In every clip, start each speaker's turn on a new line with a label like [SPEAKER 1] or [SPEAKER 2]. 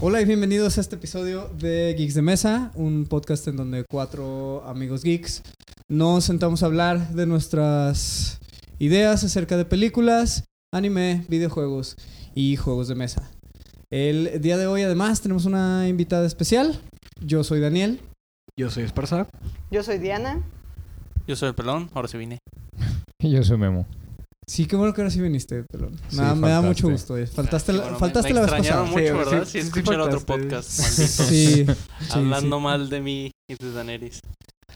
[SPEAKER 1] Hola y bienvenidos a este episodio de Geeks de Mesa, un podcast en donde cuatro amigos geeks nos sentamos a hablar de nuestras ideas acerca de películas, anime, videojuegos y juegos de mesa. El día de hoy además tenemos una invitada especial. Yo soy Daniel.
[SPEAKER 2] Yo soy Esparza.
[SPEAKER 3] Yo soy Diana.
[SPEAKER 4] Yo soy el pelón, ahora sí vine.
[SPEAKER 5] Y yo soy Memo.
[SPEAKER 1] Sí, qué bueno que ahora sí viniste, pelón. Me,
[SPEAKER 5] Sí,
[SPEAKER 1] da- me da
[SPEAKER 5] faltaste.
[SPEAKER 1] mucho gusto. eh. Faltaste,
[SPEAKER 4] Sí,
[SPEAKER 1] la-
[SPEAKER 4] bueno, me-
[SPEAKER 1] faltaste
[SPEAKER 4] me
[SPEAKER 1] la vez pasada.
[SPEAKER 4] extrañaron mucho,
[SPEAKER 2] Sí,
[SPEAKER 4] ¿verdad?
[SPEAKER 2] sí,
[SPEAKER 4] Sí,
[SPEAKER 2] sí,
[SPEAKER 4] escuché el otro
[SPEAKER 2] faltaste.
[SPEAKER 4] podcast,
[SPEAKER 1] Sí,
[SPEAKER 4] malditos.
[SPEAKER 1] sí,
[SPEAKER 4] Hablando
[SPEAKER 1] sí.
[SPEAKER 4] mal de mí y de Daenerys.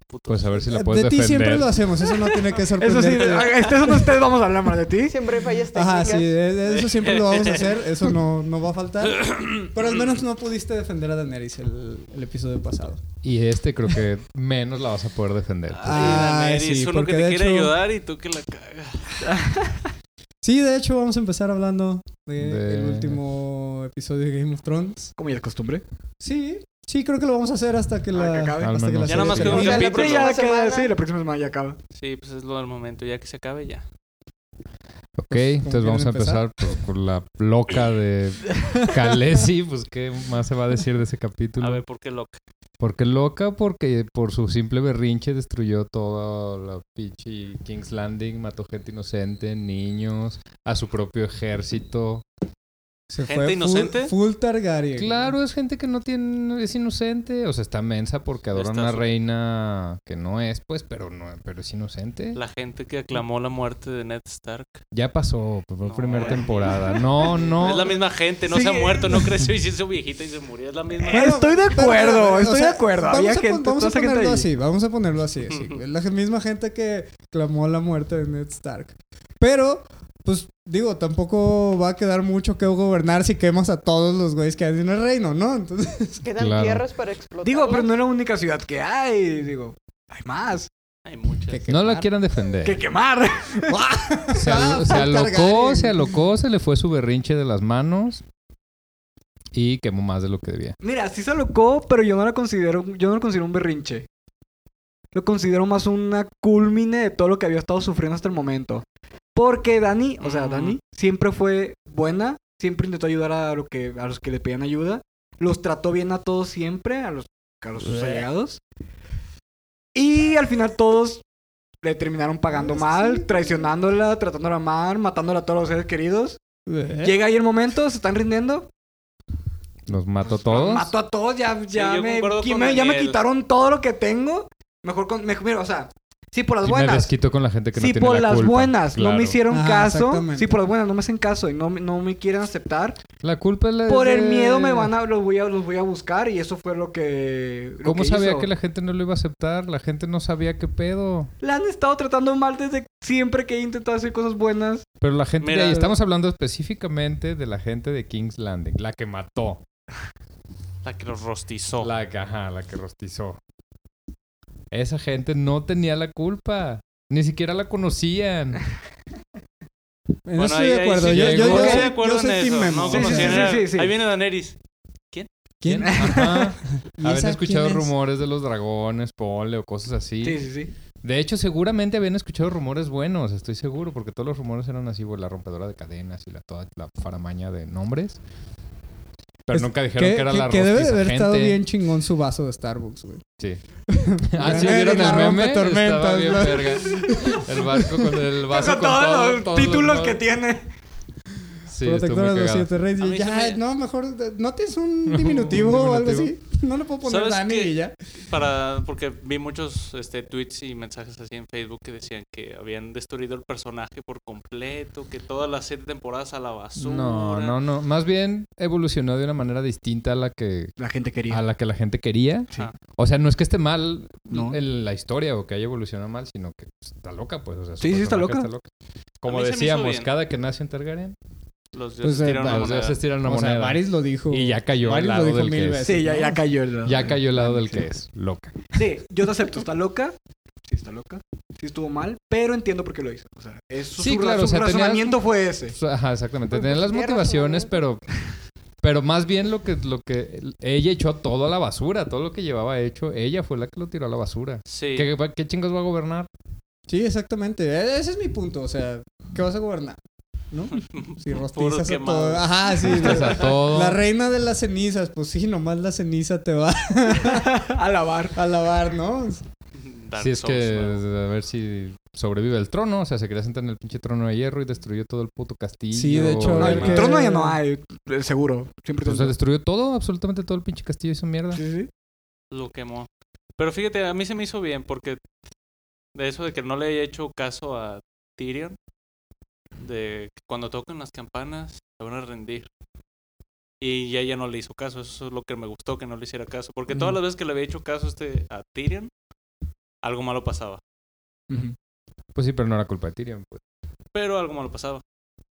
[SPEAKER 4] Putos.
[SPEAKER 5] Pues a ver si la
[SPEAKER 1] Eh,
[SPEAKER 5] puedes
[SPEAKER 1] de ti
[SPEAKER 5] defender.
[SPEAKER 1] siempre lo hacemos, eso no tiene que sorprender.
[SPEAKER 2] Eso sí, este es donde ustedes vamos a hablar mal de ti.
[SPEAKER 3] Siempre este hay fallas técnicas.
[SPEAKER 1] Ajá, sí, de- de eso siempre lo vamos a hacer, eso no, no va a faltar. Pero al menos no pudiste defender a Daenerys el, el episodio pasado.
[SPEAKER 5] Y este creo que menos la vas a poder defender.
[SPEAKER 4] Sí,
[SPEAKER 1] Ah,
[SPEAKER 4] Daenerys,
[SPEAKER 1] sí,
[SPEAKER 4] uno
[SPEAKER 1] porque
[SPEAKER 4] que te
[SPEAKER 1] de
[SPEAKER 4] quiere
[SPEAKER 1] hecho-
[SPEAKER 4] ayudar y tú que la cagas.
[SPEAKER 1] Sí, de hecho vamos a empezar hablando del
[SPEAKER 5] De-
[SPEAKER 1] último episodio de Game of Thrones.
[SPEAKER 2] Como ya es costumbre.
[SPEAKER 1] Sí, sí, creo que lo vamos a hacer hasta que
[SPEAKER 2] Ah,
[SPEAKER 1] la...
[SPEAKER 2] que acabe.
[SPEAKER 1] hasta que la
[SPEAKER 5] Ya
[SPEAKER 1] serie
[SPEAKER 4] nada más queda un
[SPEAKER 1] termine.
[SPEAKER 3] Ya la
[SPEAKER 4] capítulo.
[SPEAKER 2] Sí, ya
[SPEAKER 3] próxima
[SPEAKER 2] queda,
[SPEAKER 3] semana.
[SPEAKER 2] sí, la próxima semana ya acaba.
[SPEAKER 4] Sí, pues es lo del momento. Ya que se acabe, ya.
[SPEAKER 5] Ok,
[SPEAKER 1] Pues, ¿cómo
[SPEAKER 5] entonces vamos a
[SPEAKER 1] quieren
[SPEAKER 5] empezar por, por la loca de Khaleesi. Pues qué más se va a decir de ese capítulo.
[SPEAKER 4] A ver, ¿por qué loca?
[SPEAKER 5] Porque loca, porque por su simple berrinche destruyó toda la pinche King's Landing, mató gente inocente, niños, a su propio ejército.
[SPEAKER 1] Se
[SPEAKER 4] ¿Gente
[SPEAKER 1] fue full-
[SPEAKER 4] inocente?
[SPEAKER 1] Full Targaryen.
[SPEAKER 5] Claro, es gente que no tiene, es inocente, o sea, está mensa porque adora a
[SPEAKER 4] Está
[SPEAKER 5] una
[SPEAKER 4] su-
[SPEAKER 5] reina que no es, pues, pero no, pero es inocente.
[SPEAKER 4] La gente que aclamó la muerte de Ned Stark.
[SPEAKER 5] Ya pasó, pues, fue
[SPEAKER 4] No,
[SPEAKER 5] primera
[SPEAKER 4] güey.
[SPEAKER 5] temporada. No, no.
[SPEAKER 4] Es la misma gente, no
[SPEAKER 2] Sí.
[SPEAKER 4] se ha muerto, no creció y se hizo viejita y se murió. Es la misma.
[SPEAKER 1] Bueno,
[SPEAKER 2] Estoy de
[SPEAKER 1] pero,
[SPEAKER 2] acuerdo,
[SPEAKER 1] pero,
[SPEAKER 2] estoy de acuerdo.
[SPEAKER 1] Vamos,
[SPEAKER 2] Había
[SPEAKER 1] a, pon-
[SPEAKER 2] gente-
[SPEAKER 1] vamos a
[SPEAKER 2] toda esa gente
[SPEAKER 1] ponerlo
[SPEAKER 2] ahí.
[SPEAKER 1] así, vamos a ponerlo así. así, güey. La misma gente que clamó la muerte de Ned Stark. Pero, pues digo, tampoco va a quedar mucho que gobernar si quemas a todos los güeyes que hay en el reino, ¿no? Entonces,
[SPEAKER 3] Quedan
[SPEAKER 5] Claro.
[SPEAKER 3] tierras para explotar.
[SPEAKER 2] Digo, pero no es la única ciudad que hay. Digo, hay más.
[SPEAKER 4] Hay muchas.
[SPEAKER 1] que
[SPEAKER 5] No la
[SPEAKER 1] quemar.
[SPEAKER 5] quieran defender.
[SPEAKER 2] Que quemar.
[SPEAKER 5] Se,
[SPEAKER 1] Ah,
[SPEAKER 5] alo- se
[SPEAKER 1] full
[SPEAKER 5] alocó,
[SPEAKER 1] Targaryen.
[SPEAKER 5] se alocó, se le fue su berrinche de las manos y quemó más de lo que debía.
[SPEAKER 2] Mira, sí se alocó, pero yo no la considero, yo no lo considero un berrinche. Lo considero más una culmine de todo lo que había estado sufriendo hasta el momento. Porque Dani, o sea,
[SPEAKER 4] Mm.
[SPEAKER 2] Dani siempre fue buena, siempre intentó ayudar a, lo que, a los que le pedían ayuda, los trató bien a todos siempre, a los, a los sus allegados. Y al final todos le terminaron pagando
[SPEAKER 1] Sí.
[SPEAKER 2] mal, traicionándola, tratándola mal, matándola a todos los seres queridos.
[SPEAKER 1] Eh,
[SPEAKER 2] Llega ahí el momento, se están rindiendo,
[SPEAKER 5] Los mató
[SPEAKER 4] Pues,
[SPEAKER 5] todos.
[SPEAKER 2] Mato a todos, ya, ya,
[SPEAKER 4] yo
[SPEAKER 2] me,
[SPEAKER 4] concuerdo
[SPEAKER 2] qui-
[SPEAKER 4] con
[SPEAKER 2] me- ya me
[SPEAKER 4] Daniel.
[SPEAKER 2] quitaron todo lo que tengo. Mejor con. mejor- mira, o sea, sí, por las
[SPEAKER 5] Y me
[SPEAKER 2] buenas.
[SPEAKER 5] desquito con la gente que no
[SPEAKER 2] sí,
[SPEAKER 5] tiene
[SPEAKER 2] por
[SPEAKER 5] la
[SPEAKER 2] las
[SPEAKER 5] culpa.
[SPEAKER 2] buenas no
[SPEAKER 5] Claro.
[SPEAKER 2] me hicieron
[SPEAKER 1] Ah,
[SPEAKER 2] caso.
[SPEAKER 1] exactamente.
[SPEAKER 2] Sí, por las buenas no me hacen caso y no, me- no me quieren aceptar.
[SPEAKER 5] La culpa es la
[SPEAKER 2] Por el
[SPEAKER 5] de-
[SPEAKER 2] miedo me van a los voy a los voy a buscar y eso fue lo que lo
[SPEAKER 5] ¿Cómo
[SPEAKER 2] que
[SPEAKER 5] sabía
[SPEAKER 2] hizo.
[SPEAKER 5] que la gente no lo iba a aceptar? La gente no sabía qué pedo.
[SPEAKER 2] La han estado tratando mal desde siempre que he intentado hacer cosas buenas.
[SPEAKER 5] Pero la gente de
[SPEAKER 4] Mira.
[SPEAKER 5] ahí, estamos hablando específicamente de la gente de King's Landing, la que mató,
[SPEAKER 4] La que los rostizó.
[SPEAKER 5] la que, ajá, la que rostizó. Esa gente no tenía la culpa. Ni siquiera la conocían.
[SPEAKER 1] en
[SPEAKER 4] Bueno,
[SPEAKER 1] eso estoy
[SPEAKER 4] ahí-
[SPEAKER 1] de
[SPEAKER 4] ahí
[SPEAKER 1] acuerdo.
[SPEAKER 4] sí
[SPEAKER 1] yo, yo,
[SPEAKER 5] llegó.
[SPEAKER 1] yo,
[SPEAKER 4] Estoy
[SPEAKER 1] soy-
[SPEAKER 4] de acuerdo
[SPEAKER 1] yo
[SPEAKER 4] en
[SPEAKER 1] soy Team
[SPEAKER 4] eso,
[SPEAKER 1] Memo.
[SPEAKER 4] no
[SPEAKER 2] Sí, sí, sí,
[SPEAKER 4] conocían a-
[SPEAKER 2] sí, sí.
[SPEAKER 4] Ahí viene Daenerys.
[SPEAKER 1] ¿Quién?
[SPEAKER 5] Ajá.
[SPEAKER 1] ¿Y
[SPEAKER 5] Habían
[SPEAKER 1] esa
[SPEAKER 5] escuchado
[SPEAKER 1] quién es?
[SPEAKER 5] rumores de los dragones, ponle o cosas así.
[SPEAKER 2] Sí, sí, sí.
[SPEAKER 5] De hecho, seguramente habían escuchado rumores buenos, estoy seguro, porque todos los rumores eran así, bueno, la rompedora de cadenas y la toda la faramaña de nombres. Pero
[SPEAKER 1] Es-
[SPEAKER 5] nunca dijeron
[SPEAKER 1] Que,
[SPEAKER 5] que era
[SPEAKER 1] que-
[SPEAKER 5] la
[SPEAKER 1] que debe de
[SPEAKER 5] rostiza
[SPEAKER 1] haber estado
[SPEAKER 5] gente.
[SPEAKER 1] bien chingón su vaso de Starbucks, güey.
[SPEAKER 5] Sí.
[SPEAKER 1] La
[SPEAKER 5] ah, sí,
[SPEAKER 1] nena
[SPEAKER 5] vieron
[SPEAKER 1] la
[SPEAKER 5] el
[SPEAKER 1] rompe
[SPEAKER 5] meme. Estaba
[SPEAKER 1] tormentas,
[SPEAKER 5] bien
[SPEAKER 1] ¿no?
[SPEAKER 5] verga. El barco con el vaso
[SPEAKER 2] Con
[SPEAKER 5] con,
[SPEAKER 2] todos
[SPEAKER 5] todo-
[SPEAKER 2] los
[SPEAKER 5] todos
[SPEAKER 2] títulos que
[SPEAKER 5] nombres.
[SPEAKER 2] tiene.
[SPEAKER 5] Sí, estuvo muy
[SPEAKER 1] Protectora de los
[SPEAKER 5] cagado.
[SPEAKER 1] siete reyes.
[SPEAKER 4] A
[SPEAKER 1] y
[SPEAKER 4] mí
[SPEAKER 1] ya,
[SPEAKER 4] se me-
[SPEAKER 1] no, mejor. de- ¿No tienes un
[SPEAKER 5] Un
[SPEAKER 1] diminutivo, o algo así?
[SPEAKER 5] diminutivo.
[SPEAKER 1] No le puedo poner
[SPEAKER 4] ¿Sabes
[SPEAKER 1] Dani
[SPEAKER 4] qué?
[SPEAKER 1] y ya.
[SPEAKER 4] para porque vi muchos este tweets y mensajes así en Facebook que decían que habían destruido el personaje por completo, que todas las siete temporadas a la basura.
[SPEAKER 5] No, no, no. Más bien evolucionó de una manera distinta a la que
[SPEAKER 2] La gente quería.
[SPEAKER 5] a la que la gente quería.
[SPEAKER 2] Sí.
[SPEAKER 5] O sea, no es que esté mal
[SPEAKER 2] No.
[SPEAKER 5] el- la historia o que haya evolucionado mal, sino que pues, está loca, pues. O sea, su
[SPEAKER 2] Sí, sí, está
[SPEAKER 5] personaje
[SPEAKER 2] loca.
[SPEAKER 5] Como
[SPEAKER 4] mí se me hizo
[SPEAKER 5] decíamos,
[SPEAKER 4] bien.
[SPEAKER 5] cada que nace un Targaryen
[SPEAKER 4] Los dioses
[SPEAKER 1] Pues, eh,
[SPEAKER 4] tiran una
[SPEAKER 1] va,
[SPEAKER 5] Los
[SPEAKER 4] moneda.
[SPEAKER 5] dioses tiran una
[SPEAKER 1] o sea,
[SPEAKER 5] moneda.
[SPEAKER 1] Varys lo dijo.
[SPEAKER 5] y ya cayó al
[SPEAKER 1] Varys lo
[SPEAKER 5] lado
[SPEAKER 1] dijo
[SPEAKER 5] del
[SPEAKER 1] mil
[SPEAKER 5] que es.
[SPEAKER 1] veces.
[SPEAKER 2] Sí, ya, ya cayó el...
[SPEAKER 5] Ya cayó al lado del que es. Loca.
[SPEAKER 2] Sí, yo te acepto. Está loca. Sí, está loca. Sí estuvo mal, pero entiendo por qué lo hizo. O sea, es su,
[SPEAKER 5] Sí,
[SPEAKER 2] su-
[SPEAKER 5] claro,
[SPEAKER 2] su
[SPEAKER 5] o sea, tenías-
[SPEAKER 2] razonamiento fue ese.
[SPEAKER 5] Ajá, exactamente.
[SPEAKER 3] Pues,
[SPEAKER 5] Tenían las
[SPEAKER 3] tiene
[SPEAKER 5] motivaciones, pero... Pero más bien lo que, lo que... Ella echó todo a la basura. Todo lo que llevaba hecho, ella fue la que lo tiró a la basura.
[SPEAKER 4] Sí.
[SPEAKER 5] ¿Qué, qué chingos va a gobernar?
[SPEAKER 1] Sí, exactamente. E- Ese es mi punto. O sea, ¿qué vas a gobernar? ¿No? Si
[SPEAKER 4] Puros
[SPEAKER 1] rostizas a
[SPEAKER 4] quemados.
[SPEAKER 1] todo. Ajá, sí. pues,
[SPEAKER 5] O sea, todo...
[SPEAKER 1] La reina de las cenizas, pues sí, nomás la ceniza te va
[SPEAKER 2] A lavar.
[SPEAKER 1] a lavar, ¿no?
[SPEAKER 4] Dark
[SPEAKER 5] Si es
[SPEAKER 4] Souls,
[SPEAKER 5] que
[SPEAKER 4] ¿no?
[SPEAKER 5] a ver si sobrevive el trono, o sea, se quería sentar en el pinche trono de hierro y destruyó todo el puto castillo.
[SPEAKER 1] Sí, de hecho,
[SPEAKER 4] a ver
[SPEAKER 5] y-
[SPEAKER 4] qué-
[SPEAKER 2] Trono ya no hay, eh, seguro. Siempre
[SPEAKER 5] Pues,
[SPEAKER 1] Pues
[SPEAKER 5] O sea,
[SPEAKER 2] trono.
[SPEAKER 5] destruyó todo, absolutamente todo el pinche castillo hizo mierda.
[SPEAKER 2] Sí, sí.
[SPEAKER 4] Lo quemó. Pero fíjate, a mí se me hizo bien porque de eso de que no le haya hecho caso a Tyrion, de que cuando tocan las campanas se van a rendir. Y ella no le hizo caso, eso es lo que me gustó, que no le hiciera caso. Porque todas
[SPEAKER 1] Ujú.
[SPEAKER 4] las veces que le había hecho caso este, a Tyrion, algo malo pasaba.
[SPEAKER 5] Pues sí, pero no era culpa de Tyrion. pues.
[SPEAKER 4] Pero algo malo pasaba.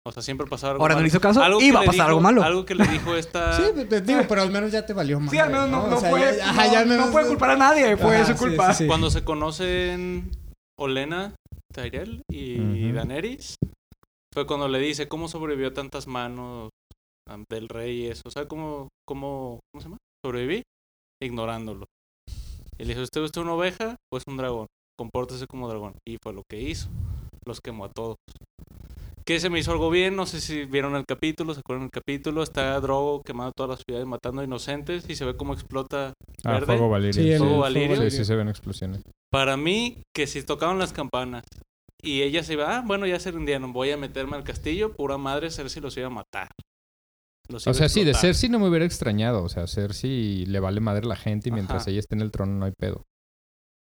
[SPEAKER 4] O sea, siempre pasaba algo
[SPEAKER 2] Ahora no
[SPEAKER 4] malo.
[SPEAKER 2] le hizo caso
[SPEAKER 4] Algo
[SPEAKER 2] y
[SPEAKER 4] que
[SPEAKER 2] va a
[SPEAKER 4] le
[SPEAKER 2] pasar
[SPEAKER 4] dijo-
[SPEAKER 2] algo malo.
[SPEAKER 4] Algo que le dijo esta...
[SPEAKER 1] Sí, pues, te- te digo, pero al menos ya te valió más.
[SPEAKER 2] Ah. Sí, al menos no, no fue. no, no puede culpar a nadie, fue su culpa.
[SPEAKER 4] Cuando se conocen Olena, Tyrell y
[SPEAKER 5] Ujú.
[SPEAKER 4] Daenerys, fue cuando le dice cómo sobrevivió a tantas manos am, del rey y eso. O sea, cómo, cómo, ¿cómo se llama? Sobreviví ignorándolo. Y le dijo, ¿usted es una oveja o es un dragón? Compórtese como dragón. Y fue lo que hizo. Los quemó a todos. Que se me hizo algo bien, no sé si vieron el capítulo, se acuerdan el capítulo, está Drogo quemando todas las ciudades, matando a inocentes y se ve cómo explota
[SPEAKER 5] Ah,
[SPEAKER 4] ¿Verde?
[SPEAKER 5] fuego Valyria.
[SPEAKER 1] Sí,
[SPEAKER 5] Sí,
[SPEAKER 1] el
[SPEAKER 4] fuego
[SPEAKER 5] sí,
[SPEAKER 4] Valyria.
[SPEAKER 5] sí, se ven explosiones.
[SPEAKER 4] Para mí, que si tocaban las campanas y ella se iba, ah, bueno, ya se rindieron, voy a meterme al castillo, pura madre, Cersei los iba a matar. Los iba
[SPEAKER 5] O
[SPEAKER 4] a
[SPEAKER 5] sea, sí, de
[SPEAKER 4] explotar.
[SPEAKER 5] Cersei no me hubiera extrañado. O sea, Cersei le vale madre la gente y mientras
[SPEAKER 4] Ajá.
[SPEAKER 5] ella esté en el trono no hay pedo.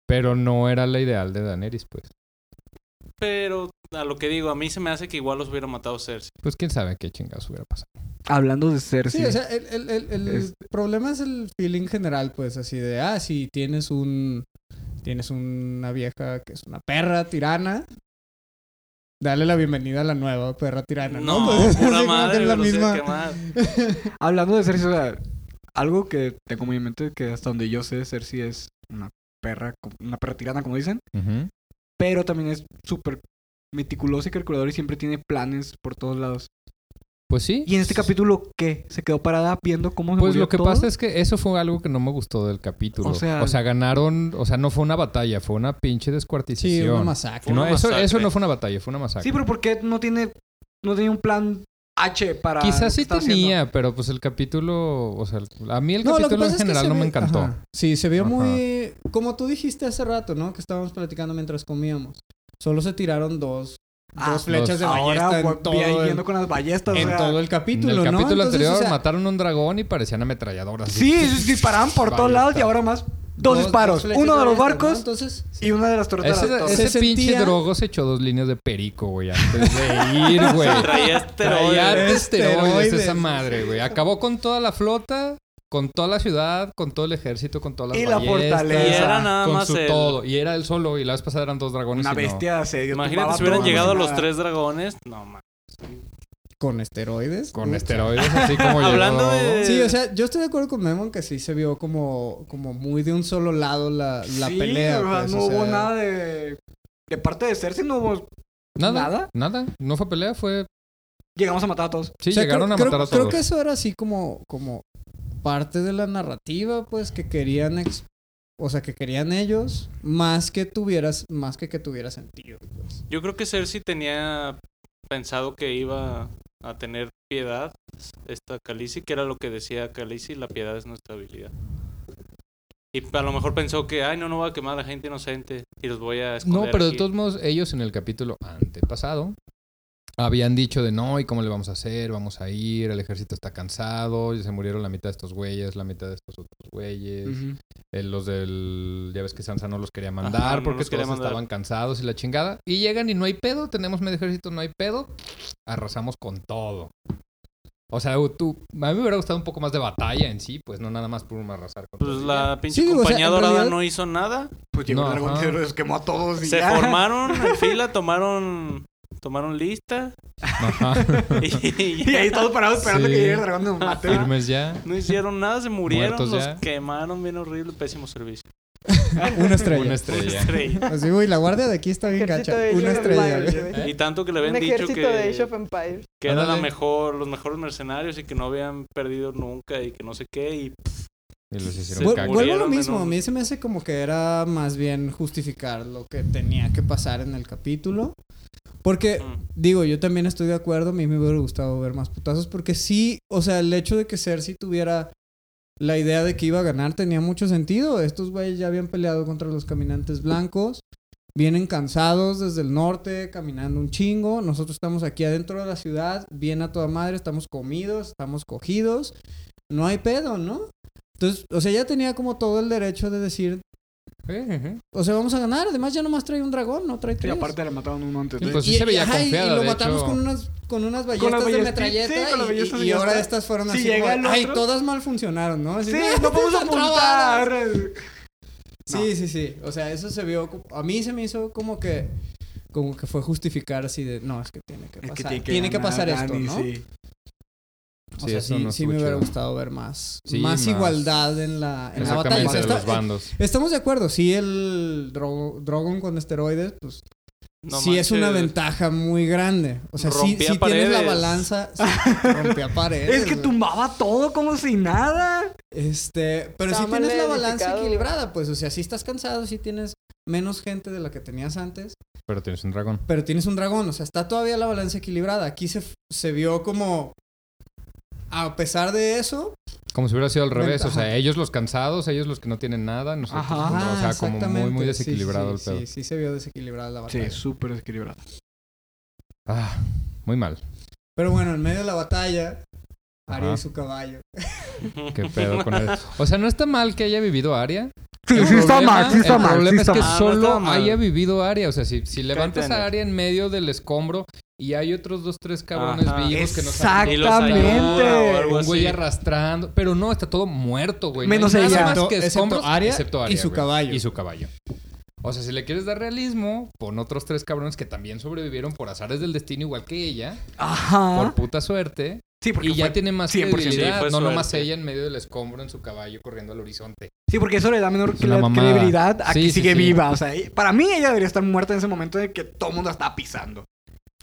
[SPEAKER 5] Pero no era la ideal de Daenerys, pues.
[SPEAKER 4] Pero a lo que digo, a mí se me hace que igual los hubiera matado Cersei.
[SPEAKER 5] Pues quién sabe qué chingados hubiera pasado.
[SPEAKER 2] Hablando de Cersei.
[SPEAKER 1] Sí, o sea, el, el- el- el
[SPEAKER 2] Este-
[SPEAKER 1] problema es el feeling general, pues, así de, ah, si tienes un... Tienes una vieja que es una perra tirana, dale la bienvenida a la nueva perra tirana, ¿no?
[SPEAKER 4] No,
[SPEAKER 1] Pues,
[SPEAKER 4] pura
[SPEAKER 1] así como
[SPEAKER 4] madre,
[SPEAKER 1] tener la
[SPEAKER 4] los iba a
[SPEAKER 1] misma...
[SPEAKER 4] quemar.
[SPEAKER 2] Hablando de Cersei, o sea, algo que tengo muy en mente que hasta donde yo sé, Cersei es una perra, co- una perra tirana, como dicen,
[SPEAKER 5] Ujú.
[SPEAKER 2] pero también es súper meticulosa y calculadora y siempre tiene planes por todos lados.
[SPEAKER 5] Pues sí.
[SPEAKER 2] Y en este capítulo, ¿qué? ¿Se quedó parada viendo cómo se
[SPEAKER 5] Pues
[SPEAKER 2] murió
[SPEAKER 5] lo que
[SPEAKER 2] todo?
[SPEAKER 5] pasa es que eso fue algo que no me gustó del capítulo.
[SPEAKER 2] O
[SPEAKER 5] O
[SPEAKER 2] sea-
[SPEAKER 5] sea, ganaron, o sea, no fue una batalla, fue una
[SPEAKER 1] Sí,
[SPEAKER 5] pinche descuartización.
[SPEAKER 1] una masacre.
[SPEAKER 5] No,
[SPEAKER 4] Una
[SPEAKER 5] eso,
[SPEAKER 4] masacre.
[SPEAKER 5] eso no fue una batalla, fue una masacre.
[SPEAKER 2] Sí, pero ¿por qué no tiene, no tiene un plan H para... lo que
[SPEAKER 5] Quizás sí
[SPEAKER 2] está
[SPEAKER 5] tenía,
[SPEAKER 2] haciendo?
[SPEAKER 5] pero pues el capítulo, o sea, a mí el
[SPEAKER 1] No, lo que
[SPEAKER 5] capítulo
[SPEAKER 1] pasa
[SPEAKER 5] en
[SPEAKER 1] es que
[SPEAKER 5] general
[SPEAKER 1] se
[SPEAKER 5] no me
[SPEAKER 1] ve-
[SPEAKER 5] encantó.
[SPEAKER 1] ajá. Sí, se vio
[SPEAKER 5] Ajá.
[SPEAKER 1] muy... Como tú dijiste hace rato, ¿no? Que estábamos platicando mientras comíamos. Solo se tiraron dos,
[SPEAKER 2] Ah,
[SPEAKER 1] dos flechas de
[SPEAKER 2] Ahora
[SPEAKER 1] ballesta
[SPEAKER 2] voy-
[SPEAKER 1] en, todo
[SPEAKER 2] vi ahí
[SPEAKER 1] el,
[SPEAKER 2] yendo con las ballestas.
[SPEAKER 1] en
[SPEAKER 2] o sea,
[SPEAKER 1] todo el
[SPEAKER 5] En
[SPEAKER 1] capítulo,
[SPEAKER 5] el
[SPEAKER 1] ¿no?
[SPEAKER 5] capítulo
[SPEAKER 1] Entonces,
[SPEAKER 5] anterior
[SPEAKER 1] o sea,
[SPEAKER 5] mataron a un dragón y parecían ametralladoras. así.
[SPEAKER 2] Sí, sí, disparaban por todos lados y ahora más dos, disparos.
[SPEAKER 1] flechas
[SPEAKER 2] Uno de los
[SPEAKER 1] ballesta, ¿no?
[SPEAKER 2] barcos
[SPEAKER 1] Entonces...
[SPEAKER 2] y una de las torretas.
[SPEAKER 5] Ese,
[SPEAKER 2] Entonces,
[SPEAKER 5] ese
[SPEAKER 1] Se
[SPEAKER 5] pinche
[SPEAKER 1] sentía-
[SPEAKER 5] drogo se echó dos líneas de perico, güey, antes de ir, güey.
[SPEAKER 4] Traía esteroides.
[SPEAKER 5] Traía
[SPEAKER 1] Esteroides.
[SPEAKER 5] esteroides esa madre, güey. Acabó con toda la flota, con toda la ciudad, con todo el ejército, con todas las
[SPEAKER 2] Y la
[SPEAKER 5] ballestas,
[SPEAKER 4] Y
[SPEAKER 2] fortaleza.
[SPEAKER 4] era nada
[SPEAKER 5] con
[SPEAKER 4] más
[SPEAKER 5] su
[SPEAKER 4] él.
[SPEAKER 5] todo. Y era él solo. Y la vez pasada eran dos dragones.
[SPEAKER 2] Una
[SPEAKER 5] y no.
[SPEAKER 2] bestia se
[SPEAKER 4] Imagínate si hubieran llegado los tres dragones. No, man.
[SPEAKER 1] Con esteroides.
[SPEAKER 5] Con
[SPEAKER 1] Ups.
[SPEAKER 5] esteroides, así como llegó.
[SPEAKER 4] Hablando de-
[SPEAKER 1] Sí, o sea, yo estoy de acuerdo con Memo en que sí se vio como, como muy de un solo lado la, la
[SPEAKER 2] sí,
[SPEAKER 1] pelea.
[SPEAKER 2] o sea,
[SPEAKER 1] pues,
[SPEAKER 2] no
[SPEAKER 1] o sea,
[SPEAKER 2] hubo nada de. De parte de Cersei no hubo.
[SPEAKER 5] Nada,
[SPEAKER 2] ¿Nada?
[SPEAKER 5] nada. No fue pelea, fue.
[SPEAKER 2] Llegamos a matar a todos.
[SPEAKER 5] Sí,
[SPEAKER 1] o sea,
[SPEAKER 5] llegaron
[SPEAKER 1] creo-
[SPEAKER 5] a matar a
[SPEAKER 1] creo-
[SPEAKER 5] todos.
[SPEAKER 1] Creo que eso era así como, como parte de la narrativa, pues, que querían... ex- o sea, que querían ellos más que tuvieras... Más que que tuviera sentido. pues.
[SPEAKER 4] Yo creo que Cersei tenía pensado que iba a tener piedad esta Khaleesi, que era lo que decía Khaleesi, la piedad es nuestra habilidad. Y a lo mejor pensó que, ay, no, no voy a quemar a la gente inocente y los voy a esconder
[SPEAKER 5] No, pero de
[SPEAKER 4] aquí".
[SPEAKER 5] todos modos, ellos en el capítulo antepasado habían dicho de no, ¿y cómo le vamos a hacer? Vamos a ir, el ejército está cansado, y se murieron la mitad de estos güeyes, la mitad de estos otros güeyes. Eh, los del. Ya ves que Sansa no los quería mandar
[SPEAKER 4] Ajá, no los
[SPEAKER 5] porque todos
[SPEAKER 4] quería mandar.
[SPEAKER 5] estaban cansados y la chingada. Y llegan y no hay pedo, tenemos medio ejército, no hay pedo. Arrasamos con todo. O sea, tú, a mí me hubiera gustado un poco más de batalla en sí, pues no nada más por arrasar con
[SPEAKER 4] Pues
[SPEAKER 5] todo.
[SPEAKER 4] la pinche
[SPEAKER 1] digo, o sea,
[SPEAKER 4] compañía
[SPEAKER 1] en
[SPEAKER 4] dorada
[SPEAKER 1] realidad-
[SPEAKER 4] no hizo nada.
[SPEAKER 2] Pues llegó
[SPEAKER 5] No,
[SPEAKER 2] el dragón
[SPEAKER 5] ajá.
[SPEAKER 2] Pues que los quemó a todos. Y
[SPEAKER 4] Se
[SPEAKER 2] ya.
[SPEAKER 4] formaron en fila, tomaron tomaron lista
[SPEAKER 5] Ajá.
[SPEAKER 4] y,
[SPEAKER 2] Y ahí todos parados esperando
[SPEAKER 5] Sí.
[SPEAKER 2] que llegue el dragón y nos mate. ¿verdad?
[SPEAKER 5] Firmes ya.
[SPEAKER 4] no hicieron nada, se murieron,
[SPEAKER 5] Muertos
[SPEAKER 4] los
[SPEAKER 5] ya.
[SPEAKER 4] quemaron bien horrible, pésimo servicio.
[SPEAKER 1] Una estrella.
[SPEAKER 5] Una estrella.
[SPEAKER 4] Estrella.
[SPEAKER 1] Así, güey, la guardia de aquí está bien
[SPEAKER 3] Ejército
[SPEAKER 1] gacha.
[SPEAKER 3] de Age
[SPEAKER 1] Una
[SPEAKER 3] of
[SPEAKER 1] estrella,
[SPEAKER 3] Empires,
[SPEAKER 1] güey.
[SPEAKER 3] güey.
[SPEAKER 4] Y tanto que le
[SPEAKER 3] Un
[SPEAKER 4] habían dicho
[SPEAKER 3] ejército de Age of
[SPEAKER 4] que,
[SPEAKER 3] Empires.
[SPEAKER 4] que eran la
[SPEAKER 5] Ándale.
[SPEAKER 4] mejor, los mejores mercenarios y que no habían perdido nunca y que no sé qué. Y
[SPEAKER 5] Y los
[SPEAKER 4] Se
[SPEAKER 5] hicieron
[SPEAKER 1] Vu-
[SPEAKER 4] caca.
[SPEAKER 1] Vuelvo a lo
[SPEAKER 4] murieron en
[SPEAKER 1] mismo,
[SPEAKER 4] un-
[SPEAKER 1] a mí se me hace como que era más bien justificar lo que tenía que pasar en el capítulo. Porque,
[SPEAKER 4] mm,
[SPEAKER 1] digo, yo también estoy de acuerdo, a mí me hubiera gustado ver más putazos, porque sí, o sea, el hecho de que Cersei tuviera la idea de que iba a ganar tenía mucho sentido. Estos güeyes ya habían peleado contra los caminantes blancos, vienen cansados desde el norte, caminando un chingo, nosotros estamos aquí adentro de la ciudad, bien a toda madre, estamos comidos, estamos cogidos, no hay pedo, ¿no? Entonces, o sea, ya tenía como todo el derecho de decir,
[SPEAKER 5] Ujú.
[SPEAKER 1] o sea, vamos a ganar, además ya nomás trae un dragón, no trae
[SPEAKER 2] Y
[SPEAKER 1] tres.
[SPEAKER 2] aparte le mataron uno antes.
[SPEAKER 5] Y
[SPEAKER 2] de-
[SPEAKER 5] pues sí se veía
[SPEAKER 1] ajá, y-
[SPEAKER 5] confiada,
[SPEAKER 1] y lo
[SPEAKER 5] de
[SPEAKER 1] matamos
[SPEAKER 5] hecho.
[SPEAKER 1] con unas con unas balletas de
[SPEAKER 2] las ballestitas,
[SPEAKER 1] metralleta
[SPEAKER 2] sí, con las
[SPEAKER 1] y-
[SPEAKER 2] ballestas
[SPEAKER 1] y,
[SPEAKER 2] y ya
[SPEAKER 1] ahora
[SPEAKER 2] está.
[SPEAKER 1] estas fueron
[SPEAKER 2] Si
[SPEAKER 1] así
[SPEAKER 2] llega
[SPEAKER 1] como,
[SPEAKER 2] el
[SPEAKER 1] ay,
[SPEAKER 2] otro".
[SPEAKER 1] todas mal funcionaron, ¿no? Así,
[SPEAKER 2] sí,
[SPEAKER 1] "Ah,
[SPEAKER 2] no podemos
[SPEAKER 1] están trabadas".
[SPEAKER 2] apuntar.
[SPEAKER 1] Sí, sí, sí. O sea, eso se vio co- a mí se me hizo como que como que fue justificar así de, no, es que tiene que
[SPEAKER 2] Es
[SPEAKER 1] pasar.
[SPEAKER 2] que
[SPEAKER 1] tiene que,
[SPEAKER 2] ganar
[SPEAKER 1] pasar esto,
[SPEAKER 2] Dani,
[SPEAKER 1] ¿no?
[SPEAKER 2] sí.
[SPEAKER 1] O
[SPEAKER 5] Sí,
[SPEAKER 1] sea,
[SPEAKER 5] eso
[SPEAKER 1] sí,
[SPEAKER 5] no
[SPEAKER 1] sí
[SPEAKER 5] estuvo
[SPEAKER 1] me hubiera
[SPEAKER 5] chido.
[SPEAKER 1] gustado ver más
[SPEAKER 5] Sí,
[SPEAKER 1] más,
[SPEAKER 5] más-
[SPEAKER 1] igualdad en la en la batalla. O
[SPEAKER 5] Exactamente,
[SPEAKER 1] sea,
[SPEAKER 5] de
[SPEAKER 1] está-
[SPEAKER 5] los bandos.
[SPEAKER 1] estamos de acuerdo, sí el dro- Drogon con esteroides pues
[SPEAKER 4] no
[SPEAKER 1] sí es una
[SPEAKER 4] manches.
[SPEAKER 1] ventaja muy grande. O sea, sí,
[SPEAKER 4] Rompía
[SPEAKER 1] sí tienes la
[SPEAKER 4] paredes.
[SPEAKER 1] balanza. sí, rompía paredes.
[SPEAKER 2] Es que
[SPEAKER 1] güey.
[SPEAKER 2] tumbaba todo como si nada.
[SPEAKER 1] Este, pero
[SPEAKER 3] Está
[SPEAKER 1] sí
[SPEAKER 3] mal
[SPEAKER 1] tienes la balanza
[SPEAKER 3] edificado,
[SPEAKER 1] equilibrada, pues. O sea, sí estás cansado, sí tienes menos gente de la que tenías antes,
[SPEAKER 5] Pero tienes un dragón.
[SPEAKER 1] pero tienes un dragón. O sea, está todavía la balanza equilibrada. Aquí se, se vio como. A pesar de eso,
[SPEAKER 5] Como si hubiera sido al revés. O
[SPEAKER 1] Ajá.
[SPEAKER 5] sea, ellos los cansados, ellos los que no tienen nada. Nosotros, pues,
[SPEAKER 2] Ajá.
[SPEAKER 5] no, o sea,
[SPEAKER 1] Ajá,
[SPEAKER 5] como muy, muy
[SPEAKER 1] exactamente. Sí,
[SPEAKER 5] desequilibrado
[SPEAKER 1] sí,
[SPEAKER 5] el
[SPEAKER 1] Sí,
[SPEAKER 5] pedo.
[SPEAKER 1] sí, se vio desequilibrada la
[SPEAKER 2] Sí,
[SPEAKER 1] batalla.
[SPEAKER 2] súper desequilibrado.
[SPEAKER 5] Ah, muy mal.
[SPEAKER 1] Pero bueno, en medio de la batalla, Aria
[SPEAKER 5] Ajá.
[SPEAKER 1] y su caballo.
[SPEAKER 5] Qué pedo con eso. O sea, no está mal que haya vivido Aria.
[SPEAKER 2] Sí,
[SPEAKER 5] El
[SPEAKER 2] sí está
[SPEAKER 5] problema-
[SPEAKER 2] mal, sí está
[SPEAKER 5] El
[SPEAKER 2] mal. sí
[SPEAKER 5] problema
[SPEAKER 2] está
[SPEAKER 5] es que
[SPEAKER 2] mal.
[SPEAKER 4] mal. No
[SPEAKER 5] solo
[SPEAKER 4] está mal.
[SPEAKER 5] haya vivido Aria. O sea, si, si levantas
[SPEAKER 4] entender.
[SPEAKER 5] a Aria en medio del escombro y hay otros dos, tres cabrones
[SPEAKER 4] Ajá.
[SPEAKER 5] vivos que no
[SPEAKER 2] Exacto.
[SPEAKER 5] saben.
[SPEAKER 4] Y los ayuda
[SPEAKER 2] Exactamente.
[SPEAKER 4] o algo
[SPEAKER 5] Un
[SPEAKER 4] así.
[SPEAKER 5] güey arrastrando. Pero no, está todo muerto, güey.
[SPEAKER 2] Menos
[SPEAKER 5] no hay
[SPEAKER 2] ella.
[SPEAKER 5] Nada más
[SPEAKER 1] Excepto-
[SPEAKER 5] que
[SPEAKER 1] excepto
[SPEAKER 5] escombros,
[SPEAKER 1] Arya
[SPEAKER 5] excepto
[SPEAKER 1] y
[SPEAKER 5] Arya,
[SPEAKER 1] su
[SPEAKER 5] güey.
[SPEAKER 1] caballo.
[SPEAKER 5] Y su caballo. O sea, si le quieres dar realismo, pon otros tres cabrones que también sobrevivieron por azares del destino igual que ella.
[SPEAKER 2] Ajá.
[SPEAKER 5] Por puta suerte.
[SPEAKER 2] Sí, porque
[SPEAKER 5] Y ya
[SPEAKER 2] fue-
[SPEAKER 5] tiene más
[SPEAKER 2] 100%.
[SPEAKER 5] credibilidad.
[SPEAKER 4] Sí, fue
[SPEAKER 5] no nomás
[SPEAKER 4] suerte.
[SPEAKER 5] ella en medio del escombro en su caballo corriendo al horizonte.
[SPEAKER 2] Sí, porque eso le da menor
[SPEAKER 5] Es una
[SPEAKER 2] cre-
[SPEAKER 5] mamada.
[SPEAKER 2] credibilidad a
[SPEAKER 5] Sí,
[SPEAKER 2] que
[SPEAKER 5] sí,
[SPEAKER 2] sigue
[SPEAKER 5] sí.
[SPEAKER 2] viva. O sea, y- para mí ella debería estar muerta en ese momento de que todo el mundo la está pisando.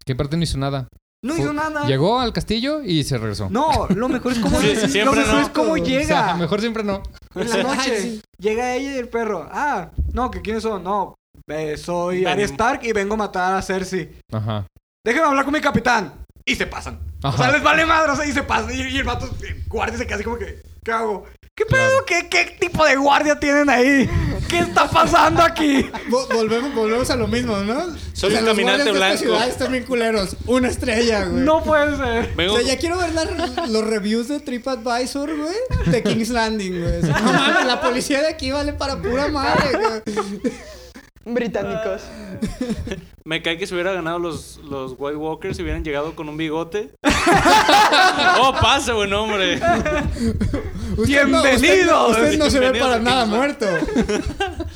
[SPEAKER 5] Que parte no hizo nada.
[SPEAKER 2] No
[SPEAKER 5] Fue-
[SPEAKER 2] hizo nada.
[SPEAKER 5] Llegó al castillo y se regresó.
[SPEAKER 2] No, lo mejor es cómo,
[SPEAKER 4] Sí,
[SPEAKER 2] lo
[SPEAKER 4] siempre
[SPEAKER 2] mejor
[SPEAKER 4] no.
[SPEAKER 2] es cómo
[SPEAKER 5] O sea,
[SPEAKER 2] llega.
[SPEAKER 5] mejor siempre no.
[SPEAKER 2] En la noche
[SPEAKER 1] Ay, sí.
[SPEAKER 2] llega ella y el perro. Ah, no, que quiénes son. No, eh, soy
[SPEAKER 4] Ven.
[SPEAKER 2] Arya Stark y vengo a matar a Cersei.
[SPEAKER 5] Ajá.
[SPEAKER 2] Déjenme hablar con mi capitán. Y se pasan. O sea,
[SPEAKER 5] Ajá.
[SPEAKER 2] les vale madre, o sea, y se pasan. Y, y el vato, el guardia se queda así como que, ¿qué hago? ¿Qué pedo? ¿Qué, ¿Qué tipo de guardia tienen ahí? ¿Qué está pasando aquí?
[SPEAKER 1] Vo- volvemos, volvemos a lo mismo, ¿no?
[SPEAKER 4] Soy un
[SPEAKER 1] los
[SPEAKER 4] caminante
[SPEAKER 1] guardias de esta
[SPEAKER 4] blanco.
[SPEAKER 1] ciudad están bien culeros. Una estrella, güey.
[SPEAKER 2] No puede ser.
[SPEAKER 4] Vengo-
[SPEAKER 1] O sea, ya quiero ver la- los reviews de TripAdvisor, güey, de King's Landing, güey. O sea, no mames, la policía de aquí vale para pura madre, güey.
[SPEAKER 3] Británicos.
[SPEAKER 4] Ah, Me cae que se hubiera ganado los, los White Walkers si hubieran llegado con un bigote. oh, pasa, buen hombre.
[SPEAKER 1] Usted no-
[SPEAKER 2] ¡Bienvenidos!
[SPEAKER 1] Usted, no se ve
[SPEAKER 4] Bienvenidos
[SPEAKER 1] para
[SPEAKER 4] a
[SPEAKER 1] nada
[SPEAKER 4] King's
[SPEAKER 1] muerto.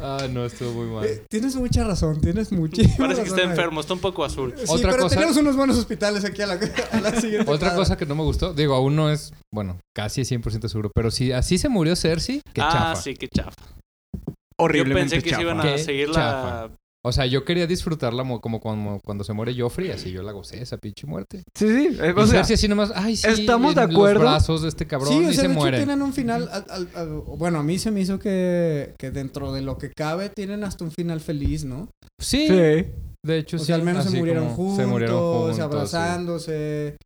[SPEAKER 5] Ah, no, estuvo muy mal.
[SPEAKER 1] Tienes mucha razón, tienes muchísima
[SPEAKER 4] Parece que
[SPEAKER 1] razón,
[SPEAKER 4] está
[SPEAKER 1] güey.
[SPEAKER 4] enfermo, está un poco azul.
[SPEAKER 1] Sí,
[SPEAKER 5] Otra
[SPEAKER 1] pero
[SPEAKER 5] cosa-
[SPEAKER 1] tenemos unos buenos hospitales aquí a la, a la siguiente.
[SPEAKER 5] Otra
[SPEAKER 1] cuadra.
[SPEAKER 5] cosa que no me gustó, digo, aún no es, bueno, casi 100% seguro, pero si así se murió Cersei, qué
[SPEAKER 4] ah,
[SPEAKER 5] chafa.
[SPEAKER 4] sí, qué chafa. Yo
[SPEAKER 2] Horriblemente
[SPEAKER 4] pensé que se iban
[SPEAKER 5] chafa.
[SPEAKER 4] a
[SPEAKER 5] Qué
[SPEAKER 4] seguir la.
[SPEAKER 5] chafa. O sea, yo quería disfrutarla mo- como, cuando- cuando se muere Joffrey, así yo la gocé esa pinche muerte.
[SPEAKER 2] Sí, sí. eh,
[SPEAKER 5] y
[SPEAKER 2] O sea,
[SPEAKER 5] Cersei así nomás, ay, sí,
[SPEAKER 2] estamos de
[SPEAKER 5] en
[SPEAKER 2] acuerdo.
[SPEAKER 5] los brazos de este cabrón
[SPEAKER 1] Sí, o
[SPEAKER 5] y
[SPEAKER 1] sea,
[SPEAKER 5] se
[SPEAKER 1] de hecho
[SPEAKER 5] muere.
[SPEAKER 1] tienen un final. al- al- al- bueno, a mí se me hizo que, que dentro de lo que cabe tienen hasta un final feliz, ¿no?
[SPEAKER 5] Sí,
[SPEAKER 2] sí.
[SPEAKER 5] de hecho
[SPEAKER 1] O
[SPEAKER 5] sí.
[SPEAKER 1] sea, al menos se
[SPEAKER 5] así
[SPEAKER 1] murieron,
[SPEAKER 5] como
[SPEAKER 1] juntos,
[SPEAKER 5] se murieron juntos, sí.
[SPEAKER 1] abrazándose.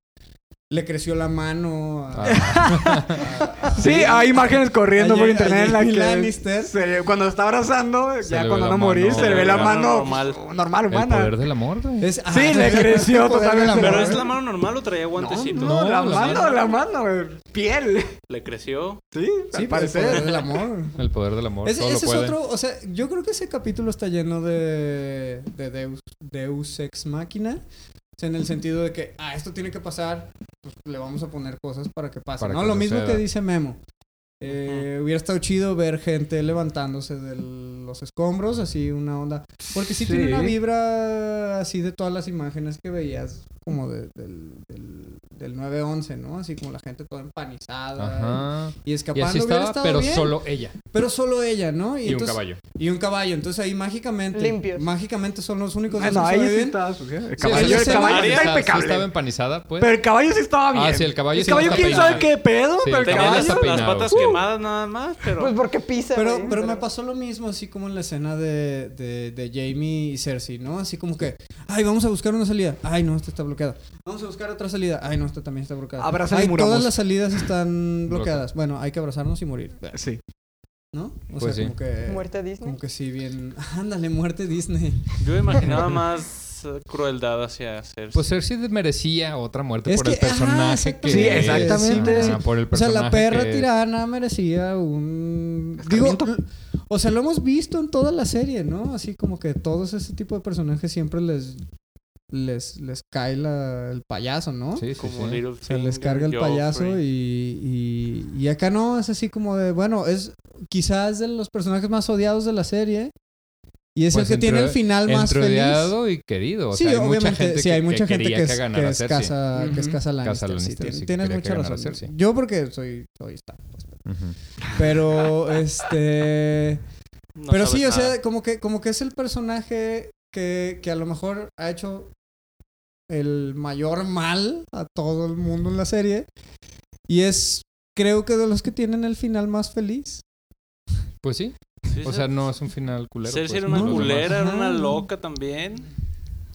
[SPEAKER 1] Le creció la mano a,
[SPEAKER 5] Ah,
[SPEAKER 1] a- a-
[SPEAKER 2] Sí, hay imágenes corriendo
[SPEAKER 1] a
[SPEAKER 2] por
[SPEAKER 1] Jaime-
[SPEAKER 2] internet en
[SPEAKER 1] a
[SPEAKER 2] la
[SPEAKER 1] Jamie
[SPEAKER 2] que
[SPEAKER 1] Lannister.
[SPEAKER 2] se- cuando está abrazando,
[SPEAKER 5] Se
[SPEAKER 2] ya
[SPEAKER 5] le ve
[SPEAKER 2] cuando
[SPEAKER 5] la
[SPEAKER 2] no morir,
[SPEAKER 5] mano-
[SPEAKER 2] se le ve la
[SPEAKER 4] la
[SPEAKER 2] mano
[SPEAKER 4] mano
[SPEAKER 2] normal,
[SPEAKER 4] normal.
[SPEAKER 5] el
[SPEAKER 2] humana.
[SPEAKER 5] poder del amor, güey.
[SPEAKER 1] Es- ah,
[SPEAKER 2] Sí, le
[SPEAKER 1] es-
[SPEAKER 2] creció
[SPEAKER 1] es poder del
[SPEAKER 2] totalmente.
[SPEAKER 1] amor.
[SPEAKER 4] Pero es la mano normal o traía guantecito.
[SPEAKER 2] No,
[SPEAKER 5] No,
[SPEAKER 2] la,
[SPEAKER 5] la
[SPEAKER 2] mano,
[SPEAKER 5] mano.
[SPEAKER 2] la mano, güey. piel.
[SPEAKER 4] Le creció.
[SPEAKER 2] Sí, pues,
[SPEAKER 1] Sí,
[SPEAKER 2] al
[SPEAKER 1] pero el poder
[SPEAKER 2] parecer.
[SPEAKER 1] del amor.
[SPEAKER 5] El poder del amor,
[SPEAKER 1] Ese,
[SPEAKER 5] todo lo
[SPEAKER 1] ese es
[SPEAKER 5] puede.
[SPEAKER 1] otro, o sea, yo creo que ese capítulo está lleno de, de Deus, Deus ex máquina. O sea, en el sentido de que, ah, esto tiene que pasar, pues le vamos a poner cosas para que pase.
[SPEAKER 5] Para
[SPEAKER 1] no,
[SPEAKER 5] que
[SPEAKER 1] lo mismo que
[SPEAKER 5] suceda.
[SPEAKER 1] dice Memo. Eh, Hubiera estado chido ver gente levantándose de los escombros, así una onda. Porque sí, tiene una
[SPEAKER 2] Sí.
[SPEAKER 1] vibra así de todas las imágenes que veías, como de- del, del, del 9-11, ¿no? Así como la gente toda empanizada
[SPEAKER 5] Ajá.
[SPEAKER 1] y
[SPEAKER 5] Y
[SPEAKER 1] escapando.
[SPEAKER 5] así
[SPEAKER 1] Hubiera
[SPEAKER 5] estaba,
[SPEAKER 1] estado
[SPEAKER 5] pero
[SPEAKER 1] bien,
[SPEAKER 5] solo ella
[SPEAKER 1] Pero solo ella, ¿no?
[SPEAKER 5] y, un
[SPEAKER 1] entonces-
[SPEAKER 5] caballo.
[SPEAKER 1] Y un caballo. Entonces ahí mágicamente.
[SPEAKER 3] Limpios.
[SPEAKER 1] Mágicamente son los únicos
[SPEAKER 2] Ah,
[SPEAKER 1] dos
[SPEAKER 2] No,
[SPEAKER 1] que
[SPEAKER 2] ahí sí
[SPEAKER 1] sobreviven.
[SPEAKER 2] estaba sucia. El
[SPEAKER 5] Sí, o sea,
[SPEAKER 2] caballo, el
[SPEAKER 5] sí
[SPEAKER 2] caballo
[SPEAKER 5] estaba-
[SPEAKER 2] está
[SPEAKER 5] sí estaba
[SPEAKER 2] impecable.
[SPEAKER 5] empanizada, pues.
[SPEAKER 2] Pero el caballo sí estaba bien.
[SPEAKER 5] Ah, sí, el caballo
[SPEAKER 2] El
[SPEAKER 5] sí
[SPEAKER 2] caballo,
[SPEAKER 5] estaba
[SPEAKER 2] quién sabe qué
[SPEAKER 5] peinado.
[SPEAKER 2] pedo,
[SPEAKER 5] Sí,
[SPEAKER 2] pero el
[SPEAKER 5] el
[SPEAKER 4] Tenía
[SPEAKER 5] caballo
[SPEAKER 4] las,
[SPEAKER 5] está
[SPEAKER 2] caballo.
[SPEAKER 4] las
[SPEAKER 5] peinado.
[SPEAKER 4] patas
[SPEAKER 5] Uh.
[SPEAKER 4] quemadas nada más, pero...
[SPEAKER 3] Pues porque pisa.
[SPEAKER 1] Pero,
[SPEAKER 3] güey,
[SPEAKER 1] pero me pasó lo mismo, así como en la escena de, de, de Jamie y Cersei, ¿no? Así como que, ay, vamos a buscar una salida. Ay, no, esta está bloqueada. Vamos a buscar otra salida. Ay, no, esta también está bloqueada.
[SPEAKER 2] Abrázale y
[SPEAKER 1] Ay,
[SPEAKER 2] muramos.
[SPEAKER 1] todas las salidas están bloqueadas. Bueno, hay que abrazarnos y morir,
[SPEAKER 2] Sí.
[SPEAKER 1] ¿no? O
[SPEAKER 5] Pues
[SPEAKER 1] sea,
[SPEAKER 5] sí.
[SPEAKER 1] como que.
[SPEAKER 3] Muerte Disney.
[SPEAKER 1] Como que sí, bien. Ándale, muerte Disney.
[SPEAKER 4] Yo imaginaba más eh, crueldad hacia Cersei.
[SPEAKER 5] Pues Cersei merecía otra muerte
[SPEAKER 1] Es
[SPEAKER 5] por
[SPEAKER 1] que-
[SPEAKER 5] el personaje
[SPEAKER 1] ajá,
[SPEAKER 5] que
[SPEAKER 2] Sí,
[SPEAKER 5] es.
[SPEAKER 2] exactamente.
[SPEAKER 5] Ajá, por el
[SPEAKER 1] O sea,
[SPEAKER 5] personaje
[SPEAKER 1] la perra
[SPEAKER 5] que es.
[SPEAKER 1] tirana merecía un... Digo,
[SPEAKER 2] Escarmiento.
[SPEAKER 1] l- o sea, lo hemos visto en toda la serie, ¿no? Así como que todos ese tipo de personajes siempre les... Les, les cae la- el payaso, ¿no?
[SPEAKER 5] Sí, sí,
[SPEAKER 4] como
[SPEAKER 5] sí.
[SPEAKER 4] Little
[SPEAKER 1] Se les carga el payaso y, y, y acá no, es así como de, bueno, es quizás de los personajes más odiados de la serie y es
[SPEAKER 5] Pues
[SPEAKER 1] el que tiene
[SPEAKER 5] entre-
[SPEAKER 1] el final más
[SPEAKER 5] Entre
[SPEAKER 1] feliz.
[SPEAKER 5] odiado y querido. O
[SPEAKER 1] sí,
[SPEAKER 5] sea, hay mucha
[SPEAKER 1] obviamente,
[SPEAKER 5] gente
[SPEAKER 1] sí, hay mucha gente
[SPEAKER 5] quería
[SPEAKER 1] que, es,
[SPEAKER 5] ganara
[SPEAKER 1] que es
[SPEAKER 5] Cersei.
[SPEAKER 1] casa, que es
[SPEAKER 2] Ujú.
[SPEAKER 1] casa Lannister.
[SPEAKER 5] Casa
[SPEAKER 1] sí,
[SPEAKER 5] Lannister,
[SPEAKER 1] tien-
[SPEAKER 5] sí, que
[SPEAKER 1] tienes
[SPEAKER 5] quería que
[SPEAKER 1] mucha
[SPEAKER 5] ganara
[SPEAKER 1] razón.
[SPEAKER 5] Cersei.
[SPEAKER 1] Yo porque soy, soy stan, pues,
[SPEAKER 5] Ujú.
[SPEAKER 1] Pero, este. pero sí, o sea, como que, como que es el personaje que, que a lo mejor ha hecho el mayor mal a todo el mundo en la serie. Y es, creo que de los que tienen el final más feliz.
[SPEAKER 5] Pues sí. O sea, no es un final culero.
[SPEAKER 4] Cersei
[SPEAKER 5] pues,
[SPEAKER 4] era
[SPEAKER 5] como
[SPEAKER 4] una
[SPEAKER 5] los demás.
[SPEAKER 4] culera, era una
[SPEAKER 1] Ajá.
[SPEAKER 4] loca también.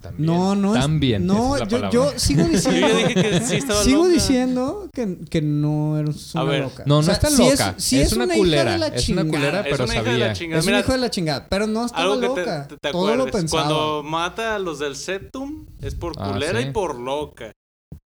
[SPEAKER 5] También.
[SPEAKER 1] No, no es-
[SPEAKER 5] También.
[SPEAKER 1] No,
[SPEAKER 5] esa es la
[SPEAKER 1] yo,
[SPEAKER 5] palabra.
[SPEAKER 1] yo sigo
[SPEAKER 4] Yo
[SPEAKER 1] diciendo.
[SPEAKER 4] ya dije que sí estaba
[SPEAKER 1] Sigo
[SPEAKER 4] loca.
[SPEAKER 1] diciendo que, que no eres una
[SPEAKER 4] A ver.
[SPEAKER 1] loca.
[SPEAKER 5] No, no
[SPEAKER 1] O sea,
[SPEAKER 5] está
[SPEAKER 1] sí
[SPEAKER 5] loca.
[SPEAKER 1] Es, sí
[SPEAKER 5] es, una
[SPEAKER 1] hija de
[SPEAKER 5] culera.
[SPEAKER 1] la
[SPEAKER 5] es una
[SPEAKER 1] chingada.
[SPEAKER 5] culera,
[SPEAKER 4] Ah, Es
[SPEAKER 5] pero
[SPEAKER 4] una hija de la
[SPEAKER 5] sabía.
[SPEAKER 4] chingada.
[SPEAKER 1] Es un
[SPEAKER 4] Mira,
[SPEAKER 1] hijo de la chingada, pero no estaba
[SPEAKER 4] Algo que
[SPEAKER 1] loca.
[SPEAKER 4] te, te- te
[SPEAKER 1] Todo lo
[SPEAKER 4] acuerdes.
[SPEAKER 1] pensaba.
[SPEAKER 4] Cuando mata a los del Septum es por
[SPEAKER 5] Ah,
[SPEAKER 4] culera
[SPEAKER 5] sí.
[SPEAKER 4] y por loca.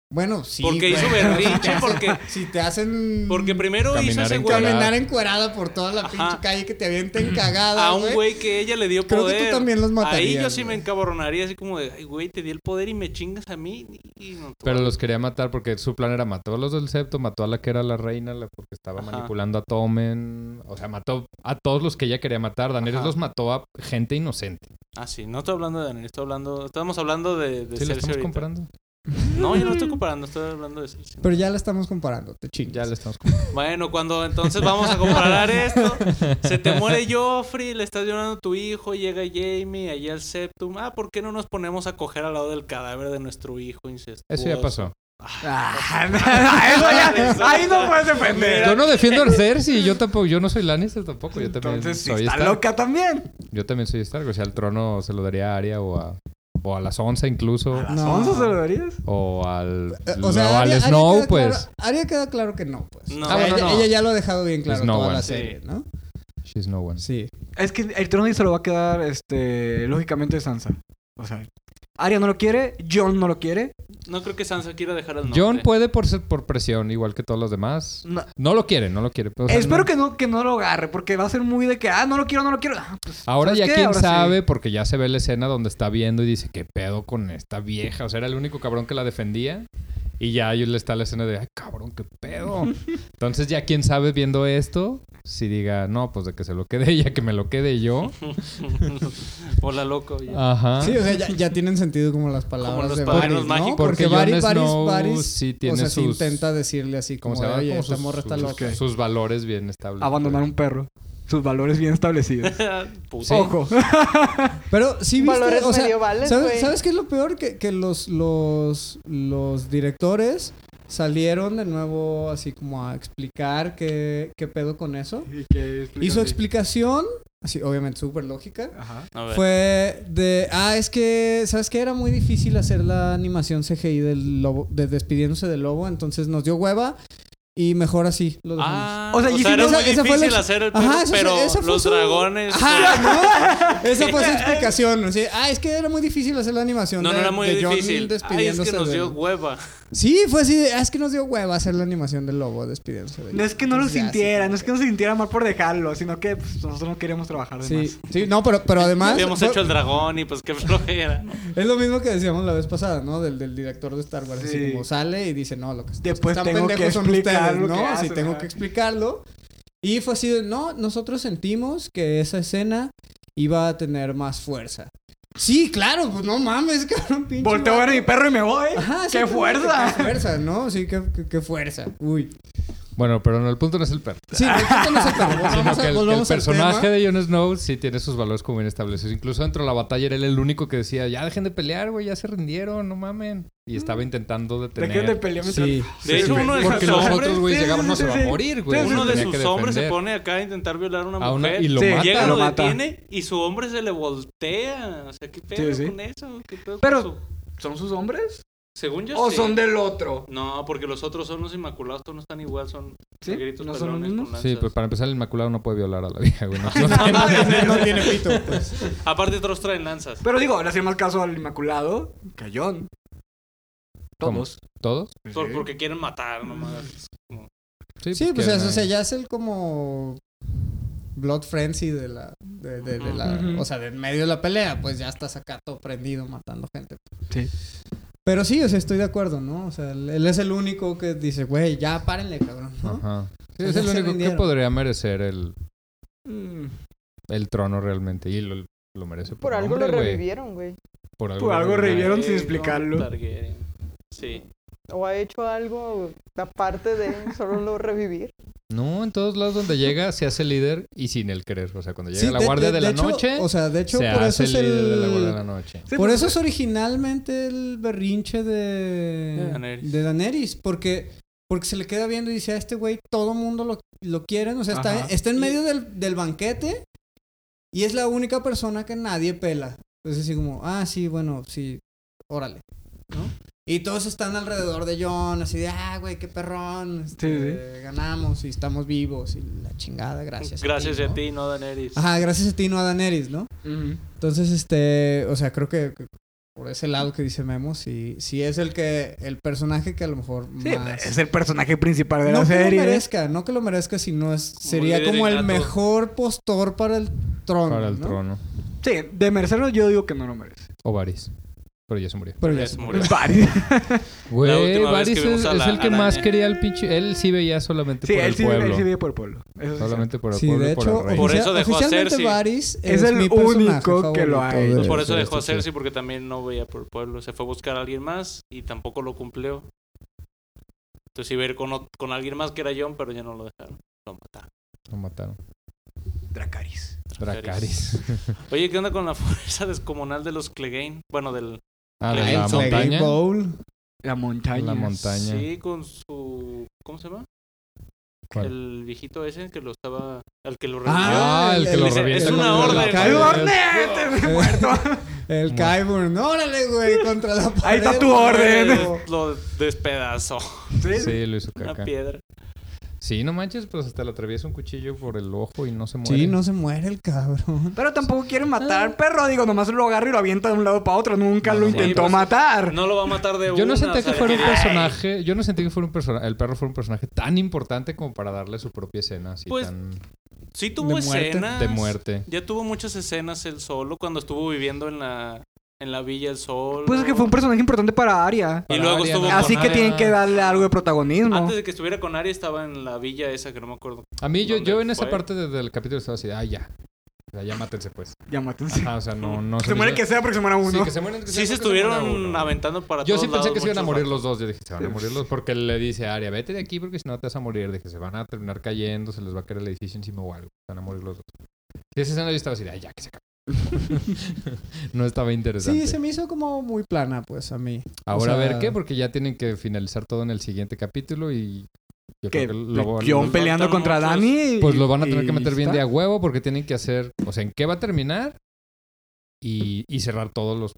[SPEAKER 1] Bueno, sí.
[SPEAKER 4] porque hizo
[SPEAKER 1] güey.
[SPEAKER 4] berrinche, porque,
[SPEAKER 1] Si te hacen.
[SPEAKER 4] porque primero hizo
[SPEAKER 5] Caminar
[SPEAKER 4] ese
[SPEAKER 5] en
[SPEAKER 4] güey
[SPEAKER 5] caminar.
[SPEAKER 1] Mm. Caminar encuerada por toda la
[SPEAKER 4] Ajá.
[SPEAKER 1] pinche calle que te avienten cagada.
[SPEAKER 4] a un güey que ella le dio
[SPEAKER 1] Creo que tú
[SPEAKER 4] poder.
[SPEAKER 1] también los
[SPEAKER 4] Ahí yo
[SPEAKER 1] matarías,
[SPEAKER 4] sí me
[SPEAKER 1] güey.
[SPEAKER 4] encabronaría, así como de, ay, güey, te di el poder y me chingas a mí. Y no, tú-
[SPEAKER 5] Pero los quería matar porque su plan era mató a los del septo, mató a la que era la reina, la porque estaba
[SPEAKER 4] Ajá.
[SPEAKER 5] manipulando a Tomen. O sea, mató a todos los que ella quería matar. Daenerys
[SPEAKER 4] Ajá.
[SPEAKER 5] los mató a gente inocente.
[SPEAKER 4] Ah, sí, no estoy hablando de Daniel, estoy hablando. Estamos hablando de, de
[SPEAKER 5] Sí, lo
[SPEAKER 4] Cersei
[SPEAKER 5] estamos
[SPEAKER 4] ahorita.
[SPEAKER 5] comparando.
[SPEAKER 4] No, yo no estoy comparando, estoy hablando de Cersei.
[SPEAKER 1] Pero ya la estamos comparando, te
[SPEAKER 5] Ya
[SPEAKER 1] chingas. Eh,
[SPEAKER 5] lo estamos comparando.
[SPEAKER 4] Bueno, cuando entonces vamos a comparar esto, se te muere Joffrey, le estás llorando a tu hijo, llega Jamie, allá al Septum. Ah, ¿por qué no nos ponemos a coger al lado del cadáver de nuestro hijo incestuoso?
[SPEAKER 5] Eso ya pasó.
[SPEAKER 2] Ah, eso ya, ahí no puedes defender.
[SPEAKER 5] Yo no defiendo a Cersei, yo tampoco, yo no soy Lannister tampoco, yo también
[SPEAKER 2] Entonces, sí,
[SPEAKER 5] soy
[SPEAKER 2] está
[SPEAKER 5] Stark.
[SPEAKER 2] loca también.
[SPEAKER 5] Yo también soy Stark, o sea, el trono se lo daría a Arya o a o a las 11 incluso
[SPEAKER 1] No.
[SPEAKER 2] ¿Sonso se lo darías?
[SPEAKER 5] o al
[SPEAKER 1] Eh,
[SPEAKER 5] o al
[SPEAKER 1] Arya- Arya
[SPEAKER 5] Snow,
[SPEAKER 1] queda
[SPEAKER 5] pues.
[SPEAKER 1] Claro, Arya queda claro que no, pues.
[SPEAKER 4] No.
[SPEAKER 1] O sea,
[SPEAKER 5] Ah, bueno,
[SPEAKER 1] ella,
[SPEAKER 5] no. Pues
[SPEAKER 1] ella ya lo ha dejado bien claro
[SPEAKER 5] Snow
[SPEAKER 1] toda
[SPEAKER 5] one.
[SPEAKER 1] la
[SPEAKER 4] Sí.
[SPEAKER 1] serie, ¿no?
[SPEAKER 5] She's no one.
[SPEAKER 1] Sí.
[SPEAKER 2] Es que el trono se lo va a quedar, este, lógicamente Sansa. O sea, Arya no lo quiere, Jon no lo quiere.
[SPEAKER 4] No creo que Sansa quiera dejar al norte.
[SPEAKER 5] John puede por ser por presión igual que todos los demás.
[SPEAKER 2] No.
[SPEAKER 5] No lo quiere, no lo quiere. pero, o sea,
[SPEAKER 2] Espero
[SPEAKER 5] no-
[SPEAKER 2] que no que no lo agarre, porque va a ser muy de que, ah, no lo quiero, no lo quiero. Ah, pues,
[SPEAKER 5] Ahora
[SPEAKER 2] ¿sabes
[SPEAKER 5] ya
[SPEAKER 2] qué?
[SPEAKER 5] quién
[SPEAKER 2] Ahora sí.
[SPEAKER 5] sabe, porque ya se ve la escena donde está viendo y dice, ¿qué pedo con esta vieja? O sea, era el único cabrón que la defendía. Y ya ahí le está la escena de, ay, cabrón, qué pedo. Entonces ya quién sabe viendo esto, si diga, no, pues de que se lo quede ella, que me lo quede yo.
[SPEAKER 4] Hola, loco. ya.
[SPEAKER 5] Ajá.
[SPEAKER 1] Sí, o sea, ya, ya tienen sentido como las palabras
[SPEAKER 4] los
[SPEAKER 1] de
[SPEAKER 4] padrinos
[SPEAKER 1] Varys, ¿no?
[SPEAKER 4] mágicos.
[SPEAKER 5] Porque
[SPEAKER 1] Porque Varys,
[SPEAKER 5] Jon
[SPEAKER 1] Varys,
[SPEAKER 5] Snow
[SPEAKER 1] Varys,
[SPEAKER 5] sí
[SPEAKER 1] o
[SPEAKER 5] tiene
[SPEAKER 1] sea, sí
[SPEAKER 5] sus-
[SPEAKER 1] intenta decirle así
[SPEAKER 5] ¿Cómo
[SPEAKER 1] como, de,
[SPEAKER 5] se llama?
[SPEAKER 1] oye,
[SPEAKER 5] Como
[SPEAKER 1] esta
[SPEAKER 5] sus-
[SPEAKER 1] morra está
[SPEAKER 5] sus-
[SPEAKER 1] loca.
[SPEAKER 5] Sus valores bien establecidos.
[SPEAKER 2] Abandonar un perro. Sus valores bien establecidos.
[SPEAKER 1] Ah.
[SPEAKER 4] Puta.
[SPEAKER 5] Sí.
[SPEAKER 2] Ojo.
[SPEAKER 1] Pero sí viste,
[SPEAKER 3] Valores
[SPEAKER 1] o sea,
[SPEAKER 3] medievales,
[SPEAKER 1] ¿sabes,
[SPEAKER 3] güey.
[SPEAKER 1] ¿sabes qué es lo peor? Que, que los, los, los directores salieron de nuevo así como a explicar qué, qué pedo con eso. Y su explicación, así obviamente súper lógica,
[SPEAKER 2] Ajá.
[SPEAKER 4] A ver.
[SPEAKER 1] fue de, ah, es que, ¿sabes qué? Era muy difícil hacer la animación CGI del lobo, de despidiéndose del lobo, entonces nos dio hueva y mejor así lo dejamos.
[SPEAKER 4] Ah,
[SPEAKER 2] O
[SPEAKER 4] o
[SPEAKER 2] sea,
[SPEAKER 4] sea,
[SPEAKER 2] y sí,
[SPEAKER 4] era
[SPEAKER 1] esa-
[SPEAKER 4] muy
[SPEAKER 1] esa fue la
[SPEAKER 4] difícil
[SPEAKER 1] ex-
[SPEAKER 4] hacer el perro,
[SPEAKER 1] Ajá, esa fue-
[SPEAKER 4] pero
[SPEAKER 1] esa fue
[SPEAKER 4] los
[SPEAKER 1] su-
[SPEAKER 4] dragones...
[SPEAKER 1] Ajá, ¿no? Esa fue su explicación. o sea, ah, es que era muy difícil hacer la animación.
[SPEAKER 4] No, no
[SPEAKER 1] de-
[SPEAKER 4] era muy
[SPEAKER 1] de John
[SPEAKER 4] difícil. Ay, es que
[SPEAKER 1] despidiéndose
[SPEAKER 4] nos dio
[SPEAKER 1] del-
[SPEAKER 4] hueva.
[SPEAKER 1] Sí, fue así. de, "Ah, es que nos dio hueva hacer la animación del lobo despidiéndose. del-
[SPEAKER 2] No es que no lo
[SPEAKER 1] Entonces, ya,
[SPEAKER 2] sintiera,
[SPEAKER 1] sí,
[SPEAKER 2] no es que no se sintiera mal por dejarlo, sino que pues, nosotros no queríamos trabajar de
[SPEAKER 1] Sí,
[SPEAKER 2] más.
[SPEAKER 1] sí, no, pero, pero además.
[SPEAKER 4] Habíamos
[SPEAKER 1] fue-
[SPEAKER 4] hecho el dragón y pues qué flojera.
[SPEAKER 1] Es lo mismo que decíamos la vez pasada, ¿no? Del, del director de Star Wars. Así
[SPEAKER 2] Sí.
[SPEAKER 1] como sale y dice, no, lo que los que
[SPEAKER 2] Después
[SPEAKER 1] están
[SPEAKER 2] tengo que
[SPEAKER 1] pendejos son
[SPEAKER 2] explicar
[SPEAKER 1] ustedes,
[SPEAKER 2] lo que
[SPEAKER 1] ¿no? Así
[SPEAKER 2] hacen,
[SPEAKER 1] tengo
[SPEAKER 2] ajá.
[SPEAKER 1] que explicarlo. Y fue así de, no, nosotros sentimos que esa escena iba a tener más fuerza. Sí, claro, pues no mames, cabrón, pinche.
[SPEAKER 2] Volteo a ver a mi perro y me voy.
[SPEAKER 1] Ajá, sí,
[SPEAKER 2] ¡Qué
[SPEAKER 1] como que ¡Qué
[SPEAKER 2] fuerza!
[SPEAKER 1] fuerza, no! Sí, qué, qué- qué fuerza. Uy.
[SPEAKER 5] Bueno, pero no, el punto no es el perro.
[SPEAKER 1] Sí, no se
[SPEAKER 5] Sino
[SPEAKER 1] Volvamos, a-
[SPEAKER 5] que el, que el
[SPEAKER 1] volvamos al
[SPEAKER 5] personaje
[SPEAKER 1] tema.
[SPEAKER 5] de Jon Snow sí tiene sus valores como bien establecidos. Incluso dentro de la batalla era él el único que decía, ya dejen de pelear, güey, ya se rindieron, no mamen. Y
[SPEAKER 1] Mm.
[SPEAKER 5] estaba intentando detener.
[SPEAKER 2] Dejen de pelear.
[SPEAKER 1] Sí.
[SPEAKER 4] De hecho, uno de sus
[SPEAKER 5] Porque los
[SPEAKER 4] hombres-
[SPEAKER 5] otros güeyes
[SPEAKER 2] sí,
[SPEAKER 5] llegaban,
[SPEAKER 2] sí,
[SPEAKER 5] no
[SPEAKER 2] sí,
[SPEAKER 5] se va a
[SPEAKER 2] sí.
[SPEAKER 5] morir, güey.
[SPEAKER 2] Sí, sí,
[SPEAKER 4] Uno de
[SPEAKER 5] Tenía
[SPEAKER 4] sus
[SPEAKER 5] que
[SPEAKER 4] hombres se
[SPEAKER 5] defender.
[SPEAKER 4] pone acá a intentar violar a una
[SPEAKER 5] A una-
[SPEAKER 4] mujer.
[SPEAKER 5] y lo
[SPEAKER 2] Sí,
[SPEAKER 5] mata.
[SPEAKER 4] Llega,
[SPEAKER 2] Lo
[SPEAKER 4] lo,
[SPEAKER 2] mata.
[SPEAKER 4] detiene y su hombre se le voltea. O sea, ¿qué pedo
[SPEAKER 2] sí.
[SPEAKER 4] con eso? ¿Qué pedo con
[SPEAKER 2] Pero-
[SPEAKER 4] su-
[SPEAKER 2] ¿Son sus hombres?
[SPEAKER 4] Según yo
[SPEAKER 2] ¿O
[SPEAKER 4] sí.
[SPEAKER 2] son del otro?
[SPEAKER 4] No, porque los otros son los inmaculados, todos no están igual, son
[SPEAKER 2] ¿Sí?
[SPEAKER 4] negritos
[SPEAKER 2] ¿No son los
[SPEAKER 4] pelones
[SPEAKER 2] mismos? Ah,
[SPEAKER 4] con
[SPEAKER 5] Sí,
[SPEAKER 4] lanzas.
[SPEAKER 5] pues para empezar, el Inmaculado no puede violar a la vieja, güey. No, no
[SPEAKER 1] No tiene pito, pues.
[SPEAKER 4] Aparte todos traen lanzas.
[SPEAKER 2] Pero digo, le hacía más caso al Inmaculado. Cayón.
[SPEAKER 5] ¿Cómo?
[SPEAKER 2] Todos.
[SPEAKER 5] ¿Todos?
[SPEAKER 4] Por-
[SPEAKER 2] Sí.
[SPEAKER 4] Porque quieren matar nomás.
[SPEAKER 1] Sí, pues
[SPEAKER 5] quieren
[SPEAKER 1] eso, o sea,
[SPEAKER 5] ahí.
[SPEAKER 1] ya es el como Blood Frenzy de la, de, de- de la
[SPEAKER 2] Ujú.
[SPEAKER 1] o sea, de en medio de la pelea, pues ya estás acá todo prendido matando gente.
[SPEAKER 2] Sí.
[SPEAKER 1] Pero sí, o sea, estoy de acuerdo, ¿no? O sea, él él es el único que dice, güey, ya párenle, cabrón, ¿no?
[SPEAKER 5] Ajá. Sí,
[SPEAKER 1] Pues
[SPEAKER 5] es
[SPEAKER 1] ya
[SPEAKER 5] el
[SPEAKER 1] se
[SPEAKER 5] único que
[SPEAKER 1] rindieron.
[SPEAKER 5] podría merecer el,
[SPEAKER 2] Mm,
[SPEAKER 5] el trono realmente. Y lo, lo merece por,
[SPEAKER 3] Por algo
[SPEAKER 5] nombre,
[SPEAKER 3] lo
[SPEAKER 5] güey.
[SPEAKER 3] revivieron, güey.
[SPEAKER 5] Por algo,
[SPEAKER 2] Por
[SPEAKER 5] lo
[SPEAKER 2] algo
[SPEAKER 5] revivieron.
[SPEAKER 2] Vieron sin
[SPEAKER 4] Eh,
[SPEAKER 2] explicarlo.
[SPEAKER 4] Targaryen. Sí.
[SPEAKER 3] O ha hecho algo aparte de solo lo revivir.
[SPEAKER 5] No, en todos lados donde llega se hace líder y sin el querer. O sea, cuando llega
[SPEAKER 1] Sí,
[SPEAKER 5] la guardia de, la
[SPEAKER 1] hecho,
[SPEAKER 5] noche,
[SPEAKER 1] O sea, de hecho,
[SPEAKER 5] se
[SPEAKER 1] por eso
[SPEAKER 5] hace
[SPEAKER 1] es
[SPEAKER 5] líder de la guardia de
[SPEAKER 1] el...
[SPEAKER 5] la noche.
[SPEAKER 2] sí,
[SPEAKER 1] Por
[SPEAKER 2] pues,
[SPEAKER 1] eso es originalmente el berrinche de,
[SPEAKER 4] De Daenerys.
[SPEAKER 1] de Daenerys, porque, porque se le queda viendo y dice a este güey, todo mundo lo, lo quiere, o sea, está,
[SPEAKER 2] Ajá.
[SPEAKER 1] está en medio del, del banquete y es la única persona que nadie pela. Entonces así como, ah, sí, bueno, sí, órale, ¿no? Y todos están alrededor de John, así de, ah, güey, qué perrón, este, ganamos y estamos vivos y la chingada, gracias.
[SPEAKER 4] Gracias a
[SPEAKER 1] ¿no?
[SPEAKER 4] ti, no Daenerys.
[SPEAKER 1] Ajá, gracias a ti, no a Daenerys, ¿no?
[SPEAKER 2] ujú.
[SPEAKER 1] Entonces, este, o sea, creo que que por ese lado que dice Memo, sí, sí es el que, el personaje que a lo mejor
[SPEAKER 2] Sí,
[SPEAKER 1] más...
[SPEAKER 2] es el personaje principal de
[SPEAKER 1] no
[SPEAKER 2] la
[SPEAKER 1] que
[SPEAKER 2] serie.
[SPEAKER 1] lo merezca, no que lo merezca, sino es,
[SPEAKER 4] Como
[SPEAKER 1] sería
[SPEAKER 4] líder
[SPEAKER 1] como el
[SPEAKER 4] innato.
[SPEAKER 1] mejor postor para el trono.
[SPEAKER 5] Para el
[SPEAKER 1] ¿no?
[SPEAKER 5] trono.
[SPEAKER 2] Sí, de merecerlo yo digo que no lo merece.
[SPEAKER 5] O Varys. Pero ya se murió.
[SPEAKER 1] Pero
[SPEAKER 4] Ya
[SPEAKER 1] ya
[SPEAKER 4] se
[SPEAKER 1] se
[SPEAKER 4] murió.
[SPEAKER 2] Varios.
[SPEAKER 5] Güey,
[SPEAKER 4] última vez
[SPEAKER 5] Varys
[SPEAKER 4] que vimos
[SPEAKER 5] es,
[SPEAKER 4] a
[SPEAKER 5] es
[SPEAKER 4] la
[SPEAKER 5] el que más
[SPEAKER 4] araña.
[SPEAKER 5] quería al pinche. Él sí veía solamente
[SPEAKER 2] Sí,
[SPEAKER 5] por
[SPEAKER 2] él
[SPEAKER 5] el
[SPEAKER 2] sí, él
[SPEAKER 5] pueblo.
[SPEAKER 2] sí vive por el pueblo. Eso sí
[SPEAKER 5] solamente por el
[SPEAKER 1] Sí,
[SPEAKER 5] pueblo
[SPEAKER 1] de
[SPEAKER 5] y por
[SPEAKER 1] hecho,
[SPEAKER 5] el rey.
[SPEAKER 4] Por
[SPEAKER 1] oficia-
[SPEAKER 4] eso dejó a
[SPEAKER 1] oficialmente
[SPEAKER 4] Cersei.
[SPEAKER 1] Varys es,
[SPEAKER 2] Es el
[SPEAKER 1] mi personaje
[SPEAKER 2] único que lo ha
[SPEAKER 1] favorito
[SPEAKER 2] hecho.
[SPEAKER 1] de-
[SPEAKER 4] Pues Por eso
[SPEAKER 5] Sí,
[SPEAKER 4] dejó a
[SPEAKER 5] esto sí.
[SPEAKER 4] Cersei porque también no veía por el pueblo. Se fue a buscar a alguien más y tampoco lo cumplió. Entonces iba a ir con, ot- con alguien más que era John, pero ya no lo dejaron. Lo mataron.
[SPEAKER 5] Lo mataron.
[SPEAKER 2] es. Dracarys.
[SPEAKER 5] Dracarys.
[SPEAKER 4] Oye, ¿qué onda con la fuerza descomunal de los Clegane? Bueno, del...
[SPEAKER 5] Ah, de
[SPEAKER 4] Clegane
[SPEAKER 5] la
[SPEAKER 4] Bowl.
[SPEAKER 5] montaña.
[SPEAKER 1] Bowl.
[SPEAKER 2] La montaña.
[SPEAKER 5] La montaña.
[SPEAKER 4] Sí, con su... ¿Cómo se llama?
[SPEAKER 5] ¿Cuál?
[SPEAKER 4] El viejito ese que lo estaba... Al que lo
[SPEAKER 5] Ah, el que lo
[SPEAKER 4] Es- es
[SPEAKER 5] revienta.
[SPEAKER 4] una
[SPEAKER 5] contra la
[SPEAKER 4] orden.
[SPEAKER 5] pared.
[SPEAKER 2] ¡Ay,
[SPEAKER 1] Ay,
[SPEAKER 2] Barnett!
[SPEAKER 1] Dios.
[SPEAKER 2] ¡Muerto!
[SPEAKER 1] El
[SPEAKER 5] Mu-
[SPEAKER 1] Kyburn. Órale, güey, contra la pared.
[SPEAKER 2] Ahí está tu
[SPEAKER 4] revivió.
[SPEAKER 2] orden.
[SPEAKER 4] Eh, Lo despedazó.
[SPEAKER 2] Sí.
[SPEAKER 5] Sí, lo hizo
[SPEAKER 4] Una
[SPEAKER 5] caca.
[SPEAKER 4] piedra.
[SPEAKER 5] Sí, no manches, pues hasta le atraviesa un cuchillo por el ojo y no se muere.
[SPEAKER 1] Sí, no se muere el cabrón.
[SPEAKER 2] Pero tampoco quiere matar al perro. Digo, nomás lo agarra y lo avienta de un lado para otro. Nunca
[SPEAKER 5] No, pues
[SPEAKER 2] lo
[SPEAKER 5] no,
[SPEAKER 2] intentó
[SPEAKER 4] no.
[SPEAKER 2] matar.
[SPEAKER 4] No lo va a matar de una.
[SPEAKER 5] Yo no sentí
[SPEAKER 4] o sea,
[SPEAKER 5] que fuera un
[SPEAKER 4] ay,
[SPEAKER 5] personaje, yo no sentí que fuera un personaje, el perro fuera un personaje tan importante como para darle su propia escena así
[SPEAKER 4] Pues, ah,
[SPEAKER 5] tan
[SPEAKER 4] Sí tuvo
[SPEAKER 1] De muerte.
[SPEAKER 4] escenas.
[SPEAKER 5] de muerte.
[SPEAKER 4] Ya tuvo muchas escenas él solo cuando estuvo viviendo en la, en la Villa El Sol.
[SPEAKER 2] Pues es que fue un personaje importante para Arya.
[SPEAKER 4] Y luego
[SPEAKER 5] Para
[SPEAKER 4] estuvo
[SPEAKER 5] Ariana.
[SPEAKER 2] Así
[SPEAKER 4] con
[SPEAKER 2] que
[SPEAKER 4] Arya.
[SPEAKER 2] tienen que darle algo de protagonismo.
[SPEAKER 4] Antes de que estuviera con Arya estaba en la villa esa que no me acuerdo.
[SPEAKER 5] A mí yo,
[SPEAKER 4] ¿Dónde
[SPEAKER 5] yo en esa
[SPEAKER 4] fue?
[SPEAKER 5] parte de- del capítulo estaba así, de, ah ya. O sea, ya mátense pues.
[SPEAKER 2] Ya mátense.
[SPEAKER 5] Ajá, o sea, no no
[SPEAKER 2] Se muere que sea porque se muera uno.
[SPEAKER 5] Sí, que se mueren. que sea-
[SPEAKER 4] Sí se
[SPEAKER 5] que muera
[SPEAKER 4] estuvieron
[SPEAKER 5] uno.
[SPEAKER 4] aventando para
[SPEAKER 5] Yo
[SPEAKER 4] todos
[SPEAKER 5] sí pensé
[SPEAKER 4] lados
[SPEAKER 5] que se iban a
[SPEAKER 4] muchos
[SPEAKER 5] morir
[SPEAKER 4] ratos.
[SPEAKER 5] los dos. Yo dije, se van a morir los dos. Porque le dice a Aria, vete de aquí porque si no te vas a morir. Dije, se van a terminar cayendo, se les va a caer el edificio encima o algo. Se van a morir los dos. Si esa escena yo estaba así, de, ay, ya que se acabe. no estaba interesante.
[SPEAKER 1] Sí, se me hizo como muy plana, pues, a mí.
[SPEAKER 5] Ahora
[SPEAKER 1] O sea-
[SPEAKER 5] a ver qué, porque ya tienen que finalizar todo en el siguiente capítulo y yo
[SPEAKER 2] Que
[SPEAKER 5] creo que lo, van-
[SPEAKER 2] Jon
[SPEAKER 4] lo-
[SPEAKER 2] peleando
[SPEAKER 4] lo-
[SPEAKER 2] contra
[SPEAKER 4] muchos-
[SPEAKER 2] Dani.
[SPEAKER 5] pues lo van a tener que meter bien de a
[SPEAKER 2] agua.
[SPEAKER 5] huevo porque tienen que hacer, o sea, en qué va a terminar y, y cerrar todos los,